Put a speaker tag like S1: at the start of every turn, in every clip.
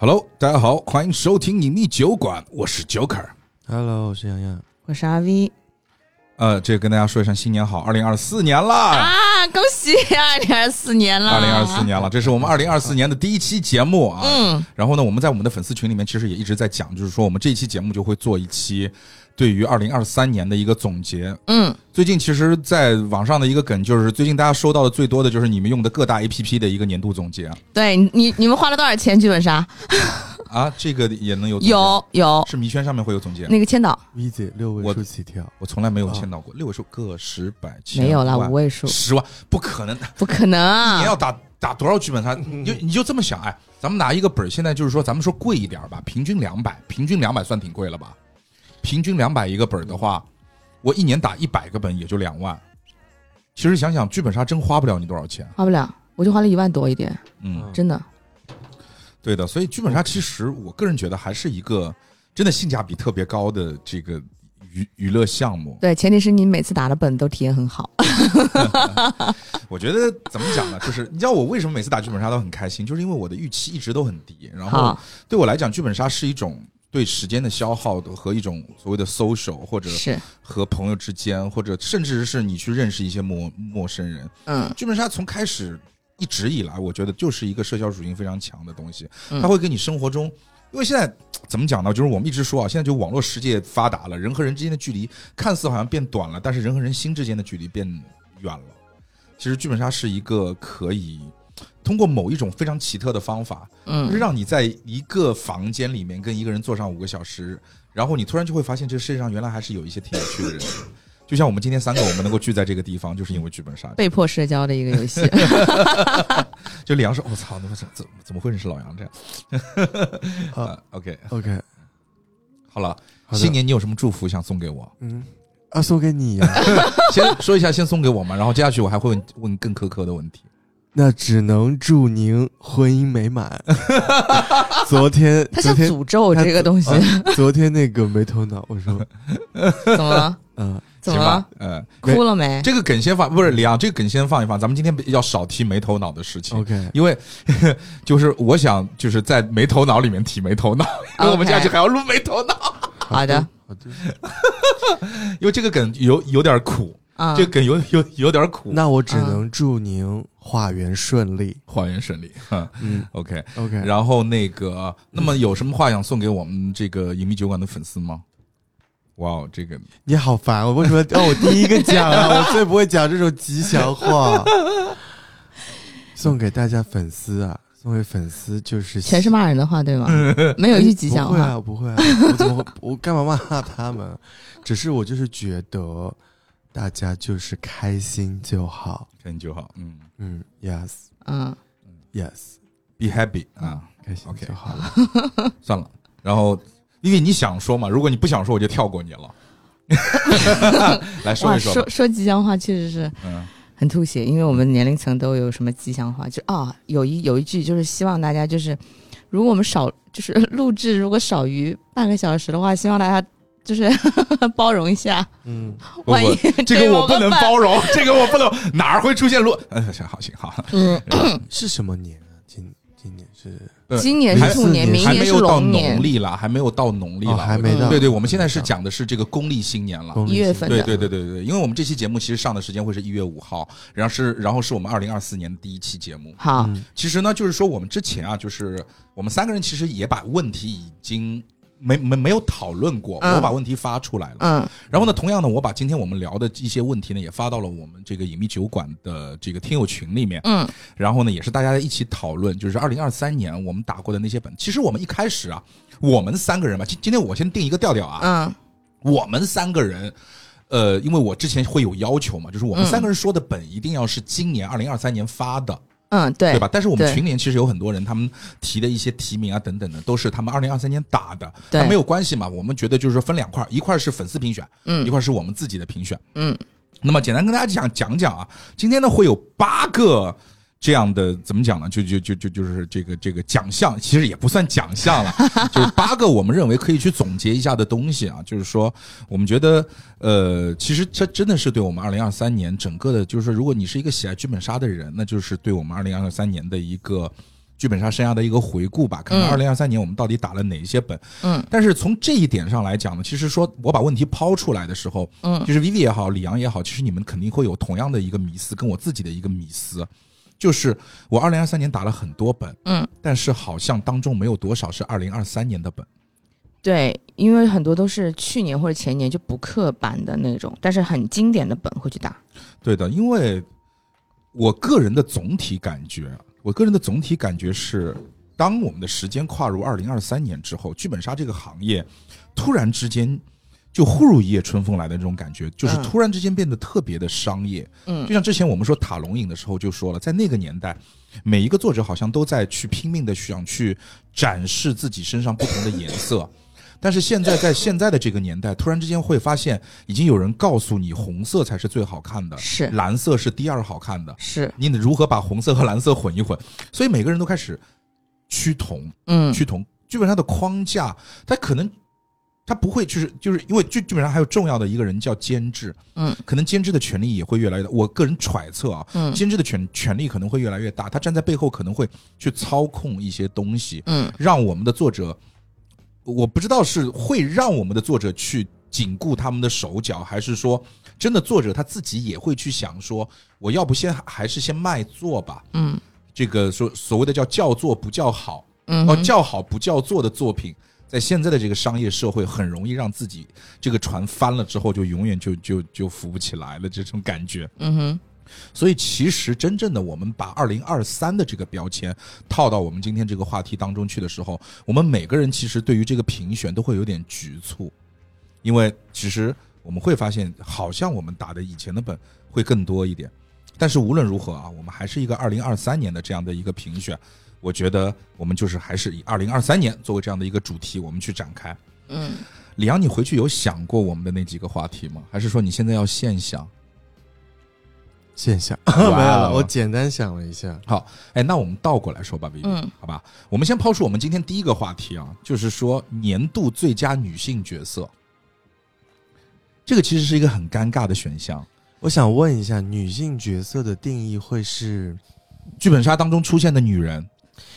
S1: Hello，大家好，欢迎收听隐秘酒馆，我是 Joker。
S2: Hello，我是洋洋。
S3: 我是阿 V
S1: 呃，这跟大家说一声新年好，二零二四年啦，
S3: 啊，恭喜二零二四年了，
S1: 二零二四，年了，这是我们二零二四年的第一期节目啊。
S3: 嗯，
S1: 然后呢，我们在我们的粉丝群里面其实也一直在讲，就是说我们这一期节目就会做一期对于二零二三年的一个总结。
S3: 嗯，
S1: 最近其实，在网上的一个梗就是，最近大家收到的最多的就是你们用的各大 APP 的一个年度总结
S3: 对你你们花了多少钱剧本杀？
S1: 啊，这个也能有总结
S3: 有有，
S1: 是迷圈上面会有总结，
S3: 那个千岛
S2: V 姐六
S1: 我
S2: 位数起 跳，
S1: 我从来没有见到过六位数、个十、百、千，
S3: 没有啦，
S1: 万
S3: 五位数，
S1: 十万不可能，
S3: 不可能
S1: 你
S3: 啊
S1: 要！打打多少剧本杀？你就你就这么想，哎，咱们拿一个本儿，现在就是说，咱们说贵一点儿吧，平均两百，平均两百算挺贵了吧？平均两百一个本儿的话，我一年打一百个本也就两万。其实想想，剧本杀真花不了你多少钱。
S3: 花不了，我就花了一万多一点，
S1: 嗯，
S3: 真的。
S1: 对的，所以剧本杀其实我个人觉得还是一个真的性价比特别高的这个娱娱乐项目。
S3: 对，前提是你每次打的本都体验很好。
S1: 我觉得怎么讲呢？就是你知道我为什么每次打剧本杀都很开心，就是因为我的预期一直都很低。然后
S3: 好，
S1: 对我来讲，剧本杀是一种对时间的消耗的和一种所谓的 social，或者
S3: 是，
S1: 和朋友之间，或者甚至是你去认识一些陌陌生人。
S3: 嗯
S1: 剧本杀从开始一直以来，我觉得就是一个社交属性非常强的东西，
S3: 嗯
S1: 它会给你生活中。因为现在怎么讲呢？就是我们一直说啊，现在就网络世界发达了，人和人之间的距离看似好像变短了，但是人和人心之间的距离变远了。其实剧本杀是一个可以通过某一种非常奇特的方法，就是
S3: 嗯，
S1: 让你在一个房间里面跟一个人坐上五个小时，然后你突然就会发现这个世界上原来还是有一些挺有趣的人。 就像我们今天三个，我们能够聚在这个地方，就是因为剧本杀。
S3: 被迫社交的一个游戏。
S1: 就李阳说：“我、操，你们怎怎怎么会认识老杨这样？” 啊，OK，
S2: OK，
S1: 好了，
S2: 好的
S1: 新年你有什么祝福想送给我？
S2: 嗯，啊，送给你呀、
S1: 先说一下，先送给我嘛，然后接下去我还会问问更苛刻的问题。
S2: 那只能祝您婚姻美 满。昨 天，昨
S3: 它像
S2: 天，
S3: 诅咒
S2: 他
S3: 这个东西，
S2: 昨天那个没头脑，我 说，
S3: 怎么了？
S2: 嗯、
S3: 怎么
S1: 行吧
S3: 了？？
S1: 嗯，
S2: 没
S3: 哭了没？
S1: 这个梗先放，不是李阳，这个梗先放一放。咱们今天要少提没头脑的事情。
S2: o k
S1: 因为就是我想就是在没头脑里面提没头脑，因为我们
S3: OK
S1: 下去还要录没头脑，
S3: 好的，
S2: 好的。
S1: 因为这个梗有有点苦，
S3: 啊
S1: 这，个梗有有有点苦。
S2: 那我只能祝您化缘顺利。
S1: 还原顺利，嗯
S2: 嗯
S1: ，OK。
S2: ，OK，
S1: 然后那个，那么有什么话想送给我们这个隐秘酒馆的粉丝吗？哇哦，这个
S2: 你好烦，我为什么要哦我第一个讲啊？我最不会讲这种吉祥 话。送给大家粉丝啊，送给粉丝就是
S3: 全是骂人的话， 对吗？没有一句吉祥
S2: 不会
S3: 话。
S2: 啊，不会啊，我怎么会？我干嘛骂他们？ 只是我就是觉得大家就是开心就好。
S1: 可能就好，嗯
S2: 嗯，yes
S3: 嗯，
S2: yes，
S1: ，be happy 啊，
S2: 开心
S1: OK
S2: 就好 了。
S1: 算了。然后，因为你想说嘛，如果你不想说，我就跳过你了。 来说
S3: 哇，
S1: 一说吧，
S3: 说说吉祥话确实是
S1: 嗯
S3: 很吐血，因为我们年龄层都有什么吉祥话，就啊、有一有一句就是希望大家就是，如果我们少就是 录制如果少于半个小时的话，希望大家就是 包容一下，
S2: 嗯，
S1: 不不
S3: 万一
S1: 这个我不能
S3: 追
S1: 包容，这个我不能，哪儿会出现落？嗯，行，好，行，好。
S3: 嗯，
S2: 是什么年啊？今今年是
S1: 对
S3: 呃今年是兔年，
S2: 还
S3: 明
S1: 还
S3: 年
S1: 没
S3: 是
S1: 有到
S3: 龙
S1: 农
S3: 年，
S1: 历啦，还没有到农历
S2: 哦
S1: 了，
S2: 还没到嗯
S1: 对对，我们现在是讲的是这个公历新年了。
S2: 公历
S3: 一月
S2: 新
S3: 份
S1: 对
S2: 年
S3: 的
S1: 对对对对，因为我们这期节目其实上的时间会是一月五号，然后是然后是我们二零二四年的第一期节目。
S3: 好，
S2: 嗯
S1: 其实呢，就是说我们之前啊，就是我们三个人其实也把问题已经没没没有讨论过，
S3: 嗯
S1: 我把问题发出来了。
S3: 嗯
S1: 然后呢，同样呢，我把今天我们聊的一些问题呢，也发到了我们这个隐秘酒馆的这个听友群里面。
S3: 嗯，
S1: 然后呢，也是大家一起讨论，就是二零二三年我们打过的那些本。其实我们一开始啊，我们三个人吧，今今天我先定一个调调啊，
S3: 嗯
S1: 我们三个人。呃，因为我之前会有要求嘛，就是我们三个人说的本一定要是今年二零二三年发的，
S3: 嗯，对，
S1: 对吧？但是我们
S3: 对
S1: 群里面其实有很多人，他们提的一些提名啊等等的，都是他们二零二三年打的，
S3: 对
S1: 那没有关系嘛。我们觉得就是说分两块儿，一块儿是粉丝评选，
S3: 嗯
S1: 一块儿是我们自己的评选。
S3: 嗯，
S1: 那么简单跟大家讲讲讲啊，今天呢会有八个。这样的怎么讲呢？就就就就就是这个这个奖项，其实也不算奖项了，就是八个我们认为可以去总结一下的东西啊。就是说，我们觉得呃，其实这真的是对我们二零二三年整个的，就是说，如果你是一个喜爱剧本杀的人，那就是对我们二零二三年的一个剧本杀生涯的一个回顾吧，看看
S3: 嗯
S1: 二零二三年我们到底打了哪一些本。
S3: 嗯
S1: 但是从这一点上来讲呢，其实说我把问题抛出来的时候，
S3: 嗯
S1: 就是 Vivi 也好，李阳也好，其实你们肯定会有同样的一个迷思，跟我自己的一个迷思，就是我二零二三年打了很多本，
S3: 嗯，
S1: 但是好像当中没有多少是二零二三年的本。
S3: 对，因为很多都是去年或者前年就不刻板的那种，但是很经典的本会去打。
S1: 对的，因为我个人的总体感觉，啊我个人的总体感觉是，当我们的时间跨入二零二三年之后，剧本杀这个行业突然之间就忽如一夜春风来的那种感觉，就是
S2: 嗯
S1: 突然之间变得特别的商业。
S3: 嗯
S1: 就像之前我们说塔龙影的时候就说了，在那个年代，每一个作者好像都在去拼命的想去展示自己身上不同的颜色。但是现在，在现在的这个年代，突然之间会发现，已经有人告诉你，红色才是最好看的，
S3: 是
S1: 蓝色是第二好看的。
S3: 是，
S1: 你如何把红色和蓝色混一混？所以每个人都开始趋同，
S3: 嗯
S1: 趋同。剧本杀的框架，它可能它不会就是就是因为剧剧本上还有重要的一个人叫监制，
S3: 嗯
S1: 可能监制的权力也会越来越大。我个人揣测啊，
S3: 嗯
S1: 监制的权权力可能会越来越大，他站在背后可能会去操控一些东西，
S3: 嗯
S1: 让我们的作者，我不知道是会让我们的作者去紧固他们的手脚，还是说真的作者他自己也会去想说，我要不先还是先卖座吧？
S3: 嗯
S1: 这个说所谓的叫叫座不叫好，
S3: 嗯
S1: 哦，
S3: 哼，
S1: 叫好不叫座的作品，在现在的这个商业社会，很容易让自己这个船翻了之后，就永远就就就浮不起来了这种感觉。
S3: 嗯哼，
S1: 所以，其实真正的我们把二零二三的这个标签套到我们今天这个话题当中去的时候，我们每个人其实对于这个评选都会有点局促，因为其实我们会发现，好像我们打的以前的本会更多一点。但是无论如何啊，我们还是一个二零二三年的这样的一个评选，我觉得我们就是还是以二零二三年作为这样的一个主题，我们去展开。
S3: 嗯。
S1: 李阳，你回去有想过我们的那几个话题吗？还是说你现在要现想？
S2: 现象 没
S1: 哇哦
S2: 有了，我简单想了一下，
S1: 好，哎，那我们倒过来说吧，Vivi，、
S3: 嗯
S1: 好吧，我们先抛出我们今天第一个话题啊，就是说年度最佳女性角色，这个其实是一个很尴尬的选项。
S2: 我想问一下，女性角色的定义会是？
S1: 剧本杀当中出现的女人，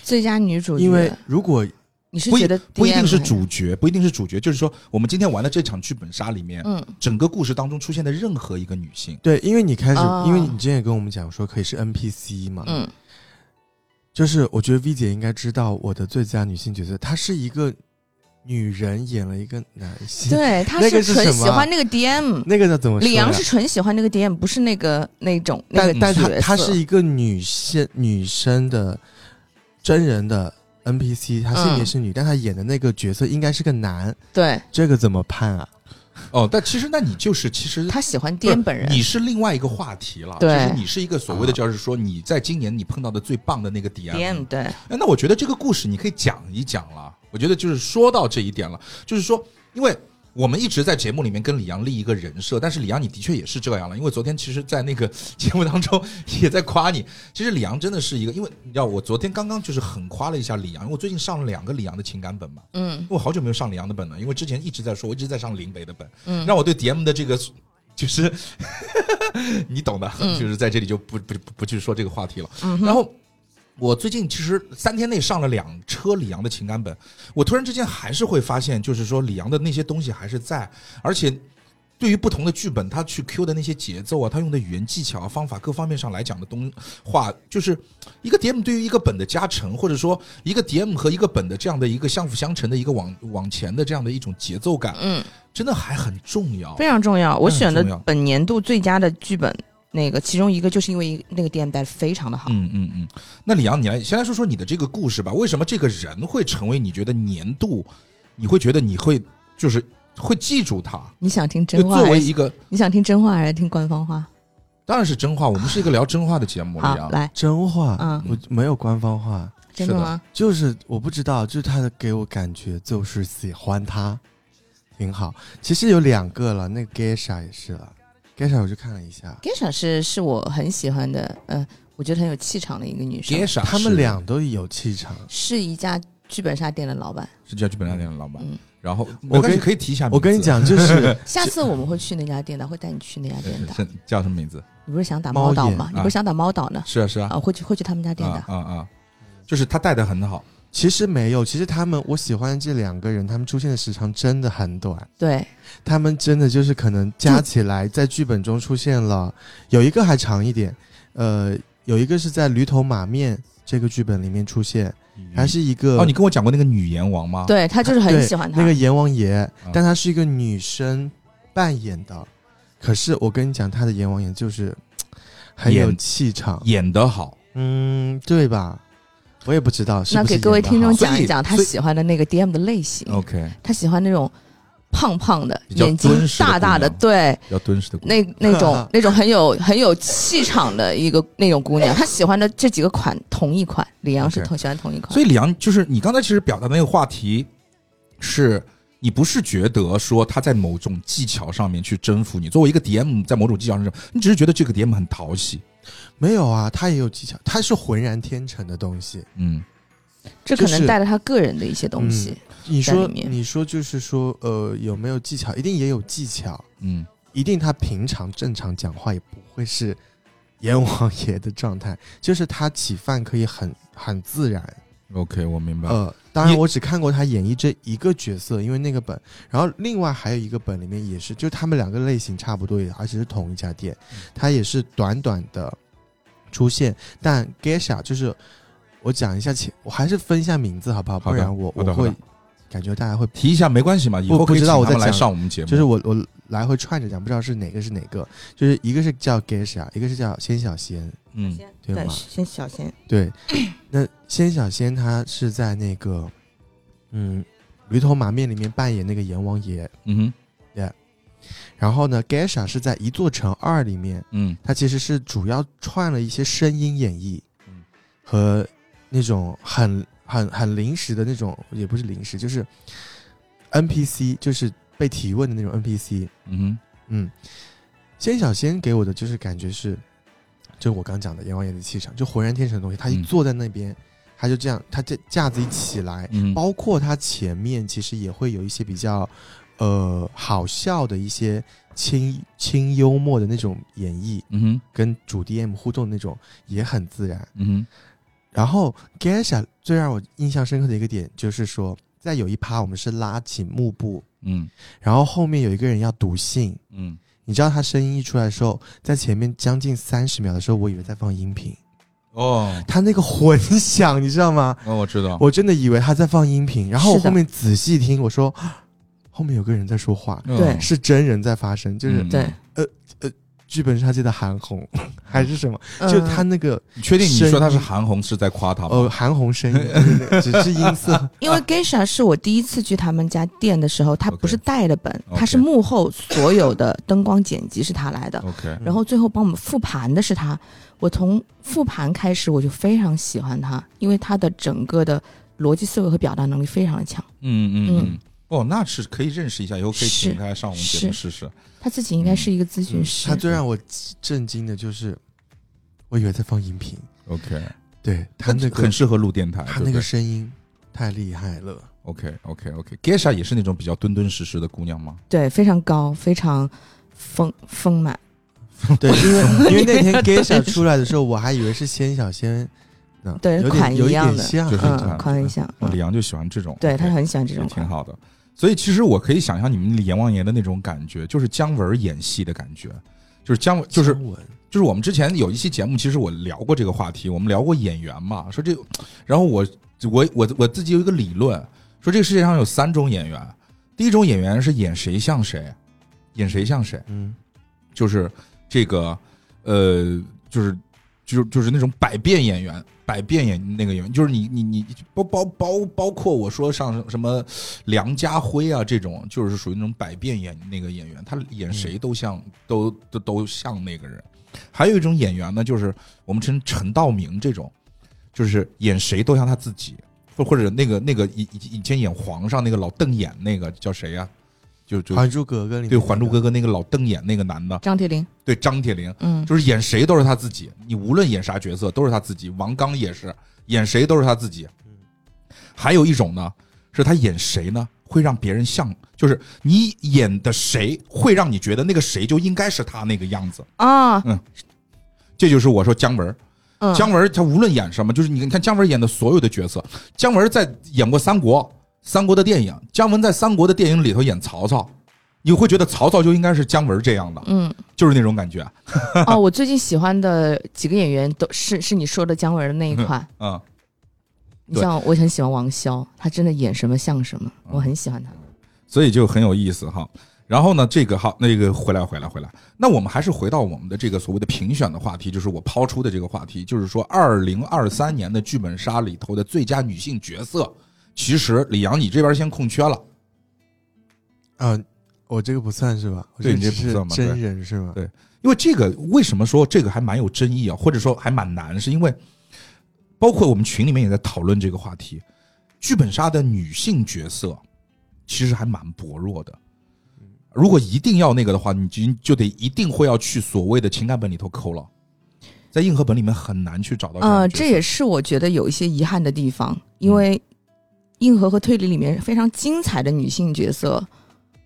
S3: 最佳女主角，
S2: 因为如果
S3: 你是
S1: 不一
S3: 觉得
S1: 不一定
S3: DM
S1: 是
S3: 还
S1: 主角，不一定是主角，就是说我们今天玩的这场剧本杀里面，
S3: 嗯
S1: 整个故事当中出现的任何一个女性，
S2: 对，因为你开始，
S3: 哦
S2: 因为你之前也跟我们讲说可以是 NPC 嘛，
S3: 嗯
S2: 就是我觉得 V 姐应该知道我的最佳女性角色，她是一个女人演了一个男性，
S3: 对，他
S2: 那个是
S3: 纯
S2: 什么
S3: 喜欢那个 DM，
S2: 那个叫怎么说呀？
S3: 李阳是纯喜欢那个 DM，不是那个那种那个
S2: 但但她
S3: 角色
S2: 她是一个女性女生的真人的 NPC，她性别
S3: 嗯
S2: 是女，但她演的那个角色应该是个男，
S3: 对，
S2: 这个怎么判啊？
S1: 哦，但其实那你就是其实
S3: 他喜欢 DM 本人，
S1: 你是另外一个话题了，
S3: 对啊
S1: 就是你是一个所谓的，就是说你在今年你碰到的最棒的那个 DM，,
S3: DM 对，
S1: 哎，那我觉得这个故事你可以讲一讲了。我觉得就是说到这一点了，就是说，因为我们一直在节目里面跟李阳立一个人设，但是李阳你的确也是这样了。因为昨天其实，在那个 节目当中也在夸你。其实李阳真的是一个，因为你知道，我昨天刚刚就是狠夸了一下李阳，因为我最近上了两个李阳的情感本嘛。
S3: 嗯
S1: 我好久没有上李阳的本了，因为之前一直在说，我一直在上林北的本，
S3: 嗯
S1: 让我对 DM 的这个就是 你懂的，
S3: 嗯
S1: 就是在这里就不不不不去说这个话题了。
S3: 嗯
S1: 然
S3: 哼，
S1: 后我最近其实三天内上了两车李阳的情感本，我突然之间还是会发现，就是说李阳的那些东西还是在，而且。对于不同的剧本，他去 Q 的那些节奏啊，他用的语言技巧啊、方法各方面上来讲的东话，就是一个 DM 对于一个本的加成，或者说一个 DM 和一个本的这样的一个相辅相成的一个往往前的这样的一种节奏感，
S3: 嗯，
S1: 真的还很重要。
S3: 非常重要。我
S1: 非常
S3: 选的
S1: 重要
S3: 本年度最佳的剧本，那个其中一个就是因为那个 DM 带的非常的好。
S1: 嗯嗯嗯，那李阳，你来先来说说你的这个故事吧。为什么这个人会成为你觉得年度？你会觉得你会就是会记住他？
S3: 你想听
S1: 就
S3: 真话
S1: 作
S3: 还
S1: 为
S3: 是
S1: 一个，
S3: 你想听真话还是听官方话？
S1: 当然是真话，我们是一个聊真话的节目，啊李
S3: 好，
S1: 阳。
S3: 来，
S2: 真话，
S3: 嗯
S2: 我没有官方话，
S3: 真
S1: 是
S3: 的
S1: 的
S3: 吗？
S2: 就是我不知道，就是他的给我感觉就是喜欢他，挺好。其实有两个了，那个 Gesha 也是了，Gesha 我去看了一下，
S3: Gesha 是是我很喜欢的，呃，我觉得很有气场的一个女生，
S1: Gesha
S2: 他们
S1: 是
S2: 俩都有气场。
S3: 是一家剧本杀店的老板。
S1: 是叫剧本杀店的老板
S3: 嗯，
S1: 然后
S2: 我
S1: 没关系
S2: 跟
S1: 可以提一下名字，
S2: 我跟你讲，就是
S3: 下次我们会去那家店的，会带你去那家
S1: 是，
S3: 店的。
S1: 呃是叫什么名字？
S3: 你不是想打猫岛
S2: 猫
S3: 吗？
S1: 眼啊
S3: 你不是想打猫岛呢？
S1: 是啊是啊，
S3: 啊，会去会去他们家店
S1: 啊
S3: 的。
S1: 啊啊！就是他带的很好，
S2: 其实没有，其实他们我喜欢这两个人，他们出现的时长真的很短，
S3: 对，
S2: 他们真的就是可能加起来在剧本中出现了，有一个还长一点，呃，有一个是在《驴头马面》这个剧本里面出现，还是一个
S1: 哦，你跟我讲过那个女阎王吗？
S3: 对他就是很
S2: 对
S3: 喜欢他。
S2: 那个阎王爷
S1: 嗯，
S2: 但她是一个女生扮演的，可是我跟你讲，她的阎王爷就是嘖很有
S1: 演
S2: 气场，
S1: 演得好，
S2: 嗯，对吧？我也不知道是
S3: 那
S2: 不是
S3: 给各位
S2: 演得
S3: 听众
S2: 好
S1: 所以
S3: 讲一讲他
S1: 所以
S3: 喜欢的那个 DM 的类型。
S1: OK，
S3: 他喜欢那种胖胖的，
S1: 比较
S3: 眼睛
S1: 敦实的
S3: 大大的，
S1: 姑娘
S3: 对，
S1: 要敦实的姑娘。
S3: 那 那种那种很有很有气场的一个那种姑娘。他喜欢的这几个款同一款，李阳是
S1: OK
S3: 同喜欢同一款，
S1: 所以李阳，就是你刚才其实表达的那个话题，是你不是觉得说他在某种技巧上面去征服你，作为一个 DM 在某种技巧上面，你只是觉得这个 DM 很讨喜，
S2: 没有啊，她也有技巧，她是浑然天成的东西。
S1: 嗯，
S3: 这可
S2: 就
S3: 能
S2: 是
S3: 带着他个人的一些东西。
S2: 你
S3: 在
S2: 说，
S3: 里面
S2: 你说就是说，呃，有没有技巧？一定也有技巧，
S1: 嗯，
S2: 一定她平常正常讲话也不会是阎王爷的状态，就是她起饭可以很很自然。
S1: OK，我明白。
S2: 呃，当然
S1: 也
S2: 我只看过他演绎这一个角色，因为那个本，然后另外还有一个本里面也是，就他们两个类型差不多，而且是同一家店，
S1: 嗯
S2: 他也是短短的出现，但 Gesha 就是我讲一下前，我还是分一下名字好不好？
S1: 好
S2: 不
S1: 的
S2: 然我
S1: 好的
S2: 我
S1: 好的
S2: 会感觉大家会
S1: 提一下没关系嘛，以后
S2: 不
S1: 可以
S2: 不知道
S1: 请
S2: 我
S1: 他们
S2: 在
S1: 来
S2: 讲
S1: 上我们节目。
S2: 就是我我来回串着讲，不知道是哪个是哪个，就是一个是叫 Gesha，一个是叫仙小仙，
S1: 嗯，
S2: 对吗？
S3: 先小先，
S2: 对， 那仙小仙她是在那个，嗯，驴头马面里面扮演那个阎王爷，
S1: 嗯哼，
S2: 然后呢，Gesha 是在一座城二里面，
S1: 嗯
S2: 她其实是主要串了一些声音演绎
S1: 嗯，
S2: 和那种很很很临时的那种，也不是临时，就是 NPC，就是被提问的那种 NPC，
S1: 嗯哼，
S2: 嗯，仙小仙给我的就是感觉是，就我刚讲的阎王爷的气场，就浑然天成的东西。他一
S1: 嗯
S2: 坐在那边，他就这样，他这架子一起来，
S1: 嗯哼，
S2: 包括他前面其实也会有一些比较，呃，好笑的一些轻轻幽默的那种演绎，
S1: 嗯哼，
S2: 跟主 DM 互动那种也很自然。
S1: 嗯哼，
S2: 然后 Gesha 最让我印象深刻的一个点就是说，在有一趴我们是拉起幕布，
S1: 嗯
S2: 然后后面有一个人要读信。
S1: 嗯，
S2: 你知道他声音一出来的时候，在前面将近三十秒的时候，我以为在放音频，
S1: 哦，
S2: 他那个混响，你知道吗？
S1: 那我知道。
S2: 我真的以为他在放音频，然后我
S3: 是的
S2: 后面仔细听，我说 啊后面有个人在说话，
S1: 嗯
S3: 对
S2: 是真人在发声，就是
S1: 嗯
S3: 对，
S2: 剧本杀界的韩红 还是什么，就
S3: 嗯
S2: 他那个
S1: 你确定你
S2: 声
S1: 说他是
S2: 音
S1: 韩红是在夸他
S2: 呃
S1: 吗？
S2: 韩红声音， 就是那个只是音色，
S3: 因
S1: 啊
S3: 为 Geisha 是我第一次去他们家店的时候，他
S1: OK
S3: 不是带的本，
S1: OK
S3: 他是幕后所有的灯光剪辑是他来的，
S1: OK，
S3: 然后最后帮我们复盘的是他。我从复盘开始我就非常喜欢他，因为他的整个的逻辑思维和表达能力非常的强。
S1: 嗯嗯嗯
S3: 嗯，
S1: 哦，那是可以认识一下，以后可以
S3: 是
S1: 请他来上我们节目试试。
S3: 他自己应该是一个咨询
S1: 嗯
S3: 师
S2: 他，最让我震惊的就是，我以为在放音频，
S1: OK，
S2: 对他那个
S1: 很适合录电台，
S2: 他
S1: 对不
S2: 那个
S1: 对
S2: 声音太厉害了。
S1: OK OK OK。Gesha 也是那种比较敦敦实实的姑娘吗？
S3: 对，非常高，非常丰丰满。
S2: 对，因 为因为那天
S3: 对
S2: Geisha 出来的时候，我还以为是仙小仙呢，
S3: 对
S2: 有
S3: 款
S2: 点
S3: 一
S2: 有一
S3: 样
S2: 点
S3: 的
S2: 像，啊
S1: 就
S2: 好
S1: 这
S2: 像
S1: 样
S3: 嗯，宽很像，
S1: 哦
S3: 嗯
S1: 李阳就喜欢这种，
S3: 对他
S1: OK，
S3: 很喜欢这
S1: 也
S3: 种
S1: 挺
S3: 款
S1: 好的。所以其实我可以想象你们阎王爷的那种感觉，就是姜文演戏的感觉，就是姜文就是
S2: 中文
S1: 就是我们之前有一期节目，其实我聊过这个话题，我们聊过演员嘛，说这，然后我我我我自己有一个理论，说这个世界上有三种演员，第一种演员是演谁像谁，演谁像谁，
S2: 嗯，
S1: 就是这个呃，就是就是就是那种百变演员。百变演那个演员，就是你你你包包包包括我说像什么梁家辉啊这种，就是属于那种百变演那个演员，他演谁都像、都都都像那个人。还有一种演员呢，就是我们称陈道明这种，就是演谁都像他自己，或或者那个那个以以以前演皇上那个老瞪眼那个叫谁呀、就就
S2: 《还珠格格》里面
S1: 对《
S2: 那
S1: 还珠
S2: 个
S1: 格格》那个老瞪眼那个男的，
S3: 张铁林，
S1: 对张铁林，
S3: 嗯，
S1: 就是演谁都是他自己，你无论演啥角色都是他自己。王刚也是演谁都是他自己
S2: 嗯。
S1: 还有一种呢，是他演谁呢，会让别人像，就是你演的谁会让你觉得那个谁就应该是他那个样子。
S3: 啊，
S1: 这就是我说姜文儿，
S3: 嗯，
S1: 姜文他无论演什么，就是你看姜文演的所有的角色，姜文在演过三国，三国的电影，姜文在三国的电影里头演曹操，你会觉得曹操就应该是姜文这样的，
S3: 嗯，
S1: 就是那种感觉，啊
S3: 哦，我最近喜欢的几个演员都是是你说的姜文的那一款。
S1: 嗯，
S3: 你像我很喜欢王骁，他真的演什么像什么，
S1: 嗯
S3: 我很喜欢他。
S1: 所以就很有意思哈。然后呢，这个好，那个回来回来回来，那我们还是回到我们的这个所谓的评选的话题，就是我抛出的这个话题，就是说二零二三年的剧本杀里头的最佳女性角色，其实李阳你这边先空缺了，
S2: 嗯、我这个不算是吧？我
S1: 对
S2: 这个
S1: 你这不
S2: 是
S1: 算嘛对
S2: 真人是吗？
S1: 对因为这个为什么说这个还蛮有争议啊，或者说还蛮难，是因为包括我们群里面也在讨论这个话题，剧本杀的女性角色其实还蛮薄弱的。如果一定要那个的话，你就就得一定会要去所谓的情感本里头抠了，在硬核本里面很难去找到。
S3: 呃，这也
S1: 是
S3: 是我觉得有一些遗憾的地方，
S1: 嗯
S3: 因为硬核和推理里面非常精彩的女性角色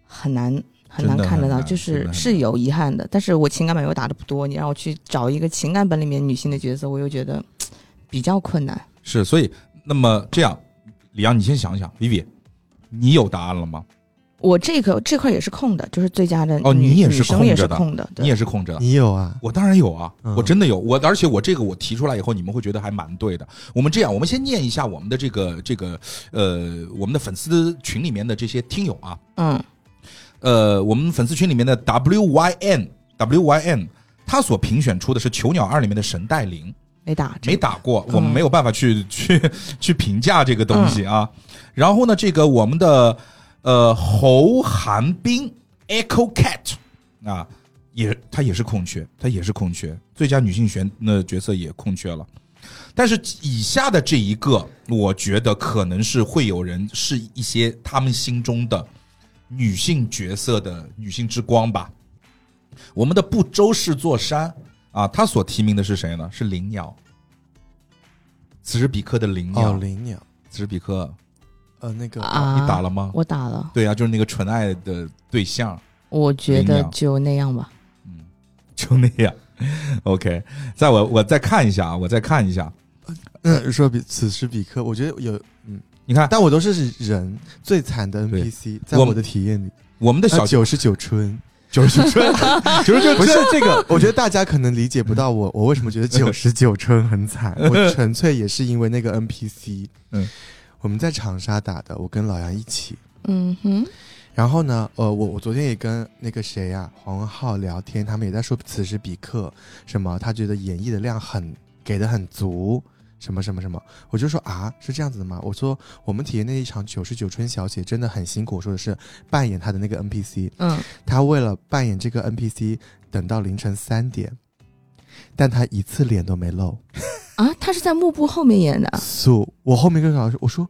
S3: 很难很难
S1: 真的
S3: 看得
S1: 很
S3: 到，
S1: 难
S3: 就
S1: 真的
S3: 是
S1: 很
S3: 是有遗憾的。但是我情感本又打的不多，你让我去找一个情感本里面女性的角色，我又觉得嘖比较困难。
S1: 是，所以那么这样，李阳，你先想想，Vivi，你有答案了吗？
S3: 我这个这块也是空的，就是最佳的
S1: 哦
S3: 女
S1: 你也是
S3: 女生
S1: 空
S3: 也
S1: 着
S3: 是
S1: 的
S3: 空的，
S1: 你
S3: 对
S1: 也是空着的，
S2: 你有啊？
S1: 我当然有啊，
S2: 嗯
S1: 我真的有我，而且我这个我提出来以后，你们会觉得还蛮对的。我们这样，我们先念一下我们的这个这个呃，我们的粉丝群里面的这些听友啊，
S3: 嗯
S1: 呃，我们粉丝群里面的 WYN WYN，他所评选出的是《囚鸟二》里面的神代灵，
S3: 没打这
S1: 没
S3: 个
S1: 打过，我们
S3: 嗯
S1: 没有办法去、去去评价这个东西啊。然后呢，这个我们的呃侯寒冰 Echo Cat 啊，也他也是空缺，他也是空缺，最佳女性选那角色也空缺了。但是以下的这一个，我觉得可能是会有人是一些他们心中的女性角色的女性之光吧。我们的不周氏座山啊，他所提名的是谁呢？是灵鸟，此时彼刻的灵鸟，
S2: 哦，灵鸟，
S1: 此时彼刻，
S2: 呃，那个，
S3: 啊，
S1: 你打了吗？
S3: 我打了，
S1: 对呀、啊就是那个纯爱的对象，
S3: 我觉
S1: 零
S3: 得
S1: 秒
S3: 就那样吧。
S1: 就那样。OK，在我我再看一下啊，我再看一下，
S2: 嗯， 说比此时彼刻，我觉得有，
S1: 你看
S2: 但我都是人最惨的
S1: 对
S2: NPC，在
S1: 我
S2: 我的体验里，呃
S1: 我们的小
S2: 九十九春，
S1: 九十春， 九十九
S2: 不
S1: 春
S2: 是这个， 我觉得大家可能理解不到我， 我为什么觉得九十九春很惨。 我纯粹也是因为那个 NPC。
S1: 嗯
S2: 嗯，我们在长沙打的，我跟老杨一起。
S3: 嗯哼，
S2: 然后呢，呃，我我昨天也跟那个谁呀、黄文浩聊天，他们也在说此时彼刻什么，他觉得演绎的量很给的很足，什么什么什么，我就说啊，是这样子的吗？我说我们体验那一场九十九春小姐真的很辛苦，我说的是扮演她的那个 NPC，
S3: 嗯，
S2: 他为了扮演这个 NPC，等到凌晨三点，但他一次脸都没露。
S3: 啊，他是在幕布后面演的，
S2: 素，我后面跟老师我说，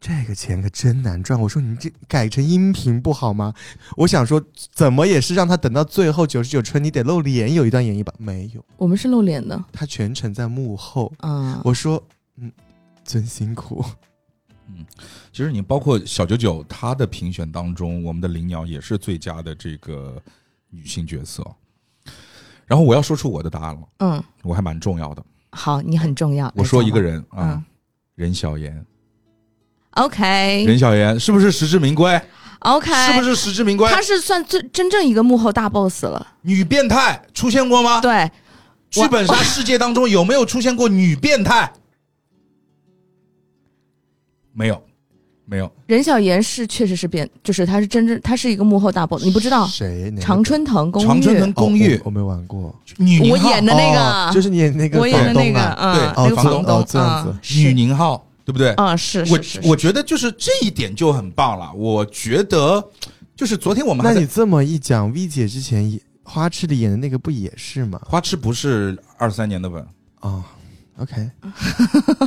S2: 这个钱可真难赚。我说你这改成音频不好吗？我想说，怎么也是让他等到最后九十九春，你得露脸有一段演绎吧？没有，
S3: 我们是露脸的
S2: 他全程在幕后。
S3: 啊。
S2: 我说，嗯，真辛苦。
S1: 其实你包括小九九她的评选当中，我们的灵鸟也是最佳的这个女性角色。然后我要说出我的答案了，
S3: 嗯，
S1: 我还蛮重要的。
S3: 好，你很重要。
S1: 我说一个人
S3: 来讲
S1: 啊
S3: 吧，，
S1: 任小妍，
S3: 嗯，OK
S1: 任小妍是不是实至名归？
S3: OK，
S1: 是不是实至名归？
S3: 哎他是算最真正一个幕后大 boss 了。
S1: 女变态出现过吗？
S3: 对，
S1: 剧啊本杀世界当中有没有出现过女变态？没有，没有。
S3: 任小妍是确实是变，就是他是真正他是一个幕后大 boss，你不知哦道
S2: 谁？哪个哦
S3: 常春藤公寓，
S1: 常春藤公寓
S2: 哦我我没玩过。
S1: 女宁
S3: 我
S1: 浩
S3: 演的那
S2: 哦
S3: 个，
S2: 就是你演那个
S3: 我演的那
S2: 房东
S3: 个，
S2: 啊
S3: 啊，
S1: 对
S3: 那个
S1: 哦房
S3: 房东
S2: 东哦这样子
S3: 啊
S1: 女
S3: 是
S1: 宁浩，对不对？
S3: 啊，是
S1: 我
S3: 是是，
S1: 我觉得就是这一点就很棒了。我觉得就是昨天我们
S2: 那
S1: 还
S2: 你
S1: 在
S2: 这么一讲，V 姐之前也花痴里演的那个不也是吗？
S1: 花痴不是二三年的本，
S2: 哦 o k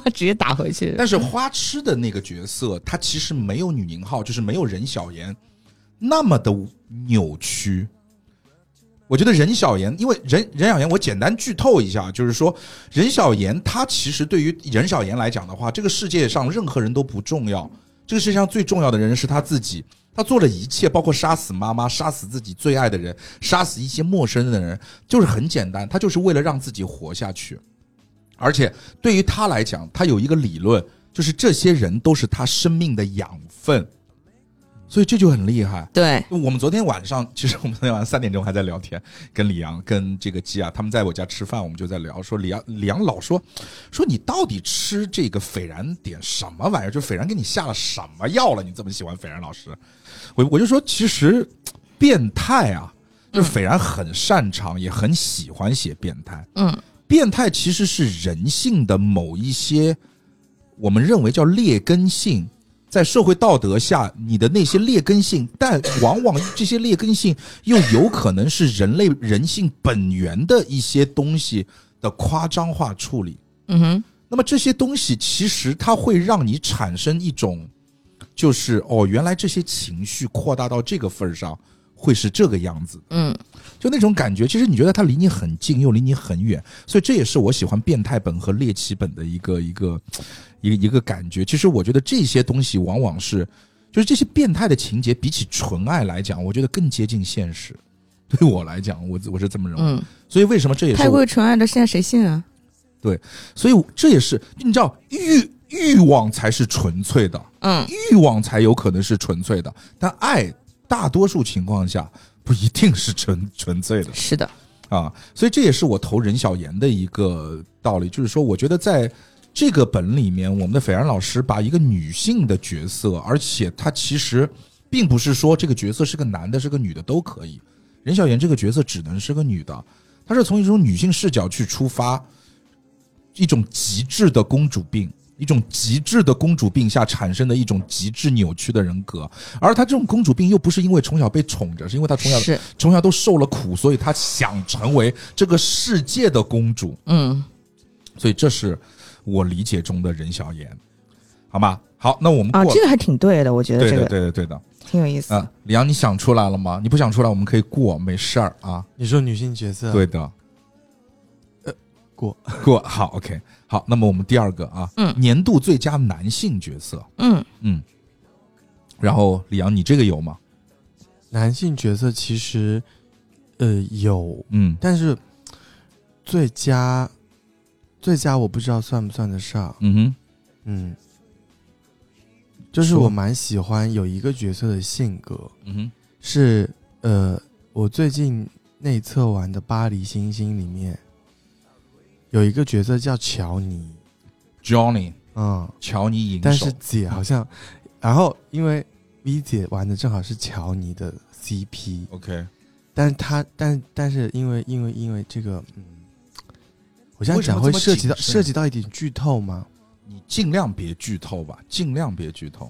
S3: 我 直接打回去。
S1: 但是花痴的那个角色，他其实没有女宁浩，就是没有任小妍那么的扭曲。我觉得任小妍，因为任任小妍，我简单剧透一下，就是说任小妍她其实对于任小妍来讲的话，这个世界上任何人都不重要，这个世界上最重要的人是她自己。她做了一切，包括杀死妈妈、杀死自己最爱的人、杀死一些陌生的人，就是很简单，她就是为了让自己活下去。而且对于他来讲，他有一个理论，就是这些人都是他生命的养分，所以这就很厉害。
S3: 对，
S1: 我们昨天晚上，其实我们昨天晚上三点钟还在聊天，跟李阳、跟这个基啊，他们在我家吃饭，我们就在聊，说李阳，李阳老说，说你到底吃这个斐然点什么玩意儿？就斐然给你下了什么药了？你这么喜欢斐然老师？我我就说，其实变态啊，就是斐然很擅长，也很喜欢写变态。
S3: 嗯，
S1: 变态其实是人性的某一些，我们认为叫劣根性，在社会道德下，你的那些劣根性，但往往这些劣根性又有可能是人类人性本源的一些东西的夸张化处理。
S3: 嗯哼，
S1: 那么这些东西其实它会让你产生一种，就是哦，原来这些情绪扩大到这个份儿上会是这个样子。
S3: 嗯，
S1: 就那种感觉，其实你觉得它离你很近，又离你很远，所以这也是我喜欢变态本和猎奇本的一个一个一个一个感觉。其实我觉得这些东西往往是，就是这些变态的情节，比起纯爱来讲，我觉得更接近现实。对我来讲，我我是这么认为。
S3: 嗯，
S1: 所以为什么这也是
S3: 太
S1: 我
S3: 过纯爱的，现在谁信啊？
S1: 所以这也是你知道欲欲望才是纯粹的，
S3: 嗯，
S1: 欲望才有可能是纯粹的，但爱大多数情况下不一定是纯纯粹的。
S3: 是的，
S1: 啊，所以这也是我投任小妍的一个道理，就是说，我觉得在这个本里面，我们的斐然老师把一个女性的角色，而且她其实并不是说这个角色是个男的，是个女的都可以，任小妍这个角色只能是个女的，她是从一种女性视角去出发，一种极致的公主病。一种极致的公主病下产生的一种极致扭曲的人格，而她这种公主病又不是因为从小被宠着，是因为她从小
S3: 是，
S1: 从小都受了苦，所以她想成为这个世界的公主，
S3: 嗯，
S1: 所以这是我理解中的任小妍，好吗？好，那我们过
S3: 啊，
S1: 了，
S3: 这个还挺对的，我觉得
S1: 对
S3: 这
S1: 的，
S3: 个
S1: 对的，对的，
S3: 挺有意思。
S1: 嗯，李阳，你想出来了吗？你不想出来，我们可以过，没事儿啊，
S2: 你说女性角色，
S1: 对的，
S3: 呃
S2: 过
S1: 过好，OK，好，那么我们第二个啊，
S3: 嗯
S1: 年度最佳男性角色，
S3: 嗯，
S1: 嗯，然后李阳，你这个有吗？
S2: 男性角色其实，呃，有，
S1: 嗯
S2: 但是最佳最佳我不知道算不算得上，
S1: 嗯哼，
S2: 嗯，就是
S1: 说
S2: 我蛮喜欢有一个角色的性格
S1: 嗯哼，
S2: 是，呃，我最近内测完的《巴黎星星》里面有一个角色叫乔尼，
S1: ，Johnny，
S2: 嗯，
S1: 乔尼银手，嗯
S2: 但是姐好像，然后因为 V 姐玩的正好是乔尼的 CP，
S1: OK，
S2: 但是她但但是因为因为因为这个，嗯，我现在
S1: 为什么
S2: 讲会
S1: 这么
S2: 涉及到
S1: 谨慎
S2: 涉及到一点剧透吗？
S1: 你尽量别剧透吧，尽量别剧透。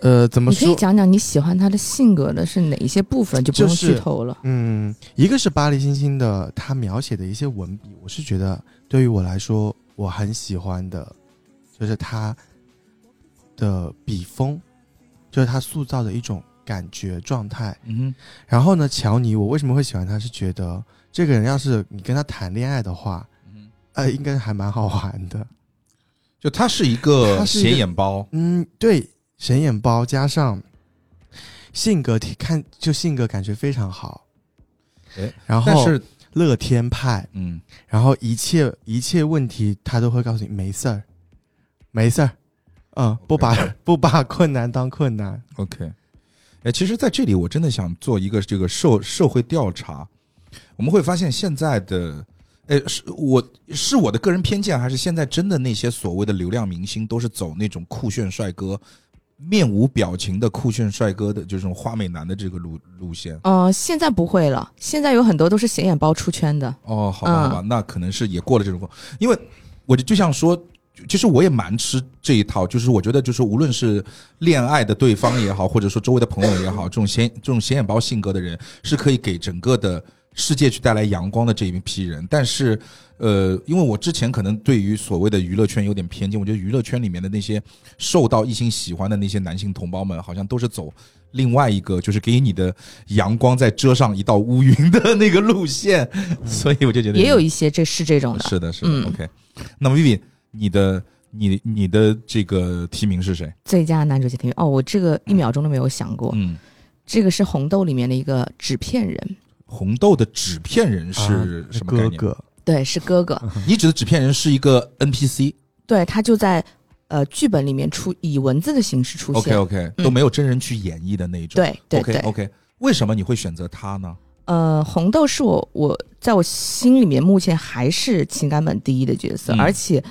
S2: 呃，怎么
S3: 你可以
S2: 说？
S3: 讲讲你喜欢他的性格的是哪一些部分，就不用
S2: 就是
S3: 剧透了。
S2: 嗯，一个是巴黎星星的他描写的一些文笔，我是觉得对于我来说我很喜欢的，就是他的笔锋，就是他塑造的一种感觉状态。
S1: 嗯
S2: 然后呢，乔尼，我为什么会喜欢他？是觉得这个人要是你跟他谈恋爱的话，
S1: 嗯哼，
S2: 呃，应该还蛮好玩的。
S1: 就他是一个
S2: 他是一个
S1: 显眼包，
S2: 嗯，对，神眼包加上性格挺看，就性格感觉非常好。
S1: 哎
S2: 然
S1: 但
S2: 后
S1: 是
S2: 乐天派，
S1: 嗯，
S2: 然后一切一切问题他都会告诉你没事儿，没事儿，嗯，不把 不把困难当困难，
S1: OK，哎，其实在这里我真的想做一个这个社社会调查，我们会发现现在的，哎，是我是我的个人偏见，还是现在真的那些所谓的流量明星都是走那种酷炫帅哥？面无表情的酷炫帅哥的，就是这种花美男的这个路路线
S3: 呃，现在不会了，现在有很多都是显眼包出圈的。
S1: 哦，好吧，好吧，那可能是也过了这种，因为我就就像说，其实我也蛮吃这一套，就是我觉得就是无论是恋爱的对方也好，或者说周围的朋友也好，这种显这种显眼包性格的人是可以给整个的世界去带来阳光的这一批人，但是。呃，因为我之前可能对于所谓的娱乐圈有点偏见，我觉得娱乐圈里面的那些受到异性喜欢的那些男性同胞们，好像都是走另外一个，就是给你的阳光再遮上一道乌云的 那个路线，所以我就觉得
S3: 嗯也有一些这是这种的，
S1: 是的，是的、
S3: 嗯
S1: o k 那么 Vivi，你的你你的这个提名是谁？
S3: 最佳男主角提名哦，我这个一秒钟都没有想过，
S1: 嗯，
S3: 这个是红豆里面的一个纸片人，
S1: 红豆的纸片人
S2: 啊
S1: 是什么概
S2: 哥
S1: 念？
S2: 哥，
S3: 对，是哥哥，
S1: 你指的纸片人是一个 NPC。
S3: 对他就在呃剧本里面出以文字的形式出
S1: OK
S3: 现。
S1: OK，都没有真人去演绎的那一种。
S3: 对对对
S1: OK OK，为什么你会选择他呢？
S3: 呃，红豆是我我在我心里面目前还是情感本第一的角色，
S1: 嗯
S3: 而且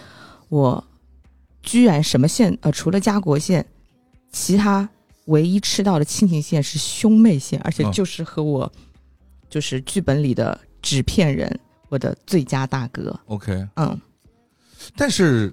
S3: 我居然什么线呃，除了家国线，其他唯一吃到的亲情线是兄妹线，而且
S1: 哦
S3: 就是和我、就是剧本里的纸片人，我的最佳大哥，
S1: OK，
S3: 嗯，
S1: 但是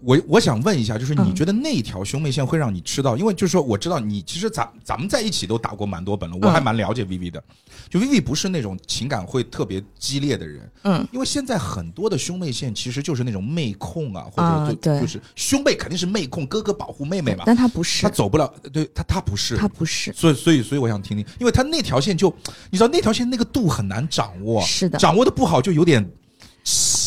S1: 我我想问一下，就是你
S3: 嗯
S1: 觉得那一条兄妹线会让你吃到？因为就是说，我知道你其实咱咱们在一起都打过蛮多本了，我
S3: 嗯
S1: 还蛮了解 Vivi 的。就 Vivi 不是那种情感会特别激烈的人，
S3: 嗯，
S1: 因为现在很多的兄妹线其实就是那种妹控啊，或
S3: 啊
S1: 者就、
S3: 对
S1: 就是兄妹肯定是妹控，哥哥保护妹妹嘛，
S3: 但他不是
S1: 他，走不了，对他他不是
S3: 他。不是，
S1: 所以，所以，所以我想听听，因为他那条线就，你知道那条线那个度很难掌握，
S3: 是的
S1: 掌握的不好就有点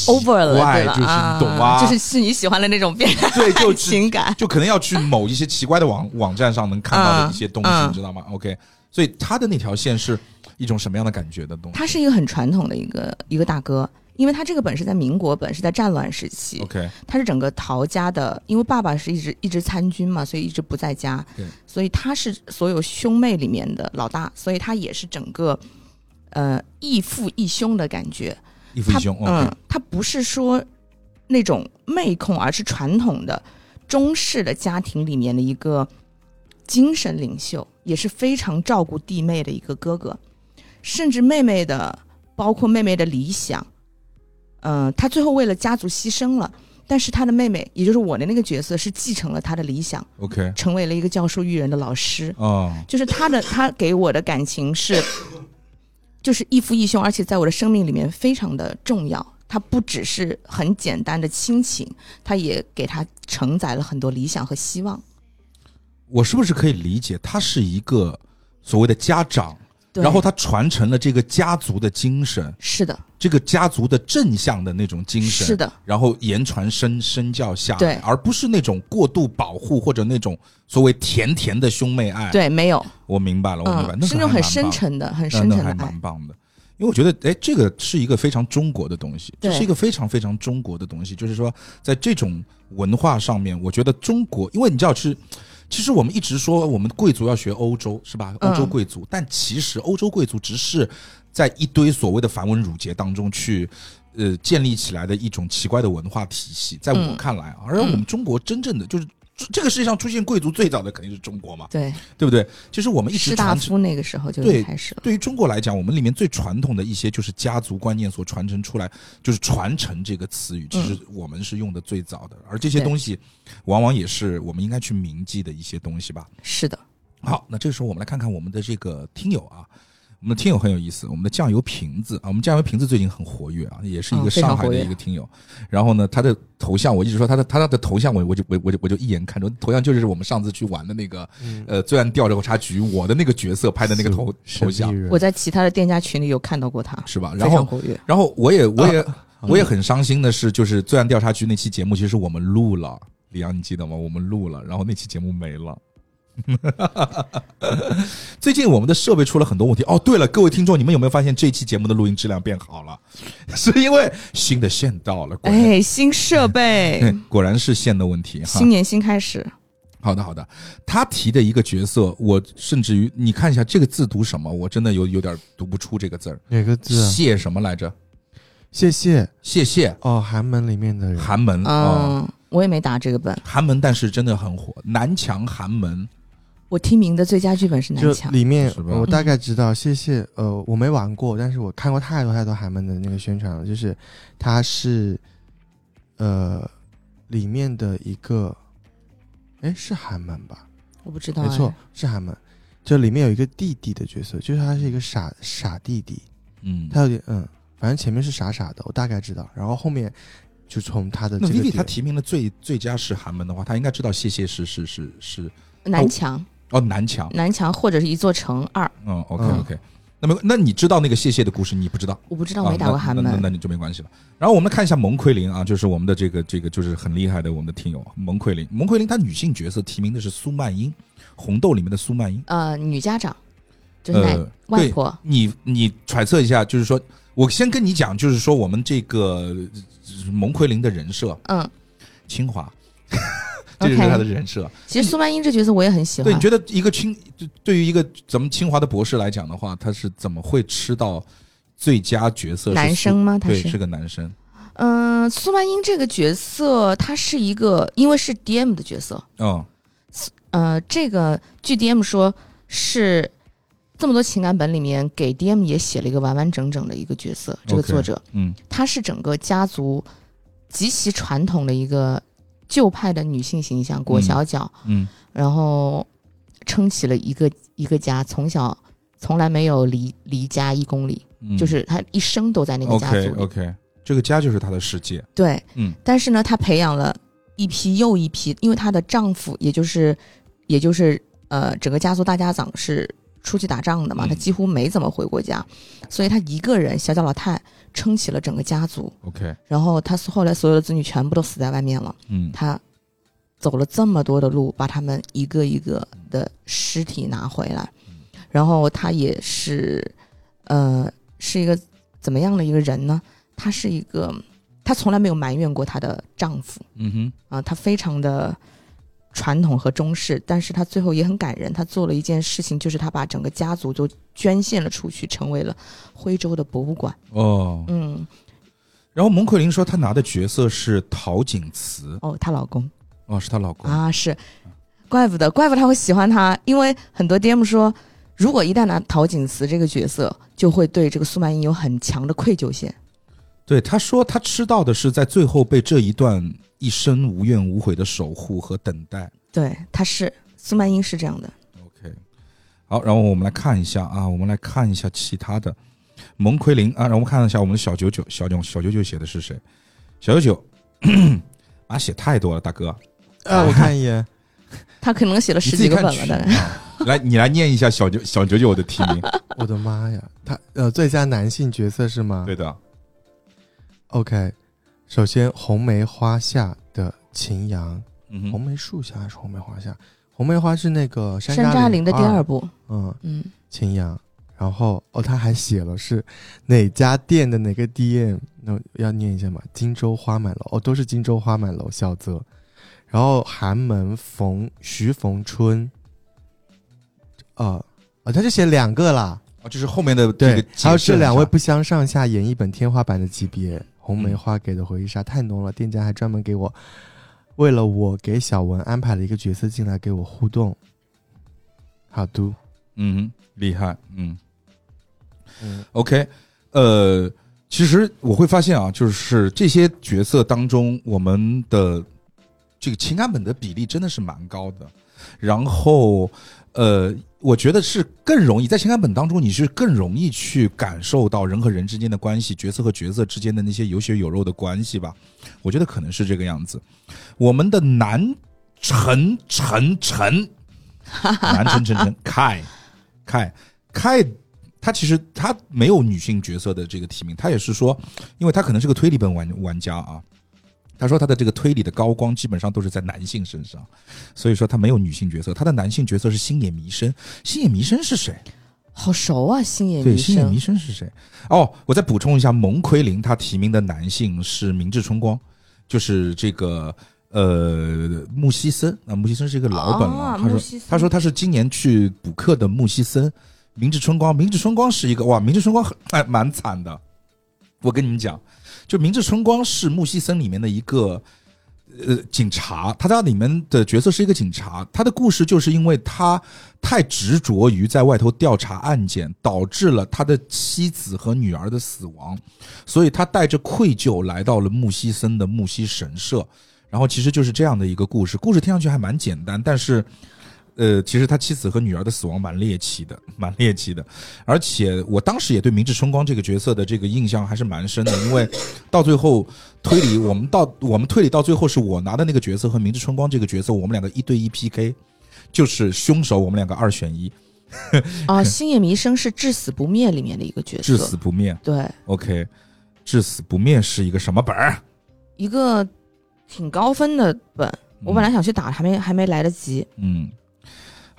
S3: over 了，
S1: 怪
S3: 对了，
S1: 就是
S3: 啊
S1: 你懂吧
S3: 就是是你喜欢的那种变态
S1: 对，就
S3: 情感，
S1: 就可能要去某一些奇怪的网网站上能看到的一些东西，
S3: 嗯嗯
S1: 你知道吗？OK，所以他的那条线是一种什么样的感觉的东西
S3: 他是一个很传统的一个一个大哥，因为他这个本是在民国本，是在战乱时期，
S1: ？OK，
S3: 他是整个陶家的，因为爸爸是一直一直参军嘛，所以一直不在家
S1: 对，
S3: 所以他是所有兄妹里面的老大，所以他也是整个呃义父义兄的感觉，
S1: 一夫
S3: 他
S1: 一兄，OK，
S3: 嗯，他不是说那种妹控，而是传统的中式的家庭里面的一个精神领袖，也是非常照顾弟妹的一个哥哥，甚至妹妹的，包括妹妹的理想，嗯、他最后为了家族牺牲了。但是他的妹妹，也就是我的那个角色，是继承了他的理想，
S1: OK，
S3: 成为了一个教书育人的老师。
S1: 哦，
S3: 就是他的他给我的感情是，就是亦父亦兄，而且在我的生命里面非常的重要。他不只是很简单的亲情，他也给他承载了很多理想和希望。
S1: 我是不是可以理解他是一个所谓的家长？
S3: 对
S1: 然后他传承了这个家族的精神，
S3: 是的，
S1: 这个家族的正向的那种精神，
S3: 是的，
S1: 然后言传身身教下来，
S3: 对
S1: 而不是那种过度保护或者那种所谓甜甜的兄妹爱。，
S3: 对，没有，
S1: 我明白了，我明白，
S3: 嗯，
S1: 那
S3: 是那种
S1: 还
S3: 很
S1: 蛮
S3: 深
S1: 棒的
S3: 沉的、很
S1: 那
S3: 深
S1: 那
S3: 沉
S1: 还
S3: 的爱
S1: 蛮。棒的。因为我觉得，哎，这个是一个非常中国的东西，这
S3: 对
S1: 是一个非常非常中国的东西。就是说，在这种文化上面，我觉得中国，因为你知道是，其实我们一直说我们贵族要学欧洲，是吧？
S3: 嗯
S1: 欧洲贵族，但其实欧洲贵族只是在一堆所谓的繁文缛节当中去。呃，建立起来的一种奇怪的文化体系，在我
S3: 嗯
S1: 看来啊，而我们中国真正的就是这这个世界上出现贵族最早的肯定是中国嘛，
S3: 对，
S1: 对不对？其实我们一直
S3: 士大
S1: 传承。
S3: 夫那个时候就
S1: 对
S3: 开始了。
S1: 对于中国来讲，我们里面最传统的一些就是家族观念所传承出来，就是“传承”这个词语，其实我们是用的最早的，而这些
S3: 嗯对
S1: 东西往往也是我们应该去铭记的一些东西吧。
S3: 是的，
S1: 好，那这个时候我们来看看我们的这个听友啊，我们的听友很有意思，我们的酱油瓶子啊，我们酱油瓶子最近很活跃啊，也是一个
S3: 嗯非常
S1: 上海
S3: 活
S1: 的
S3: 跃
S1: 一个听友。然后呢，他的头像我一直说他的他的头像我我就我我就我就一眼看出，头像就是我们上次去玩的那个呃罪案调查局我的那个角色拍的那个头头像。
S3: 我在其他的店家群里有看到过他，
S1: 是吧？
S3: 非
S1: 然
S3: 常啊嗯
S1: 后，
S3: 活跃。
S1: 然后我也，我也，我也
S2: 啊
S1: 很伤心的是，就是罪案调查局那期节目，其实我们录了，李阳，你记得吗？我们录了，然后那期节目没了。 最近我们的设备出了很多问题。哦，对了，各位听众，你们有没有发现这期节目的录音质量变好了？ 是因为新的线到了，果然，
S3: 哎，新设备，
S1: 果然是线的问题哈。
S3: 新年新开始。
S1: 好的，好的。他提的一个角色，我甚至于你看一下这个字读什么，我真的有有点读不出这个字儿。
S2: 哪个字啊？
S1: 谢什么来着？
S2: 谢谢
S1: 谢谢
S2: 哦，寒门里面的人，
S1: 寒门哦
S3: 嗯，我也没打这个本。
S1: 寒门，但是真的很火。南墙寒门，
S3: 我提名的最佳剧本是
S2: 就
S3: 南墙。
S2: 里面
S1: 是吧
S2: 我大概知道。谢谢呃，我没玩过，但是我看过太多太多寒门的那个宣传了，就是他是呃里面的一个，哎是寒门吧？
S3: 我不知道、
S2: 没错，，是寒门。就里面有一个弟弟的角色，就是他是一个傻傻弟弟，
S1: 嗯，
S2: 他有点嗯，反正前面是傻傻的，我大概知道。然后后面就从他的
S1: 那
S2: 这个
S1: Vivi 他
S2: 点
S1: 提名的最最佳是寒门的话，他应该知道谢谢是是是是
S3: 哎南墙，
S1: 哦南墙，
S3: 南墙或者是一座城二，
S1: 嗯，OK
S2: 嗯
S1: OK。那么，那你知道那个谢谢的故事？你不知道，
S3: 我不知
S1: 啊
S3: 道，我没打过寒门。
S1: 那那那你就没关系了。然后我们来看一下蒙奎林啊，就是我们的这个这个就是很厉害的我们的听友啊蒙奎林。蒙奎林她女性角色提名的是苏曼英，《红豆》里面的苏曼英。
S3: 呃，女家长，就是奶、
S1: 呃
S3: 外婆，
S1: 你你揣测一下，就是说我先跟你讲，就是说我们这个呃蒙奎林的人设，
S3: 嗯，
S1: 清华， 这就是他的人设。
S3: 其实苏曼英这角色我也很喜
S1: 嗯对，
S3: 欢
S1: 你，觉得一个清对对于一个咱们清华的博士来讲的话，他是怎么会吃到最佳角色？
S3: 男生？吗？他
S1: 对，
S3: 是
S1: 是，个男生。
S3: 嗯、苏曼英这个角色，他是一个因为是 DM 的角色，
S1: 嗯，
S3: 呃，这个据 DM 说是这么多情感本里面给 DM 也写了一个完完整整的一个角色，这个
S1: OK
S3: 作者
S1: 嗯
S3: 她是整个家族极其传统的一个旧派的女性形象，裹小脚，
S1: 嗯
S3: 然后撑起了一个一个家，从小从来没有离离家一公里，
S1: 嗯，
S3: 就是她一生都在那个家族
S1: OK
S3: 里。
S1: OK，这个家就是他的世界。
S3: 对，
S1: 嗯
S3: 但是呢，她培养了一批又一批，因为她的丈夫，也就是也就是呃，整个家族大家长是出去打仗的嘛，
S1: 嗯
S3: 她几乎没怎么回过家，所以她一个人小脚老太撑起了整个家族。
S1: ，OK，
S3: 然后他后来所有的子女全部都死在外面了，
S1: 嗯
S3: 他走了这么多的路，把他们一个一个的尸体拿回来，然后他也是，呃，是一个怎么样的一个人呢？他是一个，他从来没有埋怨过她的丈夫
S1: 嗯哼，
S3: 啊、她非常的传统和中式，但是她最后也很感人，她做了一件事情，就是她把整个家族都捐献了出去，成为了徽州的博物馆。
S1: 哦。
S3: 嗯，
S1: 然后蒙奎林说他拿的角色是陶景慈，
S3: 哦，她老公。
S1: 哦，是她老公。
S3: 啊，是，怪不得，怪不得他会喜欢他，因为很多 DM 说，如果一旦拿陶景慈这个角色，就会对这个苏曼英有很强的愧疚心。
S1: 对，他说他吃到的是在最后被这一段一生无怨无悔的守护和等待。
S3: 对，他是苏曼英是这样的，
S1: OK，好，然后我们来看一下啊，我们来看一下其他的蒙奎林啊，让我们看一下我们的小九九，小九小九九写的是谁？小九九 啊，写太多了，大哥，
S2: 啊，我看一眼，
S3: 他可能写了
S1: 你
S3: 十
S1: 自己
S3: 几个
S1: 看
S3: 本了
S1: 群
S3: 的。
S1: 啊，来，你来念一下小九小九九的提 名，
S2: 我的妈呀，他呃，最佳男性角色是吗？
S1: 对的，
S2: OK，首先红梅花下的秦阳，
S1: 嗯
S2: 红
S1: 哼，
S2: 梅树下还是红梅花下？红梅花是那个山
S3: 山楂林的第二
S2: 二，
S3: 部，
S1: 啊
S2: 嗯，
S3: 嗯，
S2: 秦阳。然后哦，他还写了是哪家店的哪个 DM，那要念一下嘛？荆州花满楼哦，都是荆州花满楼小泽，然后寒门冯徐逢春，呃，哦，他就写两个啦，
S1: 啊，就是后面的这个
S2: 对
S1: 解，释
S2: 还有这两位
S1: 一下嗯
S2: 不相上下，演绎本天花板的级别。红梅花给的回忆杀太浓了，店家还专门给我，为了我给小文安排了一个角色进来给我互动。好嘟，
S1: 嗯哼，厉害，嗯。
S2: 嗯，
S1: OK，呃，其实我会发现啊，就是这些角色当中，我们的这个情感本的比例真的是蛮高的。然后，呃，我觉得是更容易在情感本当中，你是更容易去感受到人和人之间的关系，角色和角色之间的那些有血有肉的关系吧。我觉得可能是这个样子。我们的南陈陈陈，南陈陈陈凯凯凯他其实他没有女性角色的这个提名，他也是说，因为他可能是个推理本玩玩家啊。他说他的这个推理的高光基本上都是在男性身上，所以说他没有女性角色，他的男性角色是星野弥生。星野弥生是谁？
S3: 好熟啊，星野
S1: 对，
S3: 弥
S1: 星野弥
S3: 生。
S1: 生是谁？哦，我再补充一下，蒙奎林他提名的男性是明治春光，就是这个呃木西森啊，木西森是一个老本了、
S3: 啊
S1: 他
S3: 木
S1: 说
S3: 西森
S1: 他说他是今年去补课的木西森，明治春光，明治春光是一个哇，明治春光很哎蛮惨的，我跟你们讲，就明治春光是木西森里面的一个。呃，警察，他在里面的角色是一个警察，他的故事就是因为他太执着于在外头调查案件，导致了他的妻子和女儿的死亡，所以他带着愧疚来到了木西森的木西神社，然后其实就是这样的一个故事，故事听上去还蛮简单，但是。呃，其实他妻子和女儿的死亡蛮猎奇的， 蛮猎奇的。而且我当时也对明治春光这个角色的这个印象还是蛮深的，因为到最后推理，我们到我们推理到最后是我拿的那个角色和明治春光这个角色，我们两个一对一 PK，就是凶手，我们两个二选一，
S3: 啊，星野弥生是《至死不灭》里面的一个角色。
S1: 至死不灭。
S3: 对，
S1: OK，至死不灭是一个什么本儿？
S3: 一个挺高分的本，我本来想去打，还没还没来得及。
S1: 嗯，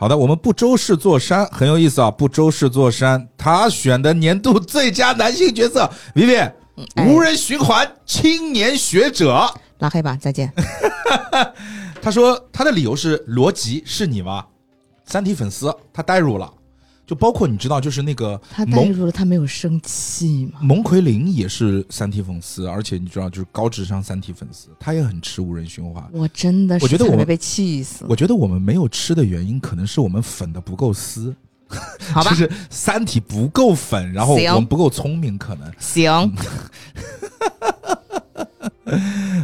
S1: 好的，我们不周氏座山很有意思啊，不周氏座山他选的年度最佳男性角色，Vivian
S3: 哎
S1: 嗯无人循环青年学者。
S3: 拉黑吧，再见。
S1: 他说他的理由是逻辑是你吗？三体粉丝他代入了，就包括你知道，就是那个
S3: 他代
S1: 蒙
S3: 入了，他没有生气嘛？
S1: 蒙奎林也是三体粉丝，而且你知道，就是高智商三体粉丝，他也很吃无人循环。
S3: 我真的是
S1: 我觉得我
S3: 差点
S1: 们
S3: 被气死，
S1: 我觉得我们没有吃的原因，可能是我们粉的不够丝，
S3: 好吧
S1: 就？是三体不够粉，然后
S3: 行
S1: 我们不够聪明，可能。
S3: 行，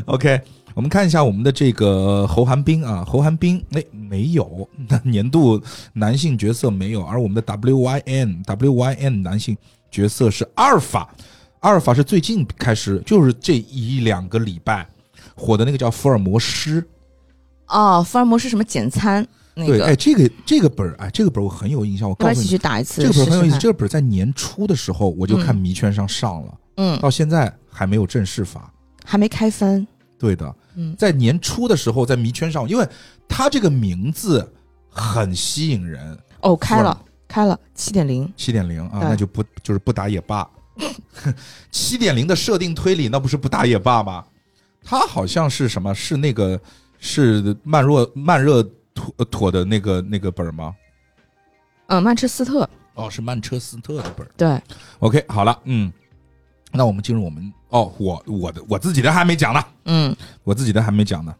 S1: OK，我们看一下我们的这个侯寒冰啊，侯寒冰哎没有 年度男性角色没有，而我们的 WYN WYN 男性角色是阿尔法，阿尔法是最近开始，就是这一两个礼拜火的那个叫福尔摩斯，
S3: 哦，福尔摩斯什么简餐那
S1: 对，
S3: 个，
S1: 哎，这个这个本儿，哎，这个本儿我很有印象，我
S3: 要不
S1: 告
S3: 然一
S1: 诉
S3: 起
S1: 你。
S3: 去打一次
S1: 这个
S3: 试
S1: 本
S3: 试
S1: 儿很有意思，
S3: 看。
S1: 这个本儿在年初的时候我就看
S3: 嗯
S1: 迷圈上上了，
S3: 嗯，
S1: 到现在还没有正式发。
S3: 还没开分。
S1: 对的，
S3: 嗯
S1: 在年初的时候，在迷圈上，因为他这个名字很吸引人，
S3: 哦，开
S1: 福尔
S3: 了，开了，七点零。
S1: 七点零啊，
S3: 对
S1: 那就不就是不打也罢。 七点零的设定推理，那不是不打也罢吗？他好像是什么？是那个是慢热慢热妥妥的那个那个本儿吗？
S3: 嗯，曼彻斯特，
S1: 哦，是曼彻斯特的本儿。
S3: 对，
S1: OK，好了，嗯，那我们进入我们哦，我我的我自己的还没讲呢，
S3: 嗯，
S1: 我自己的还没讲呢，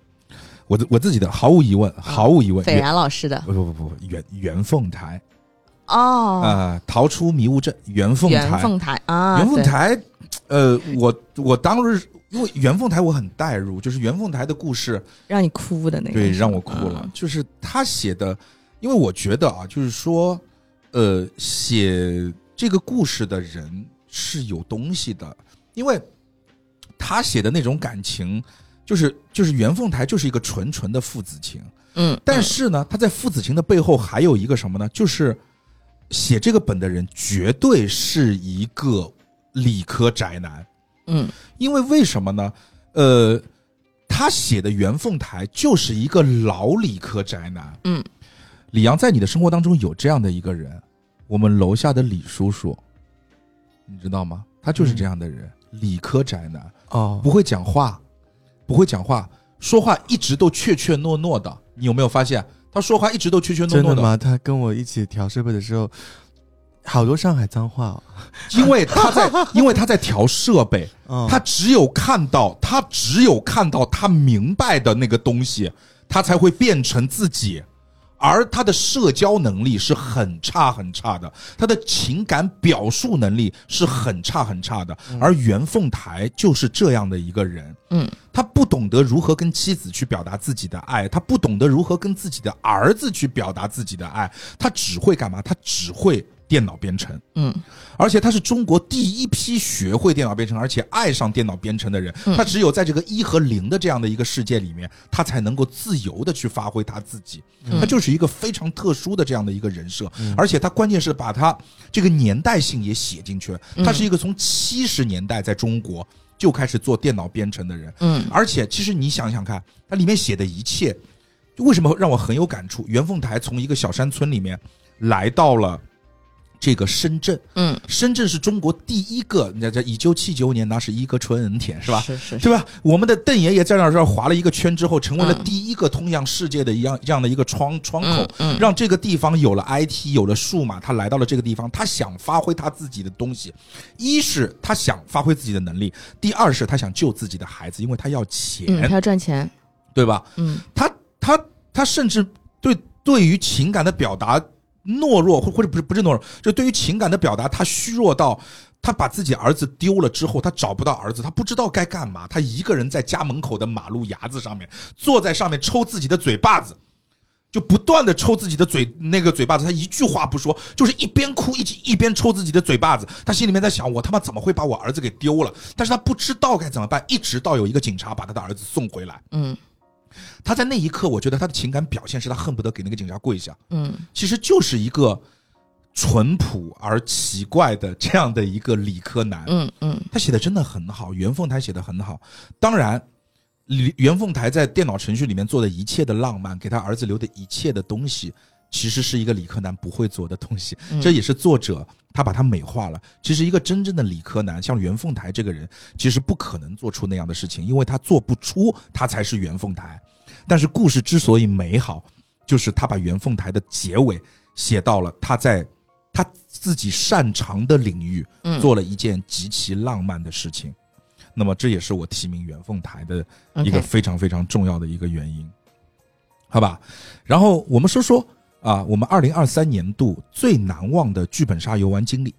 S1: 我的我自己的毫无疑
S3: 嗯
S1: 问，毫无疑问，
S3: 斐然老师的
S1: 不不不不，袁袁凤台啊、
S3: 哦，
S1: 呃逃出迷雾镇，袁凤
S3: 袁
S1: 台，
S3: 凤台啊，
S1: 袁凤
S3: 对
S1: 台，呃，我我当时因为袁凤台我很代入，就是袁凤台的故事，
S3: 让你哭的那个，
S1: 对，
S3: 是
S1: 让
S3: 吗
S1: 我哭了，
S3: 嗯
S1: 就是他写的，因为我觉得啊，就是说，呃，写这个故事的人是有东西的，因为他写的那种感情。就是就是袁凤台就是一个纯纯的父子情，
S3: 嗯，
S1: 但
S3: 嗯
S1: 是呢，他在父子情的背后还有一个什么呢？就是写这个本的人绝对是一个理科宅男，
S3: 嗯，
S1: 因为为什么呢？呃，他写的袁凤台就是一个老理科宅男。
S3: 嗯，
S1: 李阳在你的生活当中有这样的一个人，我们楼下的李叔叔，你知道吗？他就是这样的人，理科宅男，
S2: 哦
S1: 不，会讲话，不会讲话，说话一直都怯怯懦懦的。你有没有发现啊他说话一直都怯怯懦
S2: 真
S1: 懦
S2: 的吗？他跟我一起调设备的时候，好多上海脏话哦。
S1: 因为他在，因为他在调设备，
S2: 嗯
S1: 他只有看到，他只有看到他明白的那个东西，他才会变成自己。而他的社交能力是很差很差的，他的情感表述能力是很差很差的。而袁凤台就是这样的一个人，
S3: 嗯，
S1: 他不懂得如何跟妻子去表达自己的爱，他不懂得如何跟自己的儿子去表达自己的爱，他只会干嘛？他只会电脑编程。
S3: 嗯，
S1: 而且他是中国第一批学会电脑编程，而且爱上电脑编程的人。
S3: 嗯
S1: 他只有在这个一和零的这样的一个世界里面，他才能够自由的去发挥他自己。
S3: 嗯
S1: 他就是一个非常特殊的这样的一个人设，而且他关键是把他这个年代性也写进去了。
S3: 嗯
S1: 他是一个从七十年代在中国就开始做电脑编程的人。
S3: 嗯，
S1: 而且其实你想想看，它里面写的一切，就为什么让我很有感触？袁凤台从一个小山村里面来到了这个深圳，
S3: 嗯，
S1: 深圳是中国第一个，你看这一九七九年那是一个春恩田，是吧？
S3: 是是是，
S1: 对吧？我们的邓爷爷在那儿这儿划了一个圈之后，成为了
S3: 嗯
S1: 第一个通向世界的一样这样的一个窗窗口
S3: 嗯，嗯，
S1: 让这个地方有了 IT，有了数码，他来到了这个地方，他想发挥他自己的东西。一是他想发挥自己的能力，第二是他想救自己的孩子，因为他要钱，
S3: 嗯，他要赚钱，
S1: 对吧？
S3: 嗯
S1: 他他他甚至对对于情感的表达懦弱，或或者不是不是懦弱，就对于情感的表达，他虚弱到他把自己儿子丢了之后，他找不到儿子，他不知道该干嘛，他一个人在家门口的马路牙子上面坐在上面抽自己的嘴巴子。就不断的抽自己的嘴那个嘴巴子，他一句话不说，就是一边哭一直一边抽自己的嘴巴子。他心里面在想，我他妈怎么会把我儿子给丢了？但是他不知道该怎么办，一直到有一个警察把他的儿子送回来。
S3: 嗯
S1: 他在那一刻，我觉得他的情感表现是他恨不得给那个警察跪下，
S3: 嗯
S1: 其实就是一个淳朴而奇怪的这样的一个理科男。
S3: 嗯嗯，
S1: 他写的真的很好，袁凤台写的很好。当然，李袁凤台在电脑程序里面做的一切的浪漫，给他儿子留的一切的东西，其实是一个理科男不会做的东西，
S3: 嗯
S1: 这也是作者他把它美化了。其实一个真正的理科男，像袁凤台这个人，其实不可能做出那样的事情，因为他做不出，他才是袁凤台。但是故事之所以美好，就是他把袁凤台的结尾写到了他在他自己擅长的领域
S3: 嗯
S1: 做了一件极其浪漫的事情。那么这也是我提名袁凤台的一个
S3: OK
S1: 非常非常重要的一个原因，好吧？然后我们说说啊，我们二零二三年度最难忘的剧本杀游玩经历。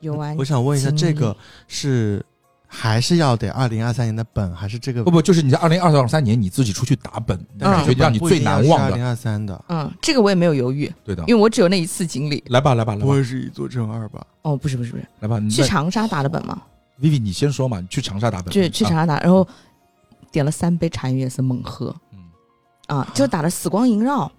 S3: 游玩
S2: 我想问一下，
S3: 经
S2: 这
S3: 历
S2: 个是还是要得二零二三年的本，还是这个
S1: 哦不？不，就是你在二零二三年你自己出去打本，
S3: 啊
S1: 但是觉得让你最难忘
S2: 二
S1: 的，
S2: 零二三的，
S3: 嗯，这个我也没有犹豫，
S1: 对的
S3: 因为。我只有那一次经历。
S1: 来吧，来吧，来
S2: 不
S1: 吧，
S2: 会是一座正二吧？
S3: 哦，不是不是不是，
S1: 来吧，你嗯
S3: 去
S1: 那
S3: 长沙打的本嘛，
S1: Vivi，你先说嘛，你去长沙打本，
S3: 去去长
S1: 啊，
S3: 沙打，然后点了三杯茶颜悦色猛喝
S1: 嗯
S3: 啊，就打了死光萦绕，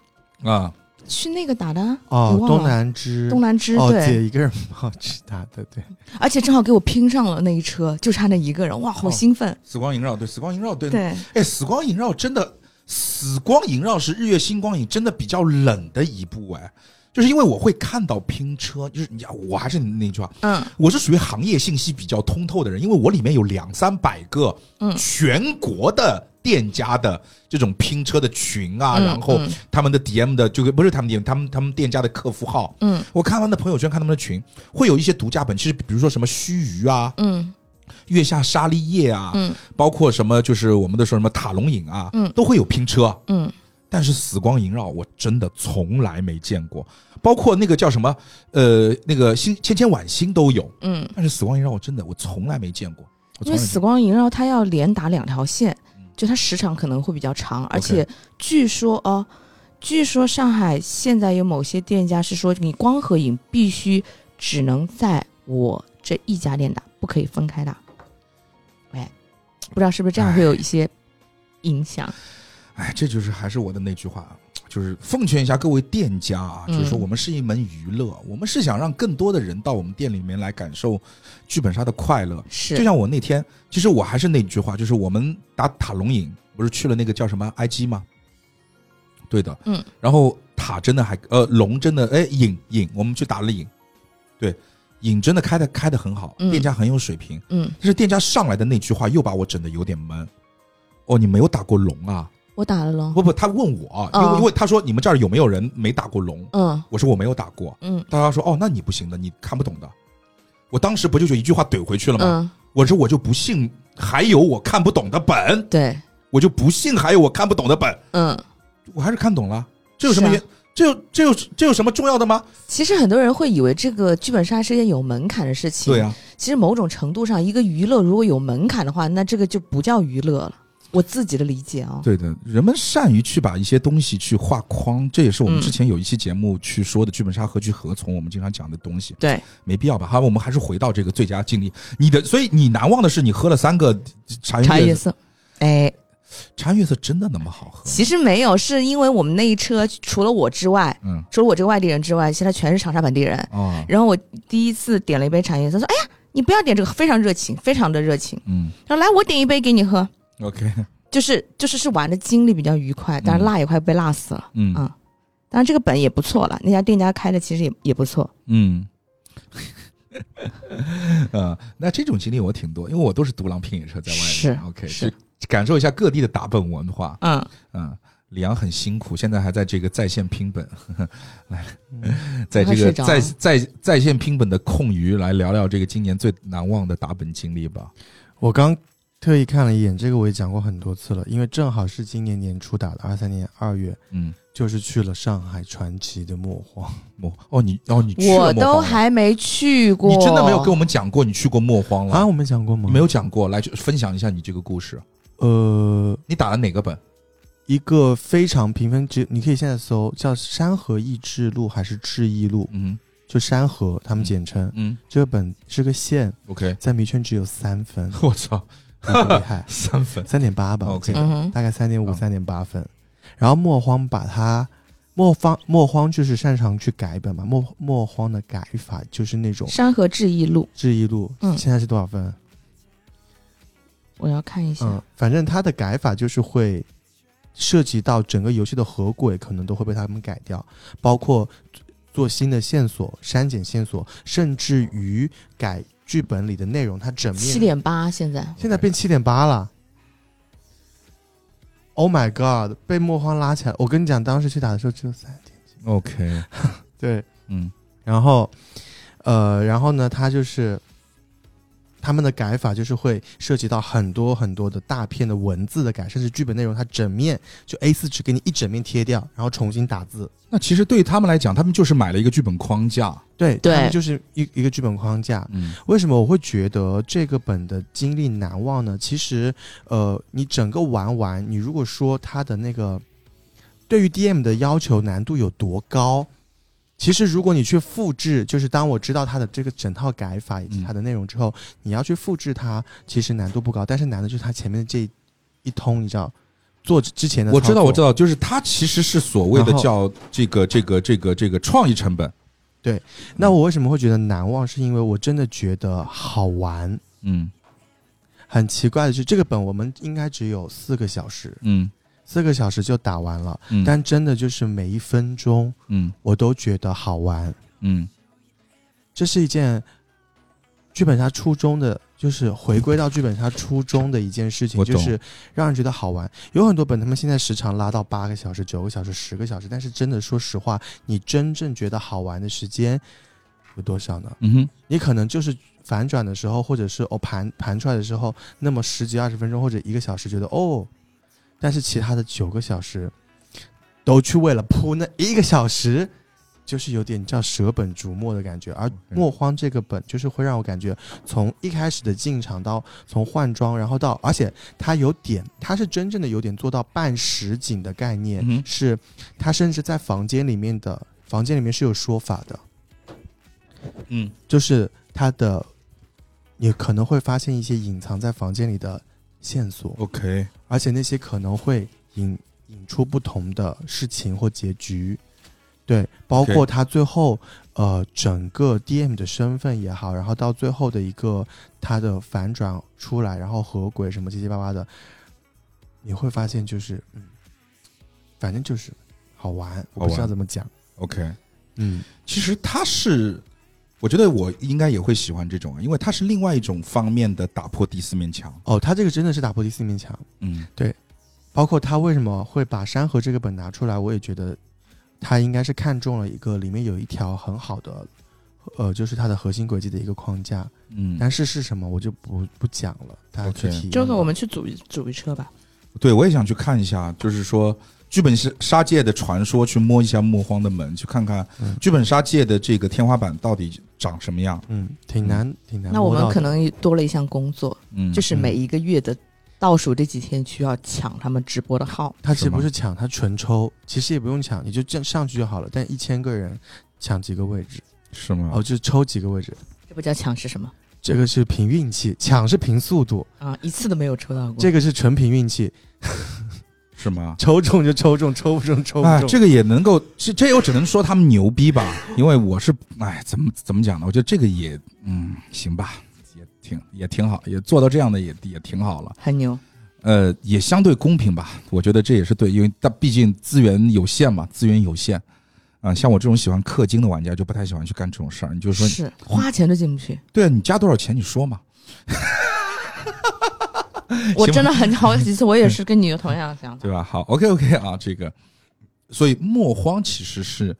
S1: 啊，
S3: 去那个打的啊
S2: 哦
S3: 我，忘了
S2: 东南枝，
S3: 东南枝
S2: 哦，
S3: 对，
S2: 姐一个人跑 去打的，对，
S3: 而且正好给我拼上了那一车，就差那一个人，哇，好
S1: 哦
S3: 兴奋！
S1: 死光萦绕，对，死光萦绕，对，
S3: 对，
S1: 哎，死光萦绕真的，死光萦绕是日月星光影真的比较冷的一部哎，就是因为我会看到拼车，就是你，啊我还是那句话，
S3: 嗯
S1: 我是属于行业信息比较通透的人，因为我里面有两三百个
S3: 嗯
S1: 全国的店家的这种拼车的群啊，
S3: 嗯
S1: 然后
S3: 嗯
S1: 他们的 DM 的就不是他们 DM，他们他们店家的客服号，
S3: 嗯
S1: 我看他们的朋友圈，看他们的群，会有一些独家本，其实比如说什么须臾啊、
S3: 嗯
S1: 月下沙利叶啊，
S3: 嗯
S1: 包括什么就是我们的说什么塔龙影啊，
S3: 嗯
S1: 都会有拼车。
S3: 嗯，
S1: 但是死光萦绕我真的从来没见过，包括那个叫什么呃那个星千千晚星都有，
S3: 嗯，
S1: 但是死光萦绕我真的我从来没见过，我
S3: 因
S1: 从
S3: 为
S1: 来没
S3: 死
S1: 见过
S3: 光萦绕它要连打两条线
S1: 嗯，
S3: 就它时长可能会比较长，而且据说哦，据说上海现在有某些店家是说，你光合影必须只能在我这一家店打，不可以分开打。哎，不知道是不是这样会有一些影响？
S1: 哎，这就是还是我的那句话，就是奉劝一下各位店家啊，就是说
S3: 嗯，
S1: 我们是一门娱乐，我们是想让更多的人到我们店里面来感受剧本杀的快乐。就是像我那天，其实我还是那句话，就是我们打塔龙影不是去了那个叫什么 IG 吗？对的，
S3: 嗯，
S1: 然后塔真的还呃龙真的哎影影，我们去打了影，对，影真的开的开的很好，
S3: 嗯
S1: 店家很有水平，
S3: 嗯，
S1: 但是店家上来的那句话又把我整的有点闷。哦，你没有打过龙啊？
S3: 我打了咯，
S1: 不不，他问我，因
S3: 哦
S1: 为因为他说你们这儿有没有人没打过龙？
S3: 嗯
S1: 我说我没有打过。
S3: 嗯
S1: 大家说哦，那你不行的，你看不懂的。我当时不就就一句话怼回去了吗？
S3: 嗯，
S1: 我说我就不信还有我看不懂的本，
S3: 对，
S1: 我就不信还有我看不懂的本，
S3: 嗯。
S1: 我还是看懂了。这有什么
S3: 是啊
S1: 原？这有这有这有什么重要的吗？
S3: 其实很多人会以为这个剧本杀是一件有门槛的事情。
S1: 对啊，
S3: 其实某种程度上，一个娱乐如果有门槛的话，那这个就不叫娱乐了。我自己的理解啊、
S1: 对的，人们善于去把一些东西去画框，这也是我们
S3: 嗯
S1: 之前有一期节目去说的剧本杀何去何从，我们经常讲的东西。
S3: 对，
S1: 没必要吧？哈，我们还是回到这个最佳经历。你的，所以你难忘的是你喝了三个茶
S3: 茶
S1: 颜
S3: 颜
S1: 悦
S3: 悦
S1: 色，
S3: 色。哎，
S1: 茶颜悦色真的那么好喝？
S3: 其实没有，是因为我们那一车除了我之外，
S1: 嗯
S3: 除了我这个外地人之外，其他全是长沙本地人。
S1: 啊，
S3: 然后我第一次点了一杯茶颜悦色，说：“哎呀，你不要点这个，非常热情，非常的热情。
S1: 嗯”
S3: 然后来，我点一杯给你喝，
S1: ，OK，
S3: 就是就是是玩的经历比较愉快，但是
S1: 嗯
S3: 辣也快被辣死了。
S1: 嗯
S3: 啊当然这个本也不错了，那家店家开的其实也也不错。
S1: 嗯。 呃，那这种经历我挺多，因为我都是独狼拼野车在外面。
S3: 是
S1: OK，
S3: 是
S1: 就感受一下各地的打本文化。
S3: 嗯，
S1: 嗯，李阳很辛苦，现在还在这个在线拼本，来，在这
S3: 嗯快
S1: 个
S3: 睡着
S1: 在
S3: 了
S1: 在在线拼本的空余，来聊聊这个今年最难忘的打本经历吧。
S2: 我刚特意看了一眼，这个我也讲过很多次了，因为正好是今年年初打的，二三年二月，
S1: 嗯，
S2: 就是去了上海传奇的磨荒。
S1: 莫哦，你哦，你去了莫
S3: 我都
S1: 慌了
S3: 还没去过，
S1: 你真的没有跟我们讲过你去过莫慌了
S2: 啊，？我们讲过吗？
S1: 你没有。讲过，来就分享一下你这个故事。
S2: 呃，
S1: 你打了哪个本？
S2: 一个非常评分，只你可以现在搜叫山河益智路还是智益路，
S1: 嗯
S2: 就山河他们简称。
S1: 嗯
S2: 这本是个县，
S1: ，OK，
S2: 在迷圈只有三分，
S1: 我操，，
S2: 很厉害
S1: 三分，
S2: 三点八吧，我
S1: OK
S2: 记得
S3: 嗯哼，
S2: 大概三点
S1: 嗯
S2: 五、三点八分。然后莫荒把它，莫荒莫荒就是擅长去改本嘛，莫莫荒的改法就是那种
S3: 山河志异录，
S2: 质疑路，
S3: 嗯
S2: 现在是多少分？嗯
S3: 我要看一下。
S2: 嗯，反正它的改法就是会涉及到整个游戏的合轨，可能都会被他们改掉，包括做新的线索、删减线索，甚至于改剧本里的内容，它整面
S3: 七点八现在
S2: 现在变七点八了。Oh my god！被莫慌拉起来，我跟你讲，当时去打的时候只有三点。
S1: OK，
S2: 对，
S1: 嗯，
S2: 然后，呃，然后呢，它就是他们的改法就是会涉及到很多很多的大片的文字的改，甚至剧本内容，它整面就 A 四纸给你一整面贴掉，然后重新打字。
S1: 那其实对于他们来讲，他们就是买了一个剧本框架，
S2: 对，
S3: 对
S2: 他们就是一一个剧本框架。
S1: 嗯
S2: 为什么我会觉得这个本的经历难忘呢？其实，呃，你整个玩完，你如果说它的那个对于 DM 的要求难度有多高，其实如果你去复制，就是当我知道它的这个整套改法以
S1: 嗯
S2: 及它的内容之后，你要去复制它，其实难度不高，但是难的就是它前面的这一通，你知道，做之前的
S1: 我知道，我知
S2: 道，
S1: 道，就是它其实是所谓的
S2: 然后
S1: 叫这个这个这个这个创意成本，
S2: 那我为什么会觉得难忘？是因为我真的觉得好玩。
S1: 嗯
S2: 很奇怪的是，这个本我们应该只有四个小时，
S1: 嗯
S2: 四个小时就打完了，
S1: 嗯，
S2: 但真的就是每一分钟
S1: 嗯
S2: 我都觉得好玩。
S1: 嗯
S2: 这是一件剧本杀初衷的，就是回归到剧本杀初衷的一件事情，
S1: 我懂
S2: 就是让人觉得好玩。有很多本他们现在时长拉到八个小时、九个小时、十个小时，但是真的说实话，你真正觉得好玩的时间有多少呢？
S1: 嗯哼，
S2: 你可能就是反转的时候，或者是哦盘盘出来的时候，那么十几二十分钟或者一个小时，觉得哦，但是其他的九个小时都去为了铺那一个小时，就是有点叫舍本逐末的感觉。而
S1: OK
S2: 莫慌这个本，就是会让我感觉从一开始的进场到从换装，然后到，而且它有点，它是真正的有点做到半实景的概念，
S1: 嗯哼
S2: 是它甚至在房间里面的房间里面是有说法的。
S1: 嗯
S2: 就是它的，你可能会发现一些隐藏在房间里的线索，
S1: ，OK，
S2: 而且那些可能会引引出不同的事情或结局。对，包括
S1: OK
S2: 他最后呃整个 DM 的身份也好，然后到最后的一个他的反转出来，然后合轨什么七七八八的，你会发现就是嗯，反正就是好玩，我不知
S1: 好
S2: 道
S1: 玩
S2: 怎么讲，
S1: OK，
S2: 嗯，
S1: 其实它是，我觉得我应该也会喜欢这种，啊因为它是另外一种方面的打破第四面墙。
S2: 哦，他这个真的是打破第四面墙。
S1: 嗯
S2: 包括他为什么会把《山河》这个本拿出来，我也觉得他应该是看中了一个里面有一条很好的，呃，就是它的核心轨迹的一个框架。
S1: 嗯，
S2: 但是是什么我就不不讲了，大家去
S1: OK
S2: 体验吧。
S3: 周哥，我们去组一组一车吧。
S1: 对我也想去看一下，就是说剧本杀杀界的传说，去摸一下莫荒的门，去看看
S2: 嗯
S1: 剧本杀界的这个天花板到底长什么样。
S2: 嗯，挺难，挺
S1: 哎
S2: 难
S3: 那我
S2: 摸到的。
S3: 们可能多了一项工作，
S1: 嗯，
S3: 就是每
S2: 嗯
S3: 一个月的倒数这几天需要抢他们直播的号。
S2: 他其实
S1: 是吗
S2: 不是抢，他纯抽，其实也不用抢，你就这样上去就好了。但一千个人抢几个位置，
S1: 是吗？
S2: 哦，就抽几个位置，
S3: 这不叫抢是什么
S2: 这个是凭运气，抢是凭速度，
S3: 啊？一次都没有抽
S1: 嗯
S3: 到过。
S2: 这个是纯凭运气，
S1: 是吗？
S2: 抽中就抽中，抽不中抽不
S1: 哎，
S2: 中。
S1: 这个也能够，这这我只能说他们牛逼吧， 因为我是，哎，怎么怎么讲呢？我觉得这个也，嗯，行吧，也挺也挺好，也做到这样的也也挺好了。
S3: 很牛，
S1: 呃，也相对公平吧，我觉得这也是对，因为但毕竟资源有限嘛，资源有限，啊、像我这种喜欢氪金的玩家就不太喜欢去干这种事儿。你就说，
S3: 是花钱都进不去。
S1: 对啊，你加多少钱你说嘛，
S3: 我
S1: 行吧
S3: 真的很好几次，我也是跟你有同样的 想法。
S1: 对吧？好，OK OK 啊，这个，所以莫慌其实是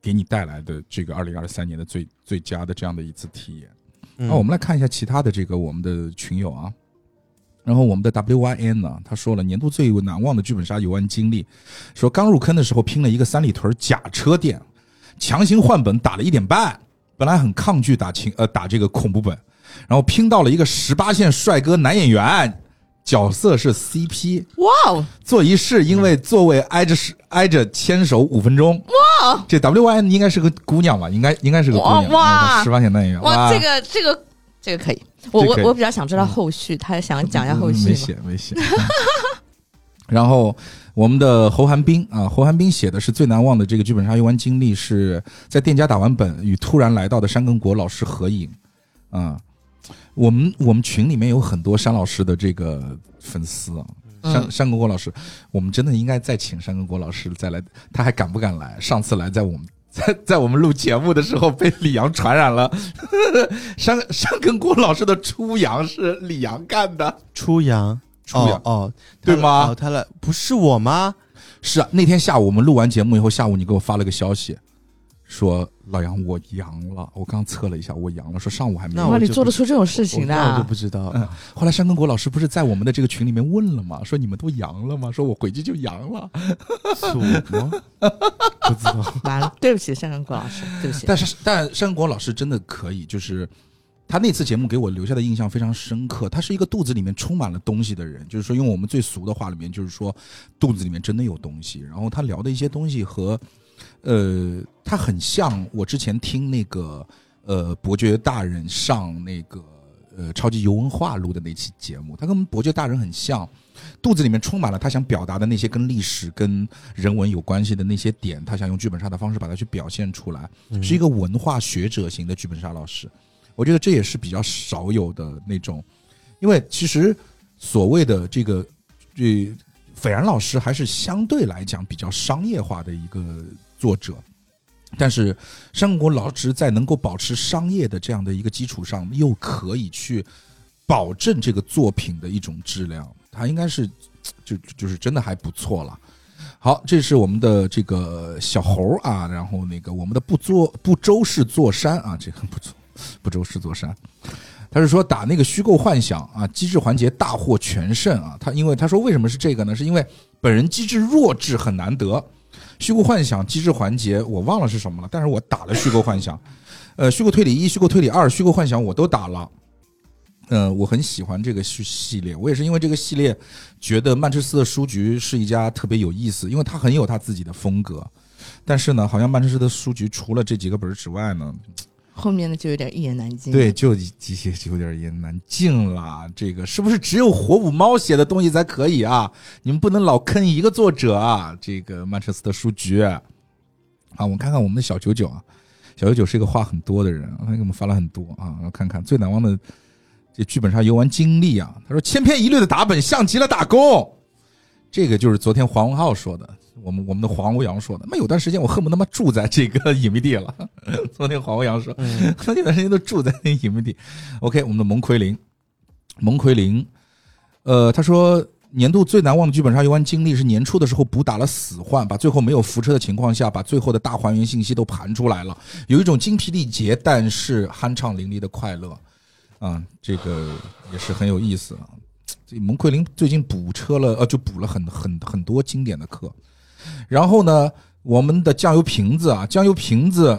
S1: 给你带来的这个二零二三年的最最佳的这样的一次体验。
S2: 嗯，
S1: 那、我们来看一下其他的这个我们的群友啊，然后我们的 WYN 呢，他说了年度最难忘的剧本杀游玩经历，说刚入坑的时候拼了一个三里屯假车店，强行换本打了一点半，本来很抗拒打情呃打这个恐怖本，然后拼到了一个十八线帅哥男演员，角色是 CP，
S3: 哇哦，
S1: 座椅是因为座位挨着是挨着牵手五分钟，哇，这 WYN 应该是个姑娘吧，应该应该是个姑娘，
S3: 哇
S1: 十八线男演员，
S3: 哇，这个这个这个可以。我
S1: 这
S3: 我
S1: 可以嗯
S3: 我比较想知道后续，他想讲一下后续
S1: 没
S3: 吗？
S1: 写没写。 然后我们的侯寒冰啊，侯寒冰写的是最难忘的这个剧本杀游玩经历是在店家打完本与突然来到的山根国老师合影啊。我们我们群里面有很多山老师的这个粉丝啊，山
S3: 嗯
S1: 山根国老师，我们真的应该再请山根国老师再来，他还敢不敢来？上次来在我们。 在在我们录节目的时候，被李阳传染了。 山山根国老师的出洋是李阳干的，
S2: 出洋，
S1: 出洋
S2: 哦哦，他
S1: 对
S2: 来
S1: 吗
S2: 哦，他来不是我吗？
S1: 是啊，那天下午我们录完节目以后，下午你给我发了个消息，说老杨我阳了，我刚测了一下，我阳了，说上午还没
S2: 那
S1: 有。
S3: 哇，
S2: 我
S3: 你
S2: 就
S3: 做
S2: 不
S3: 得出这种事情的
S2: 我那我
S3: 啊
S2: 就不 知道
S1: 嗯，后来山根国老师不是在我们的这个群里面问了吗？说你们都阳了吗？说我回去就阳了。
S2: 是我吗？ 不知道，
S3: 完了，对不起，山根 国老师，对不起。
S1: 但是但山根国老师真的可以，就是他那次节目给我留下的印象非常深刻。他是一个肚子里面充满了东西的人，就是说用我们最俗的话里面，就是说肚子里面真的有东西。然后他聊的一些东西和呃，他很像我之前听那个呃伯爵大人上那个呃超级游文化录的那期节目，他跟伯爵大人很像。肚子里面充满了他想表达的那些跟历史、跟人文有关系的那些点，他想用剧本杀的方式把它去表现出来。 是一
S2: 个
S1: 个文化学者型的剧本杀老师，我觉得这也是比较少有的那种，因为其实所谓的这个这斐然老师还是相对来讲比较商业化的一个作者。但是山国老师在能够保持商业的这样的一个基础上，又可以去保证这个作品的一种质量，他应该是就就是真的还不错了。好，这是我们的这个小猴啊，然后那个我们的不作不周氏座山啊，这个不错，不周氏座山，他是说打那个虚构幻想啊，机制环节大获全胜啊。他因为他说为什么是这个呢？是因为本人机制弱智很难得，虚构幻想机制环节我忘了是什么了，但是我打了虚构幻想，呃，虚构推理一、虚构推理二、虚构幻想我都打了。嗯、我很喜欢这个系系列，我也是因为这个系列觉得曼彻斯特书局是一家特别有意思，因为它很有它自己的风格。但是呢，好像曼彻斯特书局除了这几个本儿之外呢，
S3: 后面的就有点一言难尽。
S1: 对，，就这些有点也难进了。啊这个是不是只有火舞猫写的东西才可以啊？你们不能老坑一个作者啊！这个曼彻斯特书局啊，我们看看我们的小九九啊，小九九是一个话很多的人，他给我们发了很多啊，我看看最难忘的这剧本杀游玩经历啊，他说千篇一律的打本像极了打工，这个就是昨天黄文浩说的。我们我们的黄欧阳说的，那有段时间我恨不得他妈住在这个 隐蔽地了。昨天黄欧阳说，
S2: 嗯
S1: 他那段时间都住在那个隐蔽地。OK，我们的蒙奎林，蒙奎林，呃，他说年度最难忘的剧本杀游玩经历是年初的时候补打了死换，把最后没有扶车的情况下，把最后的大还原信息都盘出来了，有一种精疲力竭但是酣畅淋漓的快乐，啊，这个也是很有意思啊。这蒙奎林最近补车了，呃，就补了很很很多经典的课。然后呢，我们的酱油瓶子啊，酱油瓶子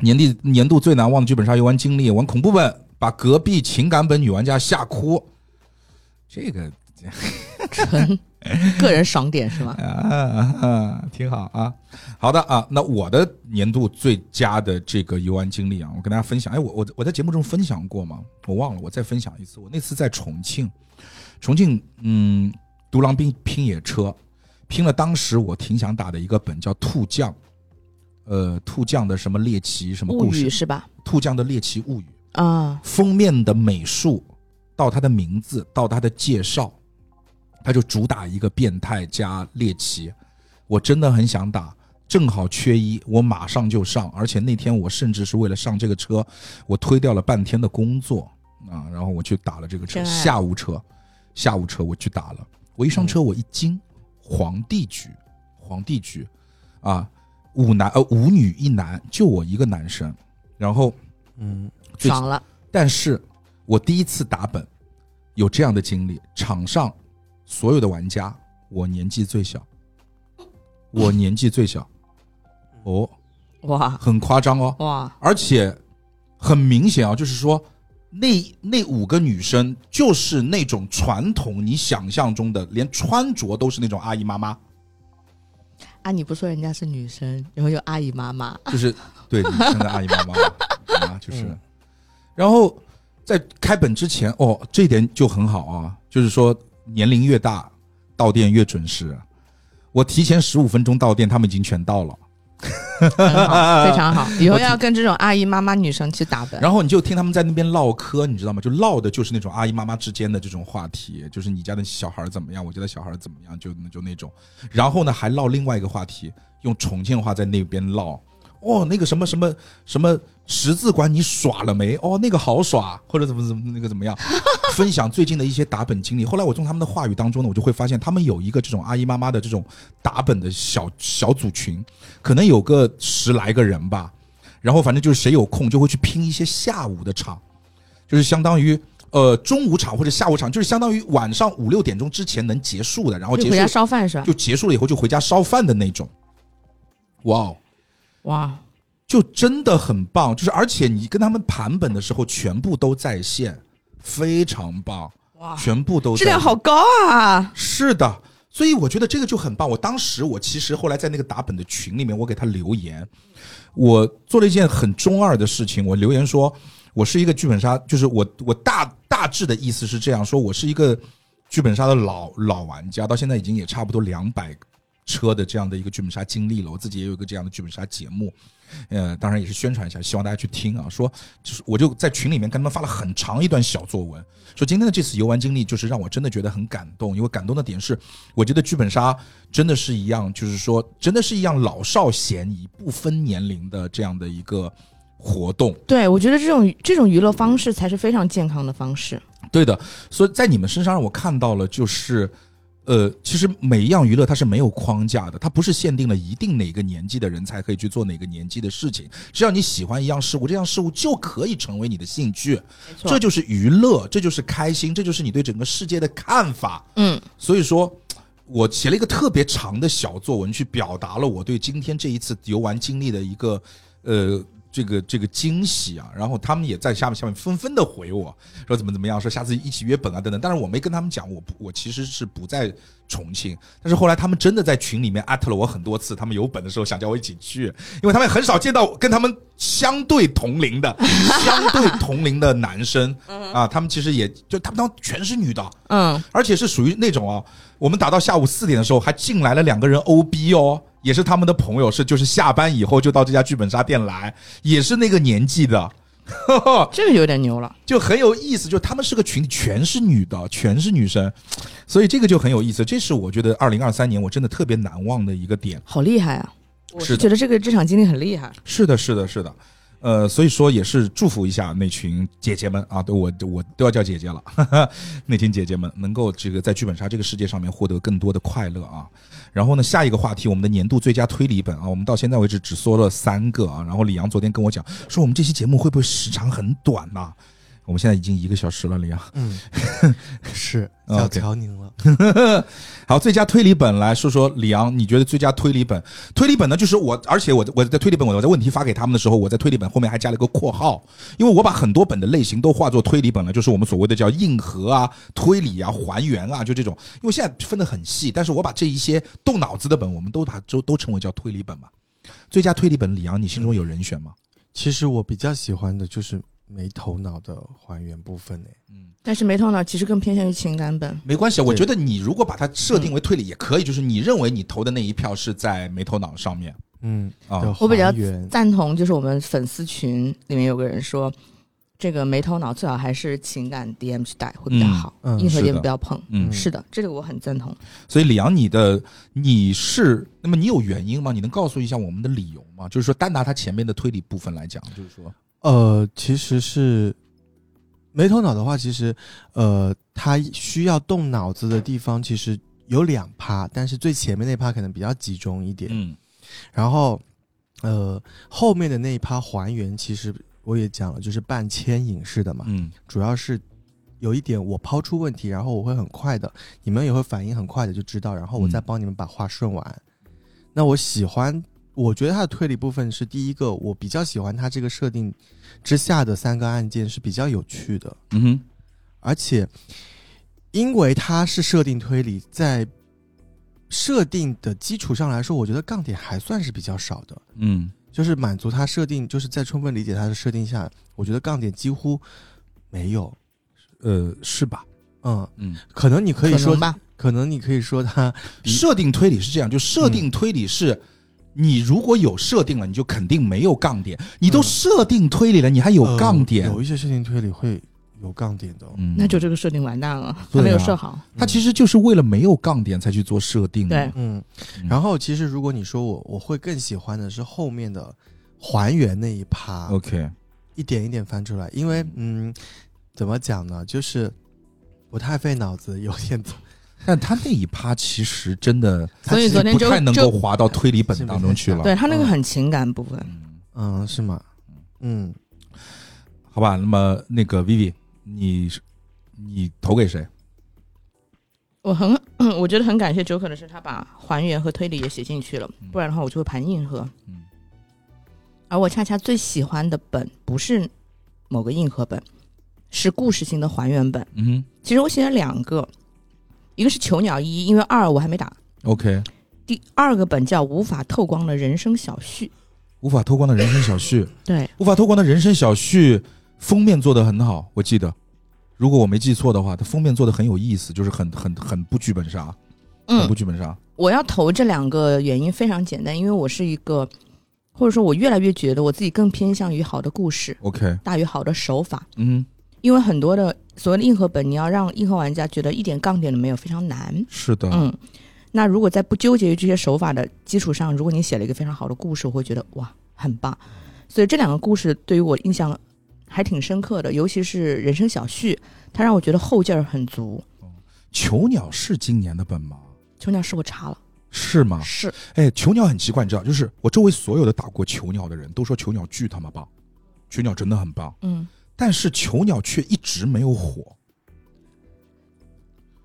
S1: 年底年度最难忘的剧本杀游玩经历，玩恐怖本，把隔壁情感本女玩家吓哭。这个
S3: 纯个人爽点是吗？
S1: 啊，挺好啊。好的啊，那我的年度最佳的这个游玩经历啊，我跟大家分享。哎，我我我在节目中分享过吗？我忘了，我再分享一次。我那次在重庆，重庆嗯，独狼拼拼野车，拼了当时我挺想打的一个本叫兔将，呃，兔将的什么猎奇什么
S3: 物
S1: 故
S3: 语
S1: 事，
S3: 是吧？
S1: 兔将的猎奇物语。
S3: 啊，
S1: 封面的美术到它的名字到它的介绍，它就主打一个变态加猎奇。我真的很想打，正好缺一，我马上就上。而且那天我甚至是为了上这个车，我推掉了半天的工作啊，然后我去打了这个车，
S3: 真爱
S1: 下午车，下午车我去打了。我一上
S3: 嗯
S1: 车，我一惊，皇帝局，皇帝局，啊，五男呃五女一男，就我一个男生，然后
S2: 嗯，
S1: 最
S3: 爽了，
S1: 但是我第一次打本，有这样的经历：场上所有的玩家，我年纪最小，我年纪最小，哦，
S3: 哇
S1: 很夸张哦，
S3: 哇，
S1: 而且很明显啊，就是说。那那五个女生就是那种传统你想象中的，连穿着都是那种阿姨妈妈，
S3: 啊，你不说人家是女生，然后又阿姨妈妈，
S1: 就是对女生的阿姨妈妈啊，就是
S2: 嗯。
S1: 然后在开本之前，哦，这一点就很好啊，就是说年龄越大，到店越准时。我提前十五分钟到店，他们已经全到了。
S3: 很 好，非常好。以后要跟这种阿姨妈妈女生去打本。
S1: 然后你就听他们在那边唠嗑，你知道吗？就唠的就是那种阿姨妈妈之间的这种话题，就是你家的小孩儿怎么样，我家的小孩儿怎么样，就就那种。然后呢，还唠另外一个话题，用重庆话在那边唠。哦，那个什么什么什么十字馆你耍了没？哦，那个好耍，或者怎么怎么那个怎么 样，分享最近的一些打本经历。后来我从他们的话语当中呢，我就会发现他们有一个这种阿姨妈妈的这种打本的小小组群，可能有个十来个人吧。然后反正就是谁有空就会去拼一些下午的场，就是相当于呃中午场或者下午场，就是相当于晚上五六点钟之前能结束的，然后
S3: 就
S1: 结
S3: 回家
S1: 束
S3: 烧饭是吧
S1: 就？结束了以后就回家烧饭的那种。哇哦！
S3: 哇，
S1: 就真的很棒，就是而且你跟他们盘本的时候，全部都在线，非常棒，
S3: 哇
S1: 全部都在
S3: 质量好高啊！
S1: 是的，所以我觉得这个就很棒。我当时我其实后来在那个打本的群里面，我给他留言，我做了一件很中二的事情，我留言说我是一个剧本杀，就是我我大大致的意思是这样说，我是一个剧本杀的老老玩家，到现在已经也差不多两百。车的这样的一个剧本杀经历了，我自己也有一个这样的剧本杀节目，呃，当然也是宣传一下，希望大家去听啊。说就是我就在群里面跟他们发了很长一段小作文，说今天的这次游玩经历，就是让我真的觉得很感动，因为感动的点是，我觉得剧本杀真的是一样，就是说真的是一样老少咸宜、不分年龄的这样的一个活动。
S3: 对，我觉得这种这种娱乐方式才是非常健康的方式。
S1: 对的，所以在你们身上让我看到了，就是，呃，其实每一样娱乐它是没有框架的，它不是限定了一定哪个年纪的人才可以去做哪个年纪的事情，只要你喜欢一样事物，这样事物就可以成为你的兴趣，
S3: 没错
S1: 这就是娱乐，这就是开心，这就是你对整个世界的看法。
S3: 嗯，
S1: 所以说。我写了一个特别长的小作文，去表达了我对今天这一次游玩经历的一个呃这个这个惊喜啊。然后他们也在下面下面纷纷的回我说怎么怎么样，说下次一起约本啊等等。但是我没跟他们讲，我不我其实是不在重庆。但是后来他们真的在群里面艾特了我很多次，他们有本的时候想叫我一起去，因为他们很少见到跟他们相对同龄的相对同龄的男生啊，他们其实也就他们当全是女的。
S3: 嗯，
S1: 而且是属于那种啊，我们打到下午四点的时候，还进来了两个人 OB 哦，也是他们的朋友，是就是下班以后就到这家剧本杀店来，也是那个年纪的，
S3: 这个有点牛了。
S1: 就很有意思。就他们是个群体，全是女的，全是女生，所以这个就很有意思。这是我觉得二零二三年我真的特别难忘的一个点。
S3: 好厉害啊！我
S1: 是的
S3: 觉得这个这场经历很厉害。
S1: 是的，是的，是的。呃，所以说也是祝福一下那群姐姐们啊，对我我都要叫姐姐了， 哈哈，那群姐姐们能够这个在剧本杀这个世界上面获得更多的快乐啊。然后呢，下一个话题，我们的年度最佳推理本啊，我们到现在为止只说了三个啊。然后李阳昨天跟我讲说，我们这期节目会不会时长很短呐、我们现在已经一个小时了，李阳。
S2: 嗯，是
S1: 嗯 OK
S2: 要调您了。
S1: 好，最佳推理本来说说李昂，你觉得最佳推理本？推理本呢，就是我，而且我我在推理本，我在问题发给他们的时候，我在推理本后面还加了一个括号，因为我把很多本的类型都化作推理本了，就是我们所谓的叫硬核啊、推理啊、还原啊，就这种。因为现在分得很细，但是我把这一些动脑子的本，我们都把都都称为叫推理本嘛。最佳推理本，李昂，你心中有人选吗？
S2: 其实我比较喜欢的就是没头脑的还原部分诶，
S3: 但是没头脑其实更偏向于情感本。
S1: 没关系，我
S2: 对
S1: 觉得嗯你如果把它设定为推理也可以，就是你认为你投的那一票是在没头脑上面
S2: 嗯，
S1: 啊。
S2: 的
S3: 我比较
S2: 还原
S3: 赞同，就是我们粉丝群里面有个人说，这个没头脑最好还是情感 DM 去带会比较好，
S2: 嗯嗯
S3: 硬核
S1: 是的
S3: DM 不要碰。
S1: 嗯
S3: 是的，这个我很赞同。
S1: 所以李阳，你的你是那么你有原因吗？你能告诉一下我们的理由吗？就是说，单拿他前面的推理部分来讲，就是说，
S2: 呃，其实是没头脑的话，其实呃，它需要动脑子的地方其实有两趴，但是最前面那趴可能比较集中一点，
S1: 嗯
S2: 然后呃后面的那一趴还原，其实我也讲了，就是半牵引式的嘛，
S1: 嗯
S2: 主要是有一点，我抛出问题，然后我会很快的，你们也会反应很快的就知道，然后我再
S1: 嗯
S2: 帮你们把话顺完。那我喜欢，我觉得它的推理部分是第一个，我比较喜欢它这个设定之下的三个案件是比较有趣的，
S1: 嗯哼，
S2: 而且因为它是设定推理，在设定的基础上来说，我觉得杠点还算是比较少的。
S1: 嗯
S2: 就是满足它设定，就是在充分理解它的设定下，我觉得杠点几乎没有。
S1: 呃，是吧？
S2: 嗯，
S1: 嗯，
S2: 可能你可以
S3: 能
S2: 说，
S3: 吧，
S2: 可能你可以说他，
S1: 设定推理是这样，就设定推理是你如果有设定了，你就肯定没有杠点。你都设定推理了，你还有杠点
S2: 呃，有一些事情推理会有杠点的哦、
S1: 嗯，
S3: 那就这个设定完蛋了，
S1: 对
S3: 还
S1: 啊
S3: 没有设好。
S1: 他其实就是为了没有杠点才去做设定的。
S3: 对
S2: 嗯
S1: 嗯，
S2: 然后其实如果你说我，我会更喜欢的是后面的还原那一趴，
S1: ，OK，
S2: 一点一点翻出来，因为嗯，怎么讲呢，就是不太费脑子，有点
S1: 但他那一趴其实真的
S3: 所以昨天
S1: 不
S3: 就
S1: 太能够
S3: 就
S1: 滑到推理本当中去了。
S3: 对他那个很情感部分，
S1: 嗯，
S2: 嗯，是吗？嗯，
S1: 好吧，那么那个 Vivi，你是你投给谁？
S3: 我很 我觉得很感谢九可的是他把还原和推理也写进去了
S1: 嗯，
S3: 不然的话我就会盘硬核。
S1: 嗯
S3: 而我恰恰最喜欢的本不是某个硬核本，是故事性的还原本。
S1: 嗯
S3: 其实我写了两个，一个是囚鸟一，因为二我还没打。
S1: ，OK，
S3: 第二个本叫《无法透光的人生小序》，
S1: 无法透光的人生小序，
S3: 对，
S1: 无法透光的人生小序封面做的很好，我记得，如果我没记错的话，它封面做的很有意思，就是很很很不剧本杀，很
S3: 嗯
S1: 不，剧本杀。
S3: 我要投这两个原因非常简单，因为我是一个，或者说我越来越觉得我自己更偏向于好的故事
S1: OK，
S3: 大于好的手法，
S1: 嗯，
S3: 因为很多的所谓的硬核本，你要让硬核玩家觉得一点杠点都没有，非常难。
S1: 是的，
S3: 嗯，那如果在不纠结于这些手法的基础上，如果你写了一个非常好的故事，我会觉得哇，很棒。所以这两个故事对于我印象还挺深刻的，尤其是《人生小序》，它让我觉得后劲儿很足。
S1: 囚鸟是今年的本吗？
S3: 囚鸟是我查了，
S1: 是吗？
S3: 是
S1: 哎，囚鸟很奇怪，你知道，就是我周围所有的打过囚鸟的人都说囚鸟巨他妈棒，囚鸟真的很棒，
S3: 嗯，
S1: 但是囚鸟却一直没有火，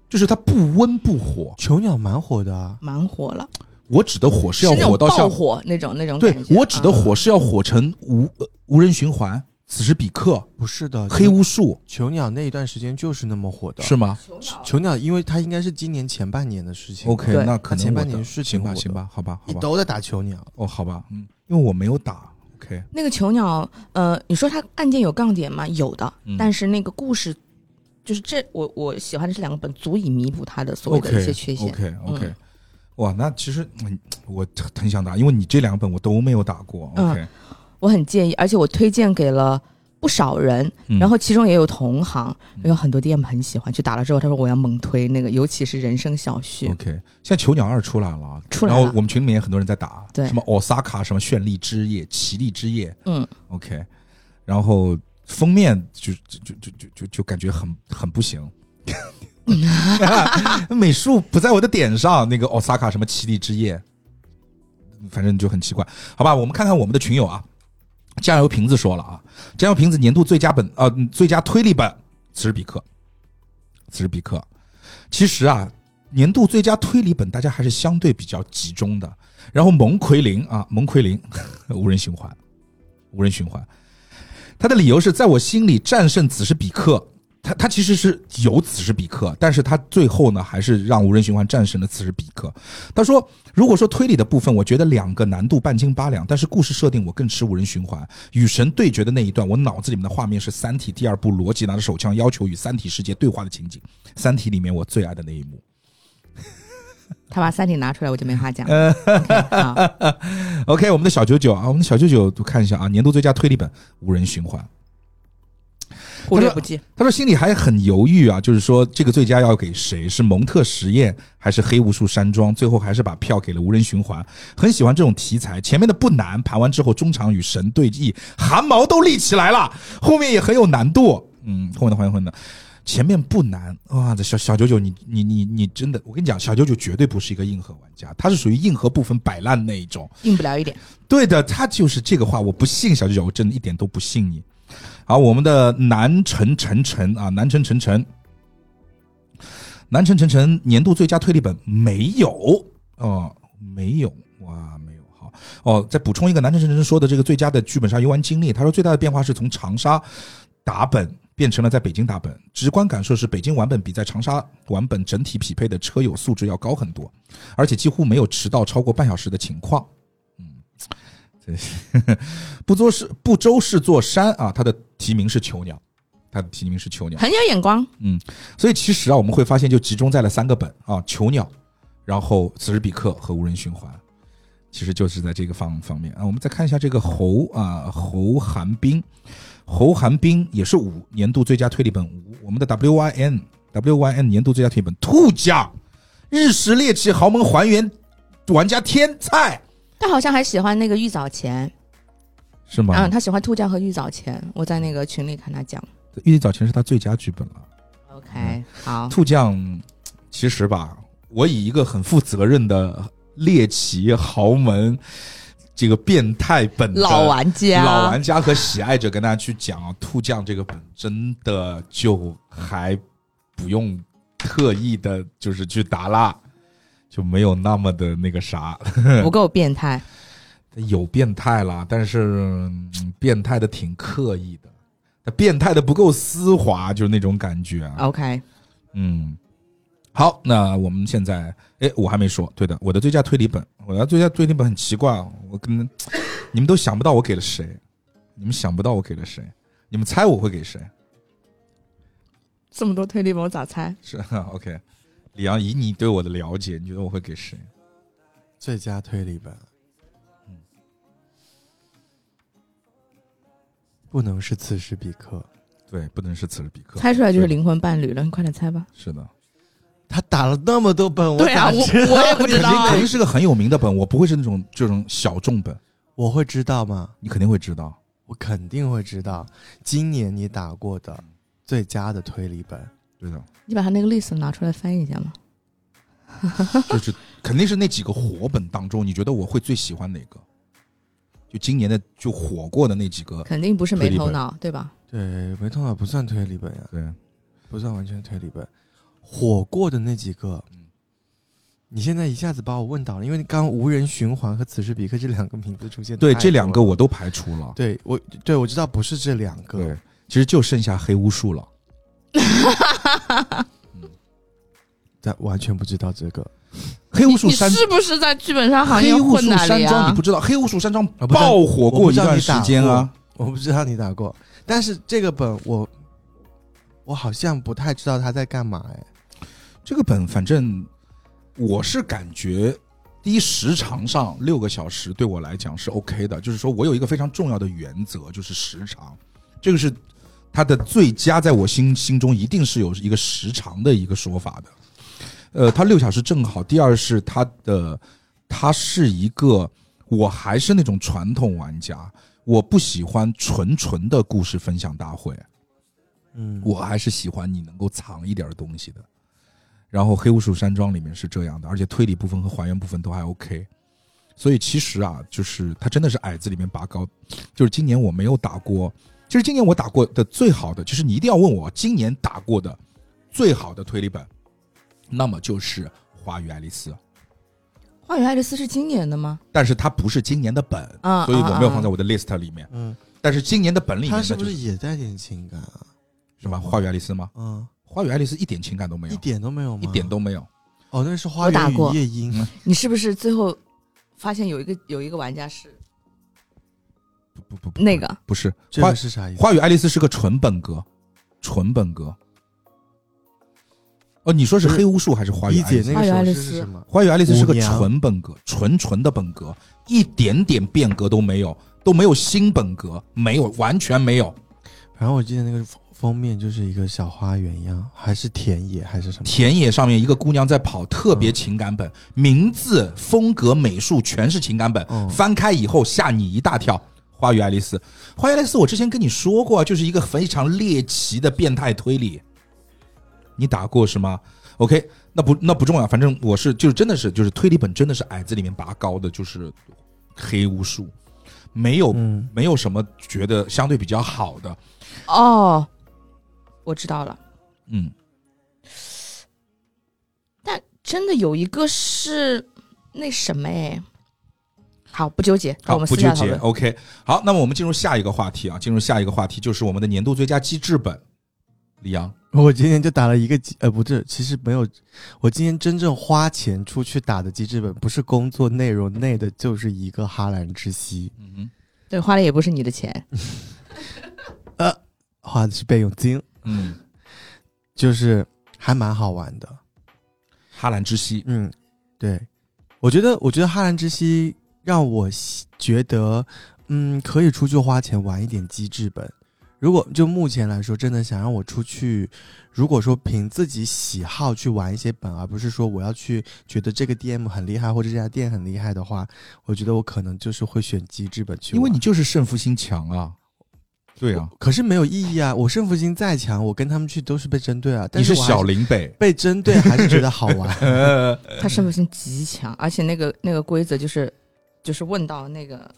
S1: 就是它不温不火。
S2: 囚鸟蛮火的啊，
S3: 蛮火了，
S1: 我指的火是要
S3: 那种
S1: 火到
S3: 爆
S1: 像
S3: 火那种那种
S1: 对
S3: 感觉
S1: 我指的
S3: 啊
S1: 火是要火成无、呃无人循环，此时彼刻，
S2: 不是
S3: 嗯
S2: 的，
S1: 黑巫术
S2: 囚鸟那一段时间就是那么火的，
S1: 是吗
S2: 囚鸟，因为它应该是今年前半年的事情
S1: ？OK，
S3: 对
S1: 那可
S2: 它
S1: 能
S2: 前
S1: 我
S2: 半
S1: 的
S2: 年是
S1: 行吧，
S2: 挺火
S1: 行
S2: 的
S1: 吧，好吧，好
S2: 你
S1: 吧，
S2: 都在打囚鸟，
S1: 哦，好吧，嗯，因为我没有打，OK，
S3: 那个囚鸟，呃，你说它案件有杠点吗？有的，
S1: 嗯
S3: 但是那个故事，就是这我我喜欢的这两个本，足以弥补它的所谓的一些缺陷。
S1: OK OK，,
S3: 嗯
S1: 哇，那其实、嗯、我很想打，因为你这两本我都没有打过。
S3: 嗯
S1: OK，、
S3: 我很建议，而且我推荐给了不少人，
S1: 嗯
S3: 然后其中也有同行，
S1: 嗯
S3: 有很多 DM 很喜欢，去打了之后，他说我要猛推那个，尤其是人生小序。
S1: OK，现在囚鸟二出来了，啊
S3: 出来
S1: 然后
S3: 了
S1: 我们群里面也很多人在打，
S3: 对
S1: 什么 Osaka 什么绚丽之夜、奇丽之夜
S3: 嗯，
S1: ，OK，然后封面就就就就就就就感觉很很不行。 美术不在我的点上，那个 Osaka 什么奇丽之夜，反正就很奇怪。好吧，我们看看我们的群友啊，酱油瓶子说了啊，酱油瓶子年度最佳本呃嗯最佳推理本，此时彼刻，此时彼刻。其实啊，年度最佳推理本大家还是相对比较集中的。然后蒙奎林啊，蒙奎林 无人循环，无人循环。他的理由是在我心里战胜此时彼刻。他他其实是有此时彼刻，但是他最后呢还是让无人循环战胜了此时彼刻。他说，如果说推理的部分，我觉得两个难度半斤八两，但是故事设定我更吃无人循环。与神对决的那一段，我脑子里面的画面是《三体》第二部罗辑拿着手枪要求与三体世界对话的情景，《三体》里面我最爱的那一幕。
S3: 他把三体拿出来，我就没话讲。
S1: 呃
S3: 了。OK，好
S1: OK，我们的小九九啊，我们的小九九看一下啊，年度最佳推理本《无人循环》。
S3: 忽略不计。
S1: 他说心里还很犹豫啊，就是说这个最佳要给谁？是蒙特实验还是黑无数山庄？最后还是把票给了无人循环。很喜欢这种题材，前面的不难，盘完之后中场与神对弈，汗毛都立起来了，后面也很有难度。嗯，后面的还原混的。前面不难哇，这小小九九，你你你你真的，我跟你讲，小九九绝对不是一个硬核玩家，他是属于硬核部分摆烂那一种。
S3: 硬不了 一点，
S1: 对的，他就是这个话，我不信小九九，我真的一点都不信你。好，我们的南城晨晨啊，南城晨晨，南城晨晨年度最佳推理本没有哦、没有哇，没有。好哦，再补充一个，南城晨晨说的这个最佳的剧本杀游玩经历，他说最大的变化是从长沙打本变成了在北京打本，直观感受是北京玩本比在长沙玩本整体匹配的车友素质要高很多，而且几乎没有迟到超过半小时的情况。真是 不做是不周是座山啊，他的题名是囚鸟，他的题名是囚鸟，
S3: 很有眼光。
S1: 所以其实啊，我们会发现就集中在了三个本啊，囚鸟，然后此时彼刻和无人循环。其实就是在这个方方面啊。我们再看一下这个侯啊，侯寒冰，侯寒冰也是五年度最佳推理本五，我们的 W Y N W Y N 年度最佳推理本兔奖，日食猎奇豪门还原玩家天菜
S3: 他好像还喜欢那个玉藻前，
S1: 是吗？
S3: 嗯，他喜欢兔酱和玉藻前。我在那个群里看他讲。
S1: 玉帝早前是他最佳剧本了。
S3: OK，好，
S1: 嗯兔酱，其实吧，我以一个很负责任的猎奇豪门这个变态本的
S3: 老玩家，
S1: 老玩家和喜爱者跟大家去讲啊，兔酱这个本真的就还不用特意的，就是去打蜡，就没有那么的那个啥，
S3: 不够变态。
S1: 有变态啦，但是、嗯变态的挺刻意的，他变态的不够丝滑，就是那种感觉啊。
S3: OK，
S1: 嗯，好，那我们现在，哎，我还没说，对的，我的最佳推理本，我的最佳推理本很奇怪哦，我跟你们都想不到我给了谁，你们想不到我给了谁，你们猜我会给谁？
S3: 这么多推理本我咋猜？
S1: 是 OK，李阳，以你对我的了解，你觉得我会给谁？
S2: 最佳推理本，
S1: 嗯
S2: 不能是此时彼刻。
S1: 对，不能是此时彼刻，
S3: 猜出来就是灵魂伴侣了，你快点猜吧。
S1: 是的，
S2: 他打了那么多本，
S3: 对啊，
S2: 咋
S3: 我
S2: 知
S3: 我也不知
S1: 肯
S3: 道
S1: 定
S3: 啊
S1: 肯。定是个很有名的本，我不会是那种这种小众本，
S2: 我会知道吗？
S1: 你肯定会知道。
S2: 我肯定会知道。今年你打过的最佳的推理本，
S1: 对 的，
S3: 你把他那个 list 拿出来翻译一下嘛。
S1: 就是肯定是那几个火本当中，你觉得我会最喜欢哪个？就今年的就火过的那几个，
S3: 肯定不是
S1: 推
S3: 没
S1: 理
S3: 头
S1: 本
S3: 脑，对吧？
S2: 对，没头脑不算推理本呀、
S1: 对，
S2: 不算完全推理本。火过的那几个
S1: 嗯，
S2: 你现在一下子把我问倒了，因为你刚刚无人循环和此时彼刻这两个名字出现太多
S1: 对
S2: 了，
S1: 这两个我都排除了，
S2: 对我对我知道不是这两个，，
S1: 其实就剩下黑巫术了。
S2: 但完全不知道这个。
S1: 黑巫术
S3: 你
S1: 山，
S3: 是不是在剧本杀行业
S1: 黑巫
S3: 混
S1: 术
S3: 哪
S1: 山
S3: 里
S1: 庄
S3: 啊
S1: 你不？知道，黑巫术山庄
S2: 我不知道
S1: 爆火过一段时间
S2: 我不知道你打
S1: 啊
S2: 过。我不知道你打过，但是这个本我我好像不太知道他在干嘛哎。
S1: 这个本反正我是感觉，第一时长上六个小时对我来讲是 OK 的，就是说我有一个非常重要的原则，就是时长，这个是它的最佳，在我心心中一定是有一个时长的一个说法的。呃，它六小时正好。第二是它的，它是一个，我还是那种传统玩家，我不喜欢纯纯的故事分享大会。
S2: 嗯
S1: 我还是喜欢你能够藏一点东西的。然后《黑巫术山庄》里面是这样的，而且推理部分和还原部分都还 OK。所以其实啊，就是它真的是矮子里面拔高。就是今年我没有打过，其实今年我打过的最好的，就是你一定要问我今年打过的最好的推理本，那么就是《花与爱丽丝》，
S3: 花园爱丽丝是今年的吗？
S1: 但是它不是今年的本，
S3: 啊，
S1: 所以我没有放在
S3: 啊。
S1: 我的 list 里面。
S2: 嗯，
S1: 但是今年的本里面
S2: 他
S1: 呢，
S2: 嗯是
S1: 就
S2: 不是
S1: 是
S2: 也带点情感啊？
S1: 什么《花与爱丽丝》吗？
S2: 嗯，
S1: 《花与爱丽丝》一点情感都没有
S2: 一，点都没有吗？
S1: 一点都没有。
S2: 哦，那是花
S3: 我打
S2: 园
S3: 过
S2: 与夜莺。
S3: 啊你是不是最后发现有一个有一个玩家是
S1: 不不不，
S3: 那个
S1: 不是
S2: 这
S1: 花
S2: 个是啥意思？
S1: 花与爱丽丝是个纯本格，纯本格。哦，你说是
S2: 不是
S1: 黑巫术还是花与
S2: 理
S1: 爱丽
S2: 解
S1: 丝？
S2: 那
S3: 花园爱
S2: 个
S3: 丽
S2: 手
S3: 丝
S2: 势是什么？
S1: 花与爱丽丝是个
S2: 舞娘
S1: 纯本格，纯纯的本格，一点点变革都没有，都没有新本格，没有，完全没有。
S2: 反正我记得那个封封面就是一个小花园一样，还是田野还是什么？
S1: 田野上面一个姑娘在跑，特别情感本，名字、风格、美术全是情感本。
S2: 嗯
S1: 翻开以后吓你一大跳，《花与爱丽丝》。《花与爱丽丝》我之前跟你说过，啊就是一个非常猎奇的变态推理。你打过是吗？OK，那不那不重要，反正我是就是真的是就是推理本真的是矮子里面拔高的，就是黑巫术，没有、
S2: 嗯，
S1: 没有什么觉得相对比较好的，
S3: 哦，我知道了，
S1: 嗯，
S3: 但真的有一个是那什么哎，好不纠结，
S1: 好，
S3: 我们
S1: 不
S3: 私
S1: 纠
S3: 下讨
S1: 结。哦
S3: 论。
S1: OK，好，那么我们进入下一个话题啊，进入下一个话题就是我们的年度最佳机制本，李阳
S2: 我今天就打了一个机，呃，不是，其实没有，我今天真正花钱出去打的机制本，不是工作内容内的，就是一个哈兰之息，
S1: 嗯
S3: 对，花的也不是你的钱，
S2: 花的是备用金，
S1: 嗯，
S2: 就是还蛮好玩的。
S1: 哈兰之息，
S2: 嗯，对，我觉得，我觉得哈兰之息让我喜觉得，嗯，可以出去花钱玩一点机制本。如果就目前来说，真的想让我出去，如果说凭自己喜好去玩一些本，而不是说我要去觉得这个 DM 很厉害或者这家店很厉害的话，我觉得我可能就是会选机制本去玩。
S1: 因为你就是胜负心强啊。对啊，
S2: 可是没有意义啊！我胜负心再强，我跟他们去都是被针对啊。但
S1: 你是
S2: 我还
S1: 小林北。
S2: 被针对，还是觉得好玩。
S1: 呃，
S3: 他胜负心极强，而且那个那个规则就是，就是问到那个，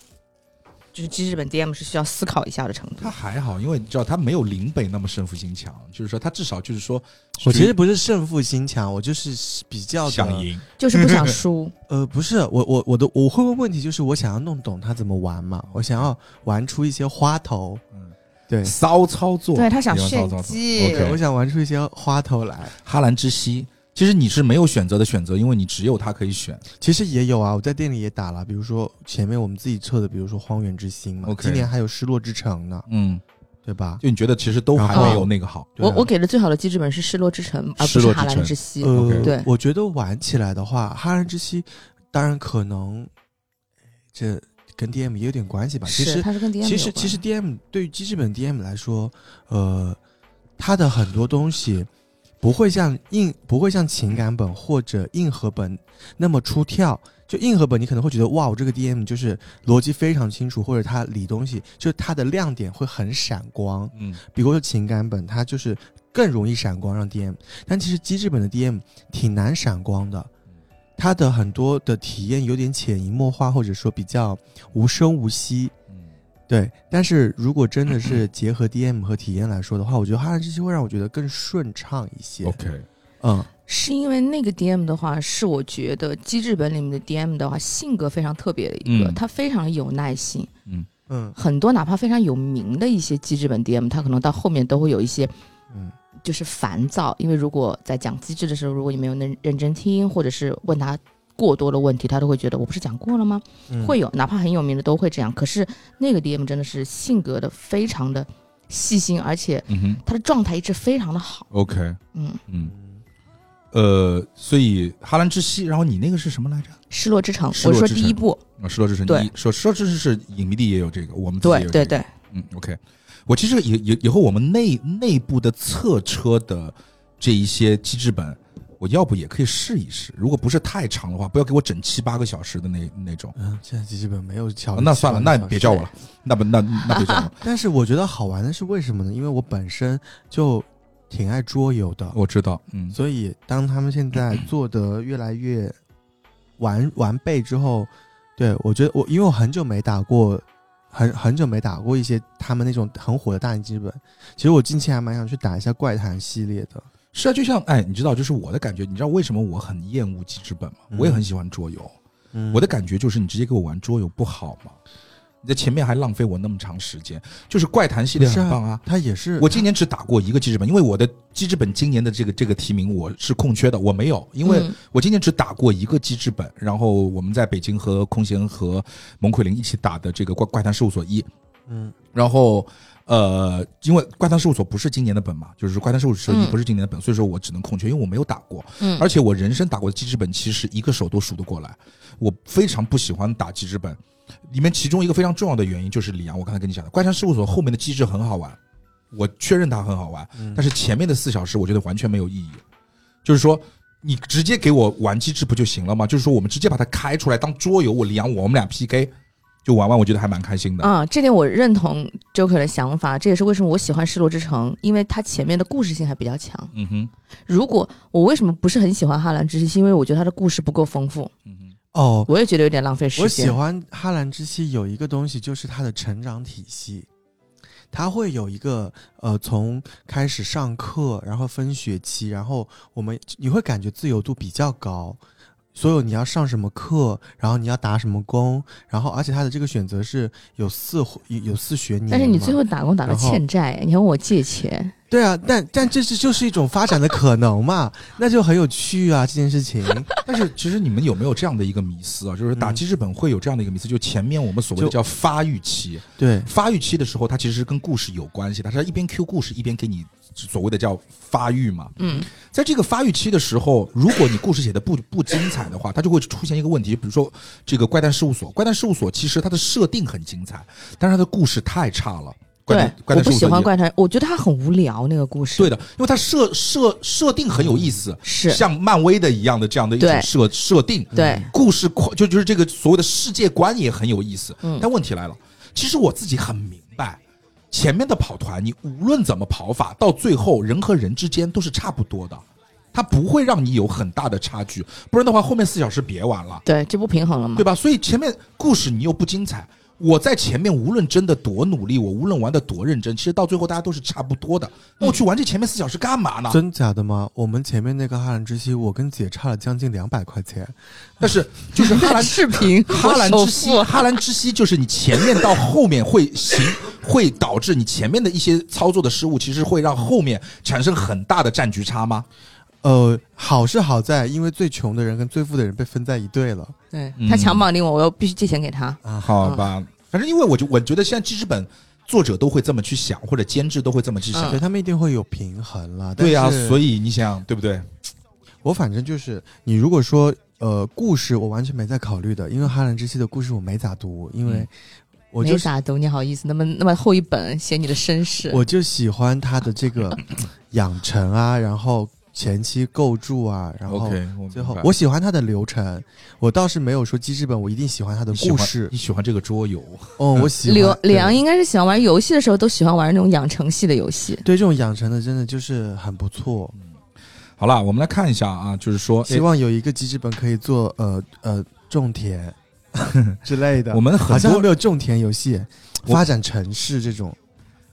S3: 就是记日本 DM 是需要思考一下的程度
S1: 他。还好，因为你知道他没有林北那么胜负心强，就是说他至少就是说，
S2: 我其实不是胜负心强，我就是比较的
S1: 想。赢，
S3: 就是不想输，
S2: 呃，不是，我我我的我会问问题，就是我想要弄懂它怎么玩嘛，我想要玩出一些花头。
S1: 嗯
S2: 对，
S1: 骚操作。
S3: 对他想
S1: 比较
S3: 炫
S1: 骚操作
S3: 技
S1: OK
S2: 我想玩出一些花头来。
S1: 哈兰之息，其实你是没有选择的选择，因为你只有他可以选。
S2: 其实也有啊，我在店里也打了，比如说前面我们自己测的，比如说《荒原之心》嘛
S1: OK
S2: 今年还有《失落之城》呢，
S1: 嗯，
S2: 对吧？
S1: 就你觉得其实都还没有那个好。
S2: 对
S3: 我
S2: 啊
S3: 我给的最好的机制本是失落之城，而
S1: 失
S3: 不是
S1: 落之
S3: 哈兰
S1: 城
S3: 之息。
S2: 呃，
S3: 对
S2: 我觉得玩起来的话，《哈兰之息》当然可能这跟 DM 也有点关系吧。其
S3: 是，
S2: 实
S3: 他是跟 DM
S2: 其
S3: 有
S2: 实
S3: 关
S2: 其实 DM 对于机制本 DM 来说，呃，它的很多东西不会像硬不会像情感本或者硬核本那么出跳。就硬核本，你可能会觉得哇，我这个 DM 就是逻辑非常清楚，或者他理东西，就是他的亮点会很闪光。
S1: 嗯，
S2: 比如说情感本，它就是更容易闪光让 DM，但其实机制本的 DM 挺难闪光的，它的很多的体验有点潜移默化，或者说比较无声无息。
S1: 嗯
S2: 对，但是如果真的是结合 DM 和体验来说的话，我觉得哈兰之息会让我觉得更顺畅一些。
S1: OK，
S2: 嗯，
S3: 是因为那个 DM 的话，是我觉得机制本里面的 DM 的话，性格非常特别的一个，
S1: 嗯
S3: 他非常有耐心。
S2: 嗯
S3: 很多哪怕非常有名的一些机制本 DM，他可能到后面都会有一些
S2: 嗯，
S3: 就是烦躁，因为如果在讲机制的时候，如果你没有能认真听，或者是问他过多的问题，他都会觉得我不是讲过了吗？
S2: 嗯
S3: 会有，哪怕很有名的都会这样。可是那个 DM 真的是性格的非常的细心，而且
S1: 嗯哼
S3: 他的状态一直非常的好。
S1: ，OK，
S3: 嗯，
S1: 嗯，呃，所以哈兰之息，然后你那个是什么来着？
S3: 失落之城，
S1: 失落
S3: 我说
S1: 之
S3: 第一
S1: 城
S3: 步，
S1: 啊，失落之城
S3: 对
S1: 一，说失落之城是影迷地也有这个，我们自己也
S3: 对
S1: 有
S3: 对
S1: 这个，
S3: 对，
S1: 嗯，OK，我其实以以以后我们内内部的侧车的这一些机制本，我要不也可以试一试，如果不是太长的话，不要给我整七八个小时的那那种，
S2: 嗯，现在笔记本没有巧、
S1: 啊那算了，那别叫我了。，那不那那别叫我 了，
S2: 但是我觉得好玩的是为什么呢？因为我本身就挺爱桌游的，
S1: 我知道，嗯，
S2: 所以当他们现在做得越来越完完备之后，对我觉得我因为我很久没打过，很很久没打过一些他们那种很火的大型基本，其实我近期还蛮想去打一下怪谈系列的。
S1: 是啊，就像哎，你知道，就是我的感觉，你知道为什么我很厌恶记事本吗？
S2: 嗯
S1: 我也很喜欢桌游，
S2: 嗯
S1: 我的感觉就是你直接给我玩桌游不好吗？你在前面还浪费我那么长时间，就是怪谈系列很棒啊。
S2: 他也是
S1: 我今年只打过一个记事本，因为我的记事本今年的这个这个提名我是空缺的，我没有，因为
S3: 嗯
S1: 我今年只打过一个机制本，然后我们在北京和空闲和蒙奎林一起打的这个怪怪谈事务所一，
S2: 嗯
S1: 然后呃，因为怪谈事务所不是今年的本嘛，就是怪谈事务所一
S3: 嗯
S1: 不是今年的本，所以说我只能空缺，因为我没有打过，
S3: 嗯，
S1: 而且我人生打过的机制本其实一个手都数得过来，我非常不喜欢打机制本。里面其中一个非常重要的原因就是李阳，我刚才跟你讲的，怪谈事务所后面的机制很好玩，我确认它很好玩，
S2: 嗯
S1: 但是前面的四小时我觉得完全没有意义，就是说。你直接给我玩机制不就行了吗？就是说，我们直接把它开出来当桌游，我李阳我我们俩 PK，就玩玩，我觉得还蛮开心的。
S3: 啊、这点我认同 Joker 的想法，这也是为什么我喜欢《失落之城》，因为它前面的故事性还比较强。
S1: 嗯哼，
S3: 如果我为什么不是很喜欢《哈兰之息》，是因为我觉得它的故事不够丰富，
S1: 嗯哼，
S2: 哦，
S3: 我也觉得有点浪费时
S2: 我喜
S3: 间。
S2: 欢哈兰之息有一个东西就是它的成长体系。它会有一个呃，从开始上课，然后分学期，然后我们你会感觉自由度比较高，所有你要上什么课，然后你要打什么工，然后而且它的这个选择是有四有有四学年嘛，
S3: 但是你最后打工打到
S2: 然后
S3: 欠债，你还问我借钱，
S2: 对啊，但但这是就是一种发展的可能嘛，那就很有趣啊这件事情。
S1: 但是其实你们有没有这样的一个迷思啊？就是打记事本会有这样的一个迷思，就前面我们所谓的
S2: 就
S1: 叫发育期，
S2: 对，
S1: 发育期的时候，它其实是跟故事有关系的，它是一边 Q 故事一边给你所谓的叫发育嘛。
S3: 嗯，
S1: 在这个发育期的时候，如果你故事写的不 不精彩的话，它就会出现一个问题，比如说这个怪诞事务所《怪诞事务所》，《其实它的设定很精彩，但是它的故事太差了。怪
S3: 对
S1: 诞，怪
S3: 我
S1: 诞事
S3: 不
S1: 务
S3: 喜
S1: 所
S3: 欢
S1: 也
S3: 怪谈，我觉得它很无聊那个故事。
S1: 对的，因为它设设设定很有意思，
S3: 是
S1: 像漫威的一样的这样的一种
S3: 对
S1: 设设定，
S3: 对
S1: 故事框就就是这个所谓的世界观也很有意思。
S3: 嗯
S1: 但问题来了，其实我自己很明白，前面的跑团你无论怎么跑法，到最后人和人之间都是差不多的，它不会让你有很大的差距，不然的话后面四小时别玩了。
S3: 对，这不平衡了吗
S1: 对？吧？所以前面故事你又不精彩，我在前面无论真的多努力，我无论玩的多认真，其实到最后大家都是差不多的。那我去玩这前面四小时干嘛呢？
S2: 真假的吗？我们前面那个哈兰之息，我跟姐差了将近两百块钱。
S1: 但是就是哈兰
S3: 视频
S1: 哈兰
S3: 我
S1: 之
S3: 首
S1: 息，
S3: 付
S1: 哈兰之息就是你前面到后面会行，会导致你前面的一些操作的失误，其实会让后面产生很大的战局差吗？
S2: 呃，好是好在，因为最穷的人跟最富的人被分在一队了。
S3: 对
S1: 嗯
S3: 他强绑定我，我又必须借钱给他。
S1: 好吧，啊反正因为我就我觉得现在记事本作者都会这么去想，或者监制都会这么去想。
S3: 嗯
S2: 对他们一定会有平衡啦。
S1: 对呀、啊所
S2: 以
S1: 以你想对不对？
S2: 我反正就是，你如果说呃故事，我完全没在考虑的，因为《哈兰之息》的故事我没咋读，因为
S1: 嗯
S2: 我
S3: 没
S2: 就是
S3: 咋读，你好意思那么那么厚一本写你的身世？
S2: 我就喜欢他的这 个养成啊，然后前期构筑啊，然后
S1: OK，我
S2: 最后
S1: 明白
S2: 我喜欢他的流程。我倒是没有说记事本，我一定喜欢他的
S1: 你喜
S2: 故
S1: 欢
S2: 事
S1: 你。喜欢这个桌游，
S2: 哦，我喜欢
S3: 刘
S2: 对
S3: 梁应该是喜欢玩游戏的时候都喜欢玩那种养成系的游戏。
S2: 对这种养成的真的就是很不错。
S1: 好了，我们来看一下啊，就是说，
S2: 希望有一个记事本可以做呃呃 种田之类的。
S1: 我们很
S2: 好像
S1: 多
S2: 还没有种田游戏，
S1: 我
S2: 发展城市这种。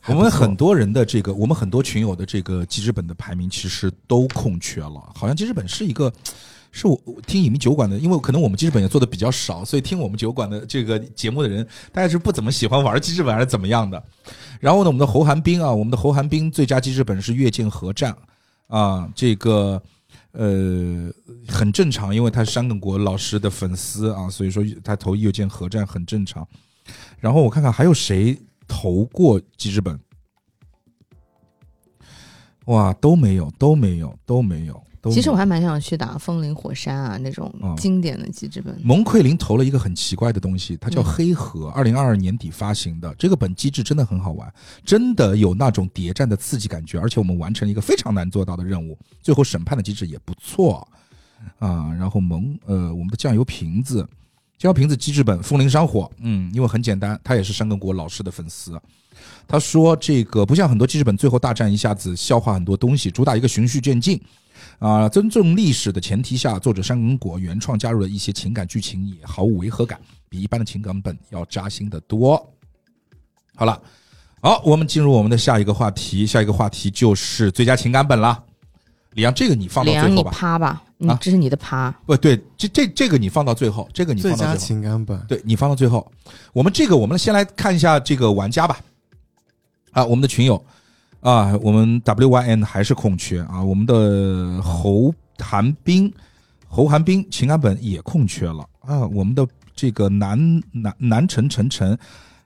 S1: 我
S2: 还不
S1: 们
S2: 错
S1: 很多人的这个，我们很多群友的这个记事本的排名其实都空缺了，好像记事本是一个。是我我听影迷酒馆的，因为可能我们记事本也做的比较少，所以听我们酒馆的这个节目的人，大家是不怎么喜欢玩记事本还是怎么样的。然后呢，我们的侯寒冰啊，我们的侯寒冰最佳记事本是《越境河战》啊，这个呃很正常，因为他是山梗国老师的粉丝啊，所以说他投《越境河战》很正常。然后我看看还有谁投过记事本，哇，都没有，都没有，都没有。都没有
S3: 其实我还蛮想去打《风林火山》啊那种
S1: 嗯
S3: 经典的记事本。
S1: 蒙奎林投了一个很奇怪的东西，它叫
S3: 嗯
S1: 黑盒，二零二二年底发行的。这个本机制真的很好玩，真的有那种谍战的刺激感觉，而且我们完成了一个非常难做到的任务，最后审判的机制也不错啊。然后蒙呃，我们的酱油瓶子，酱油瓶子机制本《风林山火》，嗯，因为很简单，他也是山根国老师的粉丝。啊他说这个不像很多记事本最后大战一下子消化很多东西，主打一个循序渐进。啊，尊重历史的前提下，作者山根果原创加入了一些情感剧情，也毫无违和感，比一般的情感本要扎心的多。好了，好，我们进入我们的下一个话题，下一个话题就是最佳情感本了。李阳，这个你放到
S3: 梁，
S1: 最后
S3: 你
S1: 吧。
S3: 趴吧，你
S1: 啊
S3: 这是你的趴。
S1: 不对，这这这个你放到最后，这个你放
S2: 最
S1: 到最
S2: 佳
S1: 后。
S2: 情感本，
S1: 对你放到最后，我们这个我们先来看一下这个玩家吧。啊，我们的群友啊，我们 WYN 还是空缺啊，我们的侯寒冰，侯寒冰情感本也空缺了啊，我们的这个南南南城晨晨。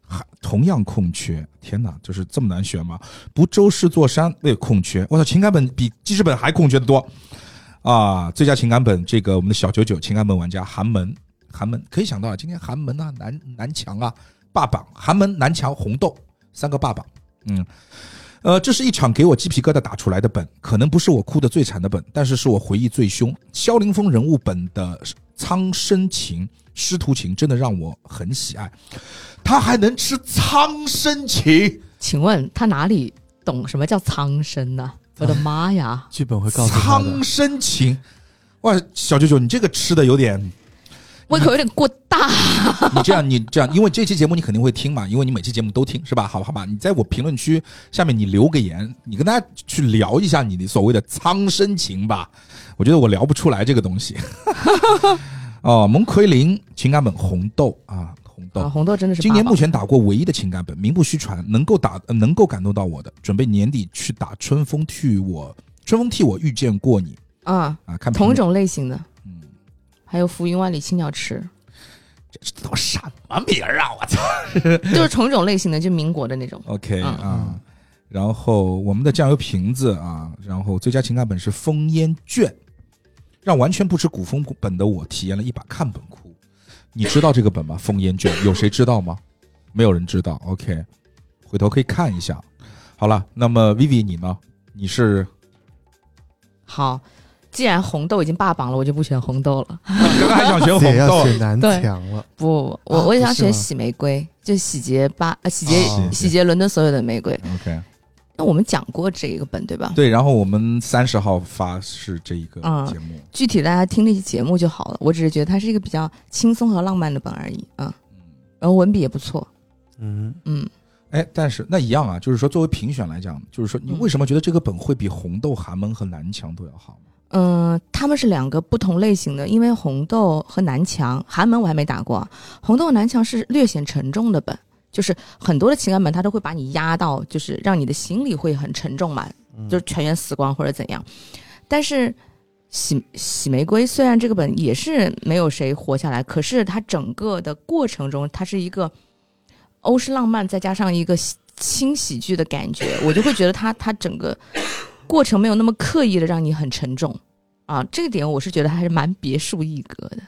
S1: 还同样空缺，天哪，就是这么难选吗？不周是座山也空缺，我操，情感本比记事本还空缺的多啊！最佳情感本，这个我们的小九九情感本玩家寒门寒门可以想到啊，今天寒门啊、南南强啊、霸榜、寒门、南强、红豆三个霸榜，嗯。呃，这是一场给我鸡皮疙瘩打出来的本，可能不是我哭的最惨的本，但是是我回忆最凶。萧凌风人物本的苍生情、师徒情真的让我很喜爱，他还能吃苍生情，
S3: 请问他哪里懂什么叫苍生呢？我的
S1: 啊
S3: 妈呀！
S2: 剧本会告诉他的
S1: 苍。生情，哇，小九九，你这个吃的有点
S3: 胃口有点过大。
S1: 你这样，你这样，因为这期节目你肯定会听嘛，因为你每期节目都听是吧？好好吧，你在我评论区下面你留个言，你跟大家去聊一下你的所谓的苍生情吧。我觉得我聊 不出来这个东西。哦，蒙奎林情感本红豆啊，红
S3: 啊，
S1: 豆。
S3: 红豆真的是
S1: 今年
S3: 爸爸
S1: 目前打过唯一的情感本，名不虚传，能够打、呃能够感动到我的，准备年底去打春风替我，春风替我遇见过你
S3: 啊，
S1: 啊，看
S3: 同
S1: 评
S3: 一种类型的，
S1: 嗯，
S3: 还有浮云万里青鸟池，
S1: 论这都什么名儿啊，我操
S3: 就是同一种类型的，就民国的那种。
S1: ，OK
S3: 嗯
S1: 啊，然后我们的酱油瓶子啊，然后最佳情感本是风烟卷，让完全不吃古风本的我体验了一把看本哭，你知道这个本吗？风烟卷有谁知道吗？没有人知道，OK，回头可以看一下。好了，那么 Vivi 你呢？你是
S3: 好，既然红豆已经霸榜了，我就不选红豆了。
S1: 刚刚还想选
S2: 这也
S1: 红
S2: 要
S1: 豆，
S2: 选南
S3: 对
S2: 墙了，
S3: 不不不，我、
S2: 啊
S3: 我也
S2: 不
S3: 想
S2: 是
S3: 选
S2: 吗
S3: 喜玫瑰，就洗劫巴呃洗劫、
S2: 哦
S3: 洗劫伦敦所有的玫瑰。
S1: 啊 OK，
S3: 那我们讲过这一个本对吧？
S1: 对，然后我们三十号发是这一个
S3: 嗯
S1: 节目，
S3: 具体大家听那期节目就好了。我只是觉得它是一个比较轻松和浪漫的本而已啊。然后文笔也不错，
S2: 嗯，
S3: 嗯，
S1: 哎，但是那一样啊，就是说作为评选来讲，就是说你
S3: 嗯
S1: 为什么觉得这个本会比红豆、寒门和南墙都要好呢？
S3: 嗯，他们是两个不同类型的，因为红豆和南墙，寒门我还没打过啊，红豆和南墙是略显沉重的本，就是很多的情感本它都会把你压到，就是让你的心里会很沉重嘛，
S1: 嗯
S2: 嗯
S3: 就是全员死光或者怎样。但是洗洗玫瑰虽然这个本也是没有谁活下来，可是它整个的过程中，它是一个欧式浪漫再加上一个喜轻喜剧的感觉， 我就会觉得它它整个过程没有那么刻意的让你很沉重啊，这个点我是觉得还是蛮别树一格的。
S2: 嗯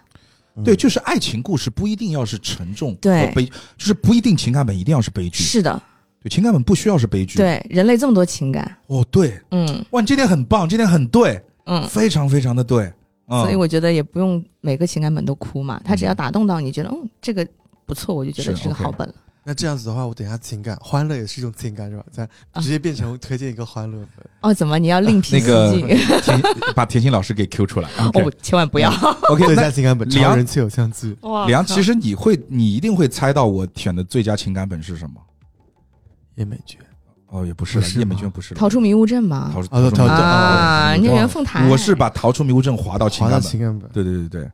S1: 对，就是爱情故事不一定要是沉重
S3: 对
S1: 和悲，就是不一定情感本一定要是悲剧，
S3: 是的，
S1: 对，情感本不需要是悲剧。，
S3: 对人类这么多情感，
S1: 哦，对，
S3: 嗯
S1: 哇，你这点很棒，这点很对，
S3: 嗯。
S1: 非常非常的对。嗯、
S3: 所以我觉得也不用每个情感本都哭嘛，它只要打动到你觉得，嗯，这个不错，我就觉得
S1: 是
S3: 是个
S1: OK
S3: 好本了。
S2: 那这样子的话，我等一下情感欢乐也是一种情感是吧？咱
S3: 啊
S2: 直接变成推荐一个欢乐粉，
S3: 哦，怎么你要另 辟
S1: 那个
S3: 蹊径？
S1: 田把田心老师给 Q 出来。
S3: 哦，千万不要
S1: OK，
S2: 最
S1: 那
S2: 佳情感本
S1: 梁
S2: 超人气偶像剧，
S3: 哇
S1: 嗯梁，
S3: 靠
S1: 其实你会，你一定会猜到我选的最佳情感本是什么。
S2: 叶美娟
S1: 哦，也不是了，
S2: 不是
S1: 叶美
S2: 吗
S1: 娟不是了
S3: 逃出迷雾阵嘛，
S1: 啊逃出
S2: 哦逃
S1: 迷雾
S2: 出
S1: 阵
S3: 啊，
S2: 哦
S3: 人家
S1: 哦
S3: 袁啊凤台，
S1: 我是把逃出迷雾阵划到情
S2: 华纳
S1: 感
S2: 情
S1: 本。
S2: 感本，
S1: 对对对对，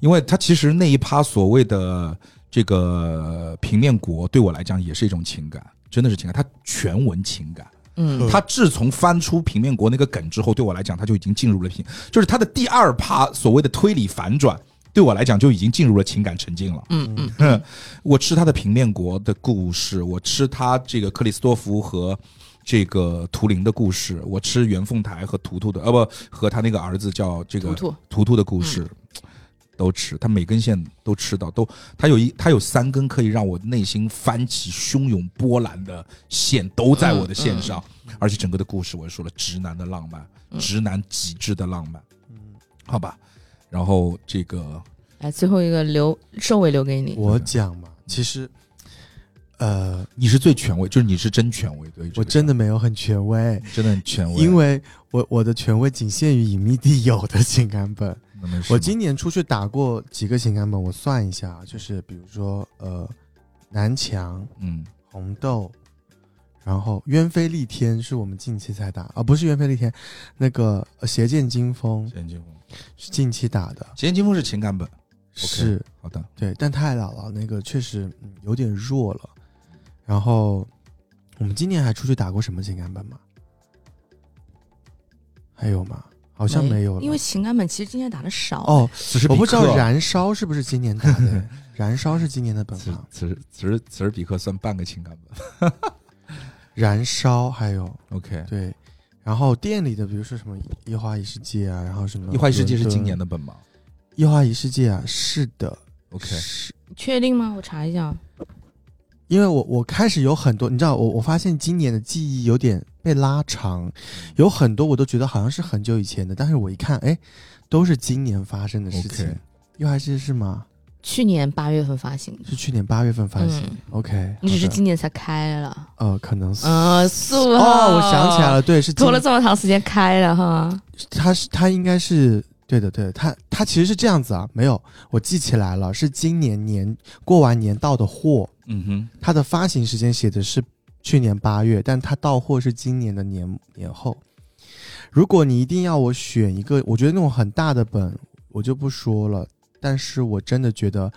S1: 因为它其实那一趴所谓的这个平面国，对我来讲也是一种情感，真的是情感，它全文情感。
S3: 嗯
S1: 它自从翻出平面国那个梗之后，对我来讲，它就已经进入了平，就是它的第二趴所谓的推理反转，对我来讲就已经进入了情感沉浸了。
S3: 嗯嗯
S1: 我吃他的平面国的故事，我吃他这个克里斯多福和这个图灵的故事，我吃袁凤台和图图的，呃不，和他那个儿子叫这个
S3: 图嗯图
S1: 图图的故事，都吃，他每根线都吃到，都他有一他有三根可以让我内心翻起汹涌波澜的线，都在我的线上，而且整个的故事我也说了，直男的浪漫，
S3: 嗯
S1: 直男极致的浪漫，
S2: 嗯
S1: 好吧，然后这个
S3: 来最后一个留收尾留给你，
S2: 我讲嘛，其实，呃，
S1: 你是最权威，就是你是真权威，对于这
S2: 我
S1: 个事儿
S2: 真的没有很权威，
S1: 真的很权威，
S2: 因为我我的权威仅限于隐秘地有的情感本。
S1: 那没事
S2: 我
S1: 嘛
S2: 今年出去打过几个情感本，我算一下，啊就是比如说呃，南墙、
S1: 嗯
S2: 红豆，然后鸢飞戾天是我们近期才打啊，不是鸢飞戾天，那个呃邪剑惊风
S1: 《闲金风》，
S2: 是近期打的，
S1: 《闲金风》是情感本，
S2: 是
S1: 好的，
S2: 对，但太老了，那个确实嗯有点弱了。然后我们今年还出去打过什么情感本吗？还有吗？好
S3: 好
S2: 像没有了，
S3: 哎因为情感本其实今天打的少
S2: 哦，
S1: 此时
S2: 我
S1: 彼
S2: 不知道
S1: 刻
S2: 《燃烧》是不是今年打 的，《燃烧》是今年的本
S1: 此
S2: 吗？
S1: 此时此时此时彼刻算半个情感本
S2: 《燃烧》还有
S1: ，OK，
S2: 对，然后店里的比如说什么一花一世界啊，然后什么
S1: 《一花一世界》是今年
S2: 的
S1: 的本吗
S2: 一花一世界啊，是的
S1: ？OK，
S2: 是
S3: 确定吗？我查一下，
S2: 因为我我开始有很多，你知道我我发现今年的记忆有点被拉长，有很多我都觉得好像是很久以前的，但是我一看，哎，都是今年发生的事情。
S1: OK
S2: 一花一世界是吗？
S3: 去年八月份发行的，
S2: 是去年八月份发行。
S3: 嗯
S2: OK，
S3: 你只是
S2: 好的
S3: 今年才开了，
S2: 呃，可能是
S3: 嗯，素
S2: 哦，我想起来，了，对，是今
S3: 拖了这么长时间开了哈，
S2: 他是他应该是对的，对的，他他其实是这样子啊，没有，我记起来了，是今年年过完年到的货，
S1: 嗯哼，
S2: 它的发行时间写的是去年八月，但它到货是今年的年年后。如果你一定要我选一个，我觉得那种很大的本我就不说了，但是我真的觉得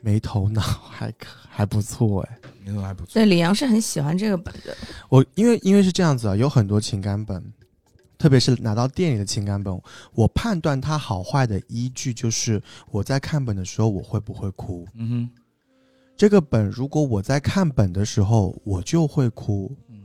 S2: 没头脑，还可还不错哎。
S1: 名嗯字还不错。
S3: 对，李阳是很喜欢这个本的，
S2: 我因为因为是这样子啊，有很多情感本，特别是拿到店里的情感本，我判断它好坏的依据就是我在看本的时候我会不会哭。
S1: 嗯哼，
S2: 这个本如果我在看本的时候我就会哭，
S1: 嗯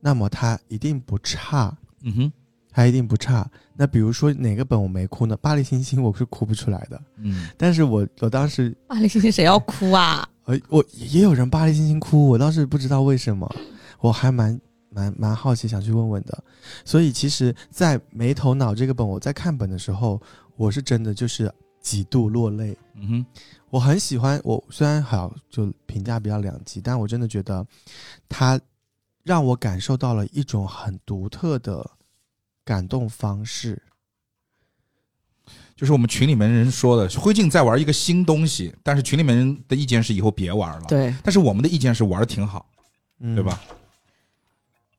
S2: 那么它一定不差，
S1: 嗯哼，
S2: 它一定不差。那比如说哪个本我没哭呢？巴黎星星我是哭不出来的，
S1: 嗯，
S2: 但是我我当时
S3: 巴黎星星谁要哭啊？
S2: 呃，我也有人巴黎星星哭，我倒是不知道为什么，我还蛮蛮蛮好奇，想去问问的。所以其实，在《没头脑》这个本，我在看本的时候，我是真的就是几度落泪。
S1: 嗯哼，
S2: 我很喜欢，我虽然好就评价比较两极，但我真的觉得它让我感受到了一种很独特的感动方式。
S1: 就是我们群里面人说的，灰烬在玩一个新东西，但是群里面人的意见是以后别玩了。，
S3: 对，
S1: 但是我们的意见是玩的挺好，
S2: 嗯
S1: 对吧？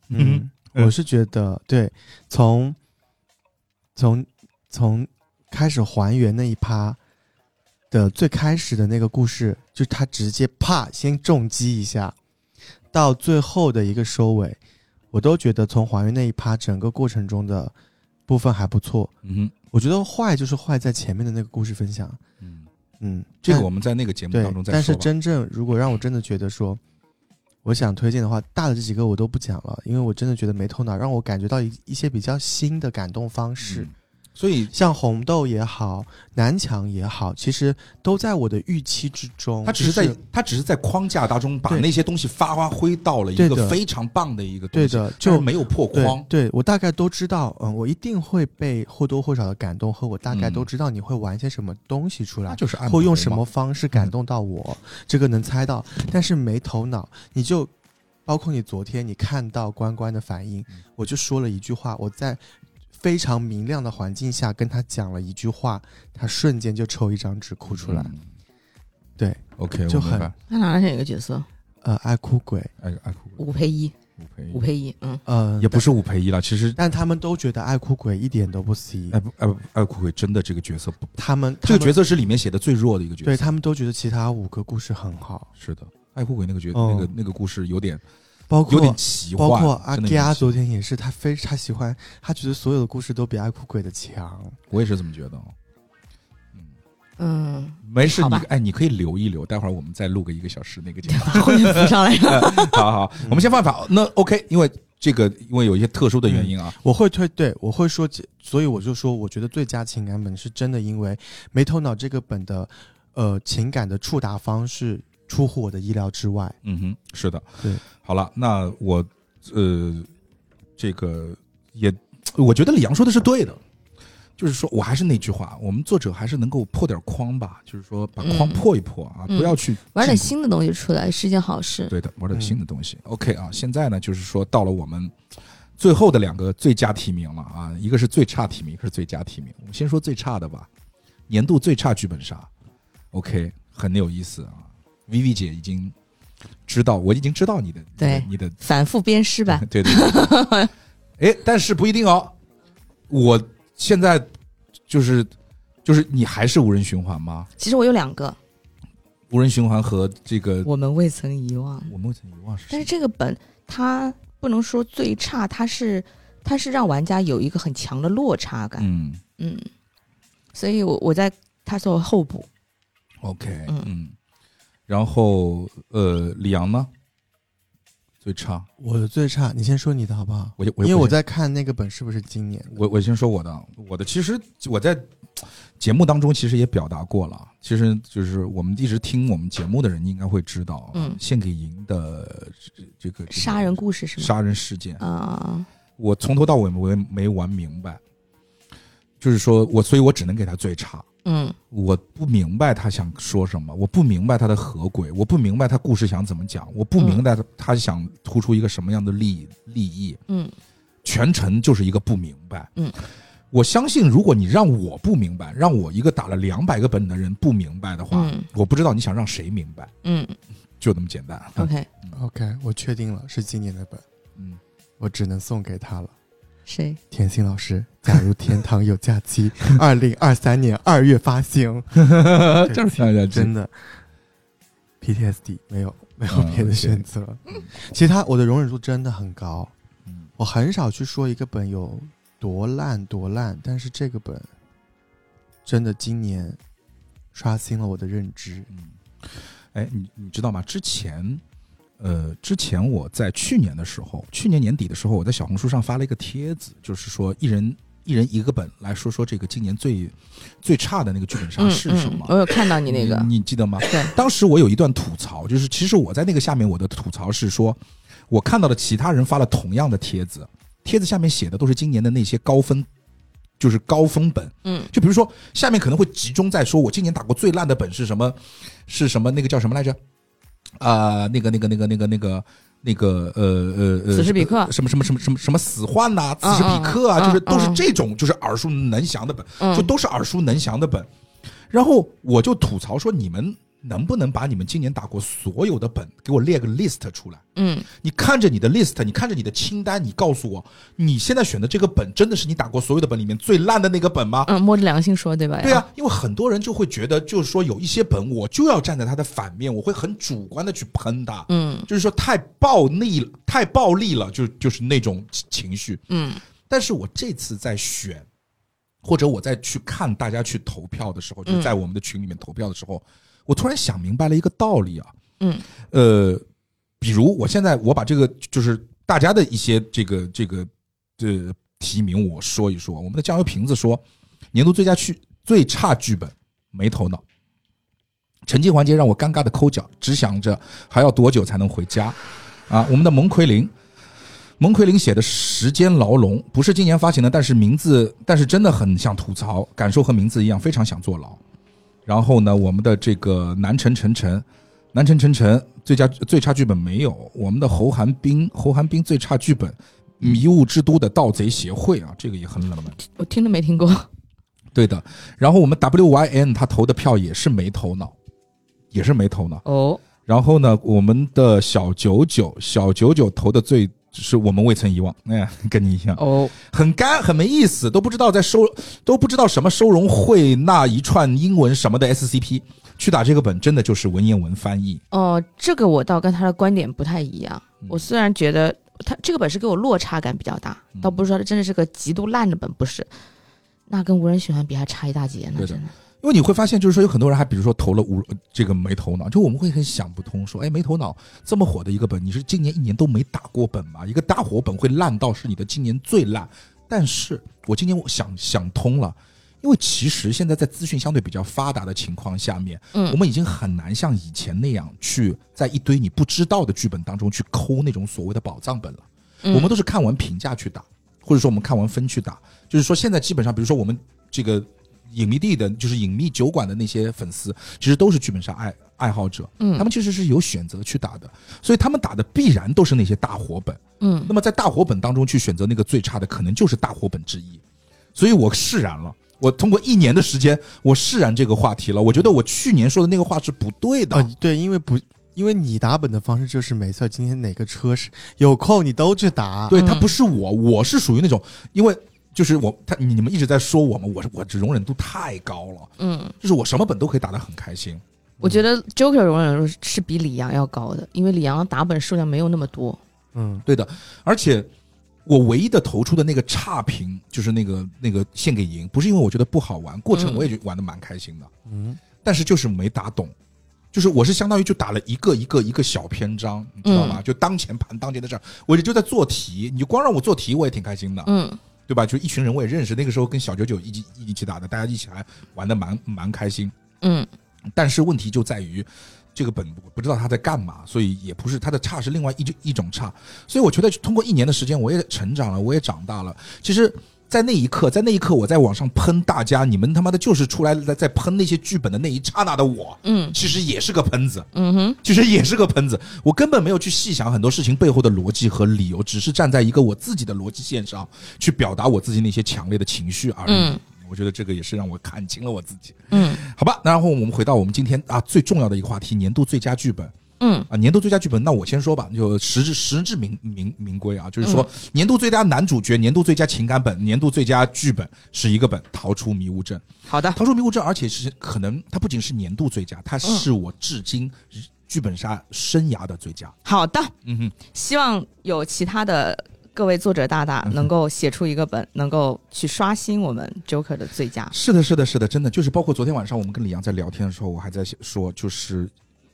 S2: 嗯，
S1: 嗯
S2: 我是觉得对，从从从开始还原那一趴的最开始的那个故事，就是他直接啪先重击一下，到最后的一个收尾，我都觉得从还原那一趴整个过程中的部分还不错。
S1: 嗯哼，
S2: 我觉得坏就是坏在前面的那个故事分享，
S1: 嗯，
S2: 嗯，
S1: 这个
S2: 但
S1: 我们在那个节目
S2: 对
S1: 当中，再
S2: 但
S1: 说
S2: 是
S1: 吧。
S2: 真正如果让我真的觉得说，我想推荐的话，大的这几个我都不讲了，因为我真的觉得没头脑，让我感觉到一一些比较新的感动方式，
S1: 嗯所以
S2: 像红豆也好，南墙也好，其实都在我的预期之中。
S1: 他只是在
S2: 就
S1: 他只是在框架当中把
S2: 对
S1: 那些东西发挥到了一
S2: 对
S1: 个
S2: 的
S1: 非常棒的一个东
S2: 对
S1: 西，
S2: 的，
S1: 但是
S2: 就
S1: 没有破框。
S2: 对对，我大概都知道，嗯，我一定会被或多或少的感动，和我大概
S1: 嗯
S2: 都知道你会玩些什么东西出来
S1: 那。就是按
S2: 或
S1: 摩嗯
S2: 用
S1: 嘛
S2: 什么方式感动到我，这个能猜到，但是没头脑，你就包括你昨天你看到关关的反应
S1: 嗯，
S2: 我就说了一句话，我在非常明亮的环境下跟他讲了一句话，他瞬间就抽一张纸哭出来，
S1: 嗯
S2: 对，
S1: OK，
S2: 就
S1: 我明
S2: 很
S1: 白
S3: 他哪是哪个角色？
S2: 呃，爱哭鬼，
S1: 哎哎，五
S3: 吴佩仪，
S1: 赔
S3: 吴
S1: 一，
S3: 佩仪，嗯，
S2: 呃，
S1: 也不是五赔一了，其实
S2: 但，但他们都觉得爱哭鬼一点都不 C，
S1: 哎不哎不哎，苦鬼真的这个角色不，
S2: 他们
S1: 这个角
S2: 色，
S1: 色是里面写的最弱的一个角色。
S2: 对他们都觉得其他五个故事很好，
S1: 是的，爱哭鬼那个角、
S2: 哦
S1: 那个那个故事有点
S2: 包
S1: 有点
S2: 括。
S1: 奇幻，
S2: 包括阿
S1: 真的
S2: 基
S1: 有点
S2: 亚
S1: 奇幻
S2: 昨天也是，他非他喜欢，他觉得所有的故事都比爱哭鬼的强。
S1: 我也是这么觉得、哦。嗯，
S3: 嗯，
S1: 没事，
S3: 好
S1: 你
S3: 吧
S1: 哎，你可以留一留，待会儿我们再录个一个小时那个节目。
S3: 后面补上来了。
S1: 好好，我们先放一放。那 OK，因为这个因为有一些特殊的原因啊，
S2: 我会推，对我会说几，所以我就说，我觉得最佳情感本是真的，因为《没头脑》这个本的，呃，情感的触达方式出乎我的意料之外。
S1: 嗯哼，是的，
S2: 对，
S1: 好了，那我呃，这个也，我觉得李阳说的是对的，就是说我还是那句话，我们作者还是能够破点框吧，就是说把框
S3: 嗯
S1: 破一破啊，
S3: 嗯
S1: 不要去
S3: 玩点
S1: 禁锢
S3: 新的东西出来是件好事。
S1: 对的，玩点
S2: 嗯
S1: 新的东西。OK 啊，现在呢，就是说到了我们最后的两个最佳提名了啊，一个是最差提名，一个是最佳提名。我们先说最差的吧，年度最差剧本杀。OK，很有意思啊。Vivi 姐已经知道，我已经知道你的你的
S3: 对
S1: 你的
S3: 反复鞭尸吧
S1: ，对对对。 哎，但是不一定哦。我现在就是就是你还是无人循环吗？
S3: 其实我有两个，
S1: 无人循环和这个
S3: 我们未曾遗忘。
S1: 我目前遗忘是谁，
S3: 但是这个本它不能说最差，它是它是让玩家有一个很强的落差感，
S1: 嗯。
S3: 嗯所以我我在它做候补，
S1: OK，嗯
S3: 嗯
S1: 然后呃，李阳呢？最差，
S2: 我的最差，你先说你的好不好？
S1: 我就我
S2: 因为
S1: 我
S2: 我
S1: 先
S2: 在看那个本是不是今年的
S1: 我我先说我的，啊我的其实我在节目当中其实也表达过了，其实就是我们一直听我们节目的人应该会知道，啊
S3: 嗯
S1: 献给银的这这个这个
S3: 杀人故事是吗？
S1: 杀人事件，
S3: 啊、
S1: 我从头到尾没没玩明白，就是说我，所以我只能给他最差。
S3: 嗯，
S1: 我不明白他想说什么，我不明白他的合轨，我不明白他故事想怎么讲，我不明白他他想突出一个什么样的利利益，
S3: 嗯，
S1: 全程就是一个不明白。
S3: 嗯，
S1: 我相信如果你让我不明白，让我一个打了两百个本的人不明白的话，
S3: 嗯
S1: 我不知道你想让谁明白，
S3: 嗯
S1: 就那么简单。
S3: ，OK，
S2: ？OK，我确定了是今年的本，
S1: 嗯，
S2: 我只能送给他了。
S3: 谁？
S2: 甜心老师， 假如天堂有假 期，二零二三年二月发行，
S1: 呃哎就是这样
S2: 真的。 PTSD，没有没有
S1: 嗯
S2: 别的
S1: OK
S2: 选择。其实他我的容忍度真的很高，
S1: 嗯
S2: 我很少去说一个本有多烂多烂，但是这个本真的今年刷新了我的认知。
S1: 嗯，哎，你你知道吗？之前，呃，之前我在去年的时候，去年年底的时候，我在小红书上发了一个帖子，就是说一人一人一个本来说说这个今年最最差的那个剧本杀
S3: 嗯
S1: 是什
S3: 嗯
S1: 么。，
S3: 我有看到你那个，
S1: 你记得吗？
S3: 对，
S1: 当时我有一段吐槽，就是其实我在那个下面我的吐槽是说，我看到了其他人发了同样的帖子，帖子下面写的都是今年的那些高分，就是高分本，
S3: 嗯，
S1: 就比如说下面可能会集中在说我今年打过最烂的本是什么，是什么那个叫什么来着？啊，那个那个那个那个那个那个呃呃呃，
S3: 此时彼刻
S1: 什么什么什么什么什么死患呐、此
S3: 嗯
S1: 时彼刻啊，
S3: 嗯
S1: 就是
S3: 嗯
S1: 都是
S3: 嗯
S1: 这种就是耳熟能详的本，
S3: 嗯
S1: 就都是耳熟能详的本。然后我就吐槽说，你们能不能把你们今年打过所有的本给我列个 list 出来？
S3: 嗯
S1: 你看着你的 list，你看着你的清单，你告诉我，你现在选的这个本真的是你打过所有的本里面最烂的那个本吗？
S3: 嗯，摸着良心说，对吧？
S1: 对啊，，因为很多人就会觉得，就是说有一些本我就要站在他的反面，我会很主观的去喷他，
S3: 嗯
S1: 就是说太暴力了，太暴力了，就就是那种情绪。
S3: 嗯
S1: 但是我这次在选，或者我在去看大家去投票的时候，就是在我们的群里面投票的时候，我突然想明白了一个道理啊，
S3: 嗯
S1: 呃，比如我现在我把这个就是大家的一些这个这个呃提名我说一说，我们的酱油瓶子说年度最佳剧最差剧本没头脑。沉浸环节让我尴尬的抠脚，只想着还要多久才能回家啊！我们的蒙奎林，蒙奎林写的《时间牢笼》不是今年发行的，但是名字，但是真的很想吐槽，感受和名字一样，非常想坐牢。然后呢，我们的这个南城晨晨，南城晨晨最佳最差剧本没有，我们的侯寒冰，侯寒冰最差剧本《迷雾之都的盗贼协会》啊，这个也很冷门。
S3: 我听都没听过。
S1: 对的，然后我们 WYN 他投的票也是没头脑，也是没头脑。
S3: 哦，
S1: 然后呢，我们的小九九，小九九投的最是我们未曾遗忘，哎，跟你一样，
S3: 哦，
S1: 很干，很没意思，都不知道在收，都不知道什么收容会那一串英文什么的 SCP，去打这个本真的就是文言文翻译，
S3: 哦，这个我倒跟他的观点不太一样
S1: 嗯。
S3: 我虽然觉得他这个本是给我落差感比较大，
S1: 嗯
S3: 倒不是说它真的是个极度烂的本，不是。那跟无人喜欢比还差一大截呢，
S1: 对的
S3: 真的。
S1: 因为你会发现，就是说有很多人还比如说投了无这个没头脑，就我们会很想不通，说哎没头脑这么火的一个本，你是今年一年都没打过本吗？一个大火本会烂到是你的今年最烂？但是我今年我想想通了。因为其实现在在资讯相对比较发达的情况下面，
S3: 嗯
S1: 我们已经很难像以前那样去在一堆你不知道的剧本当中去抠那种所谓的宝藏本了。
S3: 嗯
S1: 我们都是看完评价去打，或者说我们看完分去打。就是说现在基本上，比如说我们这个影迷地的，就是影迷酒馆的那些粉丝，其实都是剧本杀爱爱好者，
S3: 嗯
S1: 他们其实是有选择去打的，所以他们打的必然都是那些大火本。
S3: 嗯
S1: 那么在大火本当中去选择那个最差的，可能就是大火本之一。所以我释然了。我通过一年的时间，我释然这个话题了。我觉得我去年说的那个话是不对的。
S2: 啊，对，因为不，因为你打本的方式就是每次今天哪个车是有空你都去打，
S1: 对他
S3: 嗯
S1: 不是我，我是属于那种，因为就是我他你你们一直在说我嘛，我是我这容忍度太高了，
S3: 嗯，
S1: 就是我什么本都可以打得很开心。
S3: 我觉得 Joker 容忍度是比李阳要高的，因为李阳打本数量没有那么多。
S2: 嗯，
S1: 对的，而且我唯一的投出的那个差评，就是那个那个献给赢，不是因为我觉得不好玩，过程
S3: 嗯
S1: 我也就玩的蛮开心的，
S2: 嗯，
S1: 但是就是没打懂。就是我是相当于就打了一个一个一个小篇章，你知道吗？就当前盘当前的事儿，我就在做题，你就光让我做题，我也挺开心的。
S3: 嗯
S1: 对吧？就一群人我也认识，那个时候跟小九九一起一起打的，大家一起还玩的蛮蛮开心。
S3: 嗯
S1: 但是问题就在于，这个本我不知道他在干嘛，所以也不是他的差是另外一一种差。所以我觉得通过一年的时间，我也成长了，我也长大了。其实，在那一刻，在那一刻，我在网上喷大家，你们他妈的就是出来在在喷那些剧本的那一刹那的我，
S3: 嗯
S1: 其实也是个喷子。
S3: 嗯哼
S1: 其实也是个喷子，我根本没有去细想很多事情背后的逻辑和理由，只是站在一个我自己的逻辑线上去表达我自己那些强烈的情绪而已。
S3: 嗯
S1: 我觉得这个也是让我看清了我自己，
S3: 嗯
S1: 好吧？那然后我们回到我们今天啊最重要的一个话题——年度最佳剧本
S3: 嗯
S1: 啊，年度最佳剧本。那我先说吧，就实至实至名名名归啊，就是说年度最佳男主角、年度最佳情感本、年度最佳剧本是一个本，《逃出迷雾镇》。
S3: 好的
S1: 《逃出迷雾镇》，而且是可能它不仅是年度最佳，它是我至今剧本杀生涯的最佳。
S3: 好的，
S1: 嗯哼，
S3: 希望有其他的各位作者大大
S1: 嗯哼
S3: 能够写出一个本，能够去刷新我们 Joker 的最佳。
S1: 是的，是的，是的，真的就是包括昨天晚上我们跟李阳在聊天的时候，我还在说，就是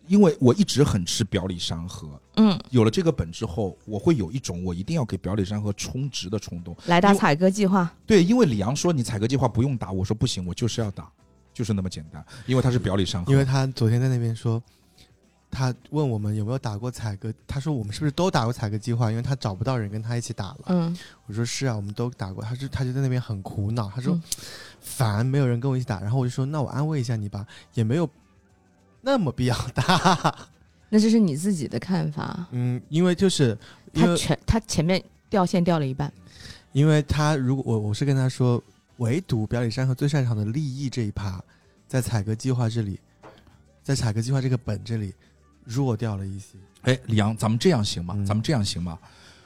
S1: 因为我一直很吃表里山河，
S3: 嗯，
S1: 有了这个本之后，我会有一种我一定要给表里山河充值的冲动。
S3: 来打
S1: 因为
S3: 采歌计划，
S1: 对，因为李阳说你采购计划不用打，我说不行，我就是要打，就是那么简单，因为他是表里山河。
S2: 因为他昨天在那边说，他问我们有没有打过采歌，他说我们是不是都打过采歌计划？因为他找不到人跟他一起打了。
S3: 嗯，
S2: 我说是啊，我们都打过。他说他就在那边很苦恼，他说、
S3: 嗯
S2: 烦，没有人跟我一起打。然后我就说那我安慰一下你吧，也没有那么必要打。
S3: 那这是你自己的看法。
S2: 嗯，因为就是因
S3: 他
S2: 为
S3: 全他前面掉线掉了一半，
S2: 因为他如果我我是跟他说，唯独表里山河最擅长的利益这一趴，在采歌计划这里，在采歌计划这个本这里弱掉了一些。
S1: 哎，李阳，咱们这样行吗？
S2: 嗯
S1: 咱们这样行吗？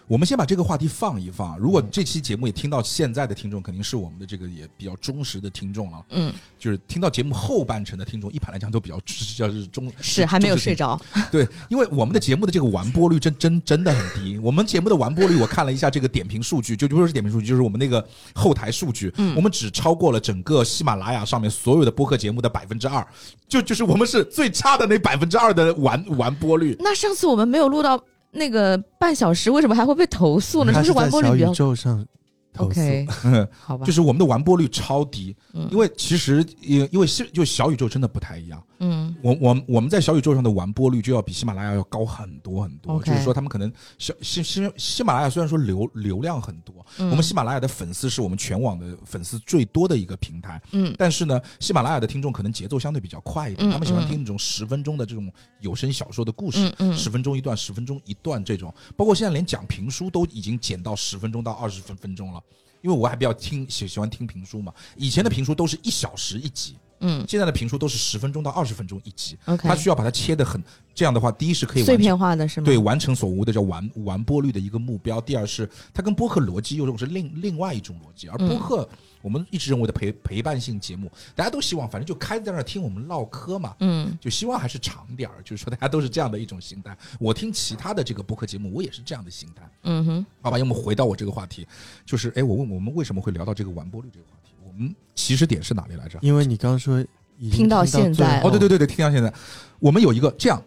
S1: 我们先把这个话题放一放。如果这期节目也听到现在的听众，肯定是我们的这个也比较忠实的听众了。
S3: 嗯，
S1: 就是听到节目后半程的听众，一般来讲都比较 就是忠
S3: 是还没有睡
S1: 着。
S3: 着。
S1: 对，因为我们的节目的这个完播率真真真的很低。我们节目的完播率，我看了一下这个点评数据，就就不是点评数据，就是我们那个后台数据，
S3: 嗯
S1: 我们只超过了整个喜马拉雅上面所有的播客节目的百分之二，就就是我们是最差的那百分之二的完完播率。
S3: 那上次我们没有录到那个半小时，为什么还会被投诉呢？
S2: 他
S3: 不是
S2: 是
S3: 完
S2: 在
S3: 播率
S2: 小
S3: 比较
S2: 宇宙上投诉。
S3: OK？
S1: 嗯
S3: 好吧，
S1: 就是是我们的完播率超低，
S3: 嗯
S1: 因为其实因因为是就小宇宙真的不太一样，
S3: 嗯
S1: 我我们我们在小宇宙上的完播率就要比喜马拉雅要高很多很多
S3: OK
S1: 就是说他们可能小喜喜喜马拉雅虽然说流流量很多，
S3: 嗯，
S1: 我们喜马拉雅的粉丝是我们全网的粉丝最多的一个平台，
S3: 嗯
S1: 但是呢，喜马拉雅的听众可能节奏相对比较快一点，
S3: 嗯
S1: 他们喜欢
S3: 嗯
S1: 听那种十分钟的这种有声小说的故事，
S3: 嗯嗯
S1: 十分钟一段，十分钟一段这种，包括现在连讲评书都已经减到十分钟到二十分分钟了。因为我还比较听喜喜欢听评书嘛，以前的评书都是一小时一集，
S3: 嗯
S1: 现在的评书都是十分钟到二十分钟一集，
S3: ，OK，
S1: 它需要把它切得很，这样的话，第一是可以
S3: 碎
S1: 完成
S3: 片化的是吗？
S1: 对，完成所无的叫完完播率的一个目标。第二是它跟播客逻辑又是另另外一种逻辑，而播
S3: 嗯
S1: 客我们一直认为的陪陪伴性节目，大家都希望反正就开在那儿听我们唠嗑嘛。
S3: 嗯
S1: 就希望还是长点儿，就是说大家都是这样的一种心态。我听其他的这个播客节目，我也是这样的心态。
S3: 嗯哼，
S1: 好吧，要么回到我这个话题，就是哎，我问我们为什么会聊到这个完播率这个话题？我们起始点是哪里来着？
S2: 因为你刚刚说已经
S3: 听到
S2: 最
S3: 现在
S2: 后
S1: 哦，对对对对，听到现在，我们有一个这样，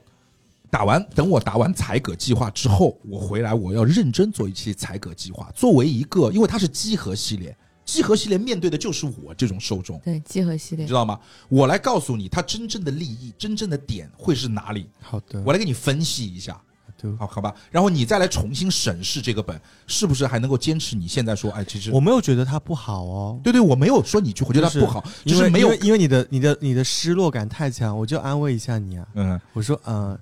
S1: 打完等我打完采葛计划之后，我回来我要认真做一期采葛计划，作为一个，因为它是集合系列，集合系列面对的就是我这种受众，
S3: 对，集合系
S1: 你
S3: 列
S1: 知道吗？我来告诉你，它真正的利益、真正的点会是哪里，
S2: 好的，
S1: 我来给你分析一下。
S2: 对
S1: 好好吧，然后你再来重新审视这个本是不是还能够坚持你现在说，哎，其实
S2: 我没有觉得它不好哦，
S1: 对对，我没有说你就我觉得它
S2: 就是
S1: 不好，就
S2: 因
S1: 是
S2: 为
S1: 没有
S2: 因为，因为你的你的你的失落感太强，我就安慰一下你啊，
S1: 嗯，
S2: 我说嗯、呃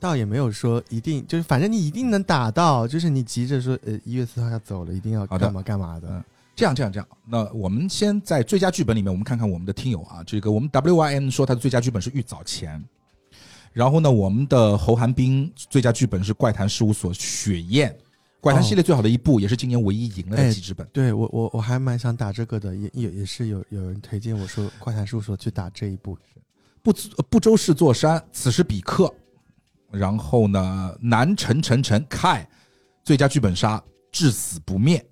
S2: 倒也没有说一定，就是反正你一定能打到，就是你急着说呃一月四号要走了，一定要
S1: 好的
S2: 干嘛干嘛的，
S1: 嗯这样这样这样，那我们先在最佳剧本里面，我们看看我们的听友啊，这个我们 WYN 说他的最佳剧本是《玉藻前》，然后呢，我们的侯寒冰最佳剧本是《怪谈事务所》《雪雁》，怪谈系列最好的一部，也是今年唯一赢了的
S2: 哦哎
S1: 几支本。
S2: 对我我我还蛮想打这个的，也也也是有有人推荐我说快谈事务所去打这一嗯部，
S1: 不知呃不周氏座山，此时彼刻，然后呢，南城晨晨凯，最佳剧本杀，至死不灭。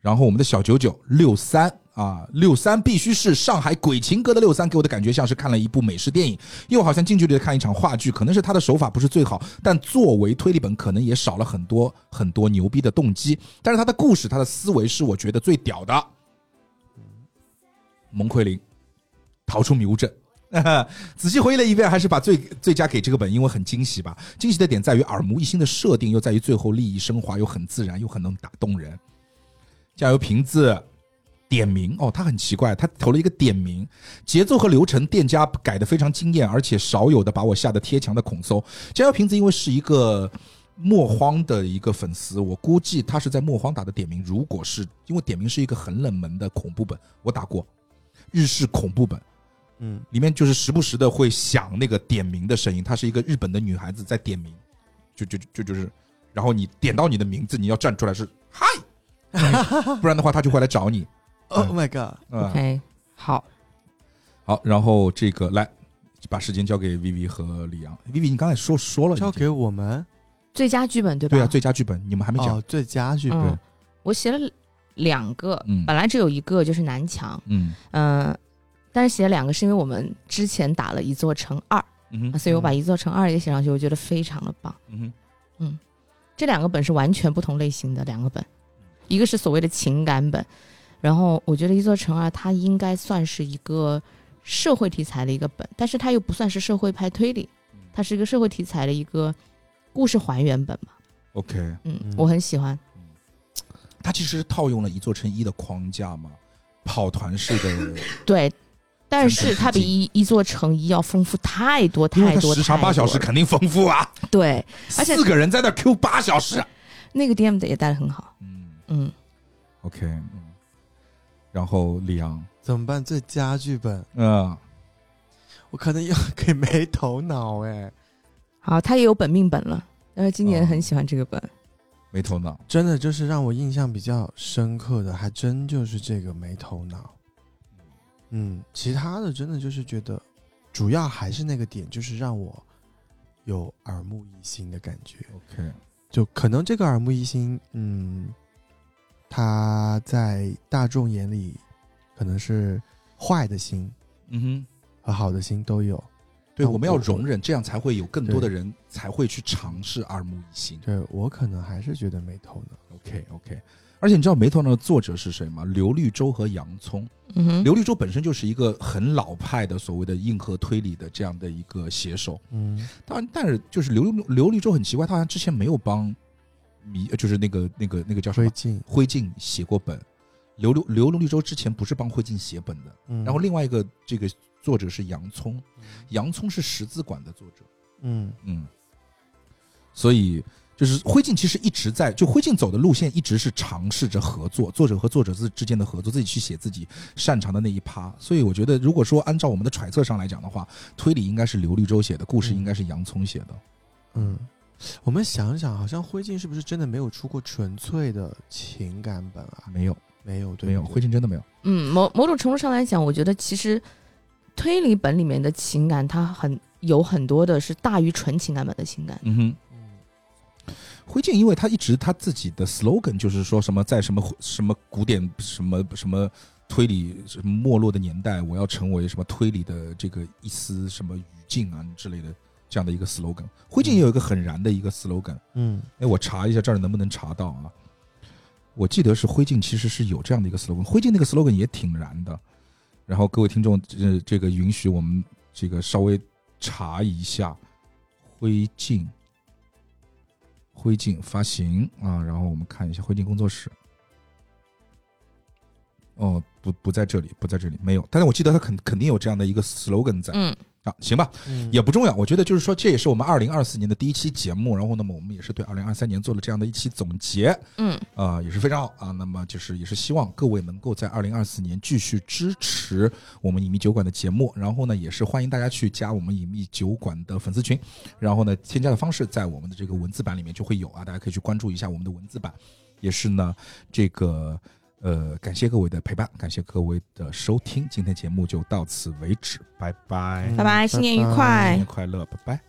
S1: 然后我们的小九九六三啊，六三必须是上海鬼情哥的六三，给我的感觉像是看了一部美式电影，又好像近距离的看一场话剧。可能是他的手法不是最好，但作为推理本，可能也少了很多很多牛逼的动机。但是他的故事，他的思维是我觉得最屌的。蒙奎林逃出迷雾阵。 仔细回忆了一遍，还是把最最佳给这个本，因为很惊喜吧。惊喜的点在于耳目一新的设定，又在于最后利益升华，又很自然，又很能打动人。加油瓶子点名哦，他很奇怪，他投了一个点名，节奏和流程店家改的非常惊艳，而且少有的把我吓得贴墙的恐搜。加油瓶子因为是一个。莫慌的一个粉丝，我估计他是在莫慌打的点名。如果是因为点名是一个很冷门的恐怖本，我打过日式恐怖本，
S2: 嗯，
S1: 里面就是时不时的会响那个点名的声音，它是一个日本的女孩子在点名，就就就就是，然后你点到你的名字，你要站出来是嗨， 不然的话他就会来找你。哦
S2: Oh my god！
S1: 嗯，
S3: ，OK，好，
S1: 好，然后这个来把时间交给 Vivi 和李阳。Vivi，你刚才说说了已经，
S2: 交给我们
S3: 最佳剧本对吧？
S1: 对啊，最佳剧本你们还没讲
S2: 哦，，最佳剧
S3: 嗯
S2: 本，
S3: 我写了两个，
S1: 嗯
S3: 本来只有一个就是南墙，
S1: 嗯
S3: 嗯、但是写了两个是因为我们之前打了一座城二，
S2: 啊
S1: 嗯哼，
S3: 所以我把一座城二也写上去，我觉得非常的棒。
S1: 嗯哼，
S3: 这两个本是完全不同类型的两个本，一个是所谓的情感本，然后我觉得《一座城二》啊它应该算是一个社会题材的一个本，但是它又不算是社会派推理，
S1: 嗯
S3: 它是一个社会题材的一个故事还原本嘛。
S1: OK，
S3: 嗯，
S2: 嗯
S3: 我很喜欢。
S1: 它其实是套用了一座城一的框架嘛，跑团式 的，
S3: 对，但
S1: 真的
S3: 是它比
S1: 是
S3: 一一座城一要丰富太多
S1: 因为
S3: 太
S1: 它
S3: 多，
S1: 时长
S3: 太
S1: 八小
S3: 多
S1: 时
S3: 了。
S1: 肯定丰富啊，
S3: 对，而且
S1: 四个人在那 Q 八小时，啊
S3: 那个 DM 的也带的很好。
S1: 嗯
S3: 嗯，
S1: ，OK，嗯，然后李阳，
S2: 怎么办？最佳剧本，
S1: 嗯，
S2: 我可能要 给没头脑哎，
S3: 好，它也有本命本了，但是今年
S1: 哦
S3: 很喜欢这个本。
S1: 没头脑，
S2: 真的就是让我印象比较深刻的，还真就是这个没头脑。嗯，其他的真的就是觉得，主要还是那个点，就是让我有耳目一新的感觉。
S1: OK，
S2: 就可能这个耳目一新，嗯，他在大众眼里可能是坏的心
S1: 嗯哼。
S2: 和好的心都有。
S1: 对，
S2: 那
S1: 我们要
S2: 我
S1: 容忍，这样才会有更多的人才会去尝试耳目一新。
S2: 对我可能还是觉得没头脑。
S1: OK OK，而且你知道《没头脑》的作者是谁吗？刘绿洲和洋葱。
S3: 嗯哼，
S1: 刘绿洲本身就是一个很老派的所谓的硬核推理的这样的一个写手，
S2: 嗯，
S1: 当然，但是就是刘刘绿洲很奇怪，他好像之前没有帮迷，呃就是那个那个那个叫什
S2: 推
S1: 么
S2: 进。
S1: 灰烬写过本。刘刘刘绿洲之前不是帮灰烬写本的，
S2: 嗯，
S1: 然后另外一个这个作者是洋葱，洋葱是十字馆的作者。
S2: 嗯
S1: 嗯，所以就是灰烬其实一直在，就灰烬走的路线一直是尝试着合作，作者和作者之之间的合作，自己去写自己擅长的那一趴。所以我觉得，如果说按照我们的揣测上来讲的话，推理应该是刘绿洲写的，故事
S2: 嗯
S1: 应该是洋葱写的。
S2: 嗯，我们想想，好像灰烬是不是真的没有出过纯粹的情感本啊？
S1: 没有，
S2: 没有，对
S1: 没有，
S2: 不对
S1: 灰烬真的没有。
S3: 嗯，某某种程度上来讲，我觉得其实推理本里面的情感，它很有很多的是大于纯情感本的情感。
S1: 嗯哼。
S2: 嗯
S1: 灰烬，因为他一直他自己的 slogan 就是说什么在什么什么古典什么什么推理什么没落的年代，我要成为什么推理的这个一丝什么语境啊之类的这样的一个 slogan。灰烬也有一个很燃的一个 slogan，
S2: 嗯
S1: 哎，我查一下这儿能不能查到啊？我记得是灰烬其实是有这样的一个 slogan，灰烬那个 slogan 也挺燃的。然后各位听众，这这个允许我们这个稍微查一下灰烬，灰烬发行啊，然后我们看一下灰烬工作室。哦，不不在这里，不在这里，没有。但是我记得他肯肯定有这样的一个 slogan 在、
S3: 嗯，
S1: 啊，行吧，
S2: 嗯
S1: 也不重要。我觉得就是说，这也是我们二零二四年的第一期节目。然后呢，我们也是对二零二三年做了这样的一期总结，
S3: 嗯，
S1: 啊，也是非常好啊。那么就是也是希望各位能够在二零二四年继续支持我们影迷酒馆的节目。然后呢，也是欢迎大家去加我们影迷酒馆的粉丝群。然后呢，添加的方式在我们的这个文字版里面就会有啊，大家可以去关注一下我们的文字版。也是呢，这个呃，感谢各位的陪伴，感谢各位的收听，今天节目就到此为止，拜拜，
S2: 嗯
S3: 拜拜，新年愉快
S1: 新年快乐，拜拜。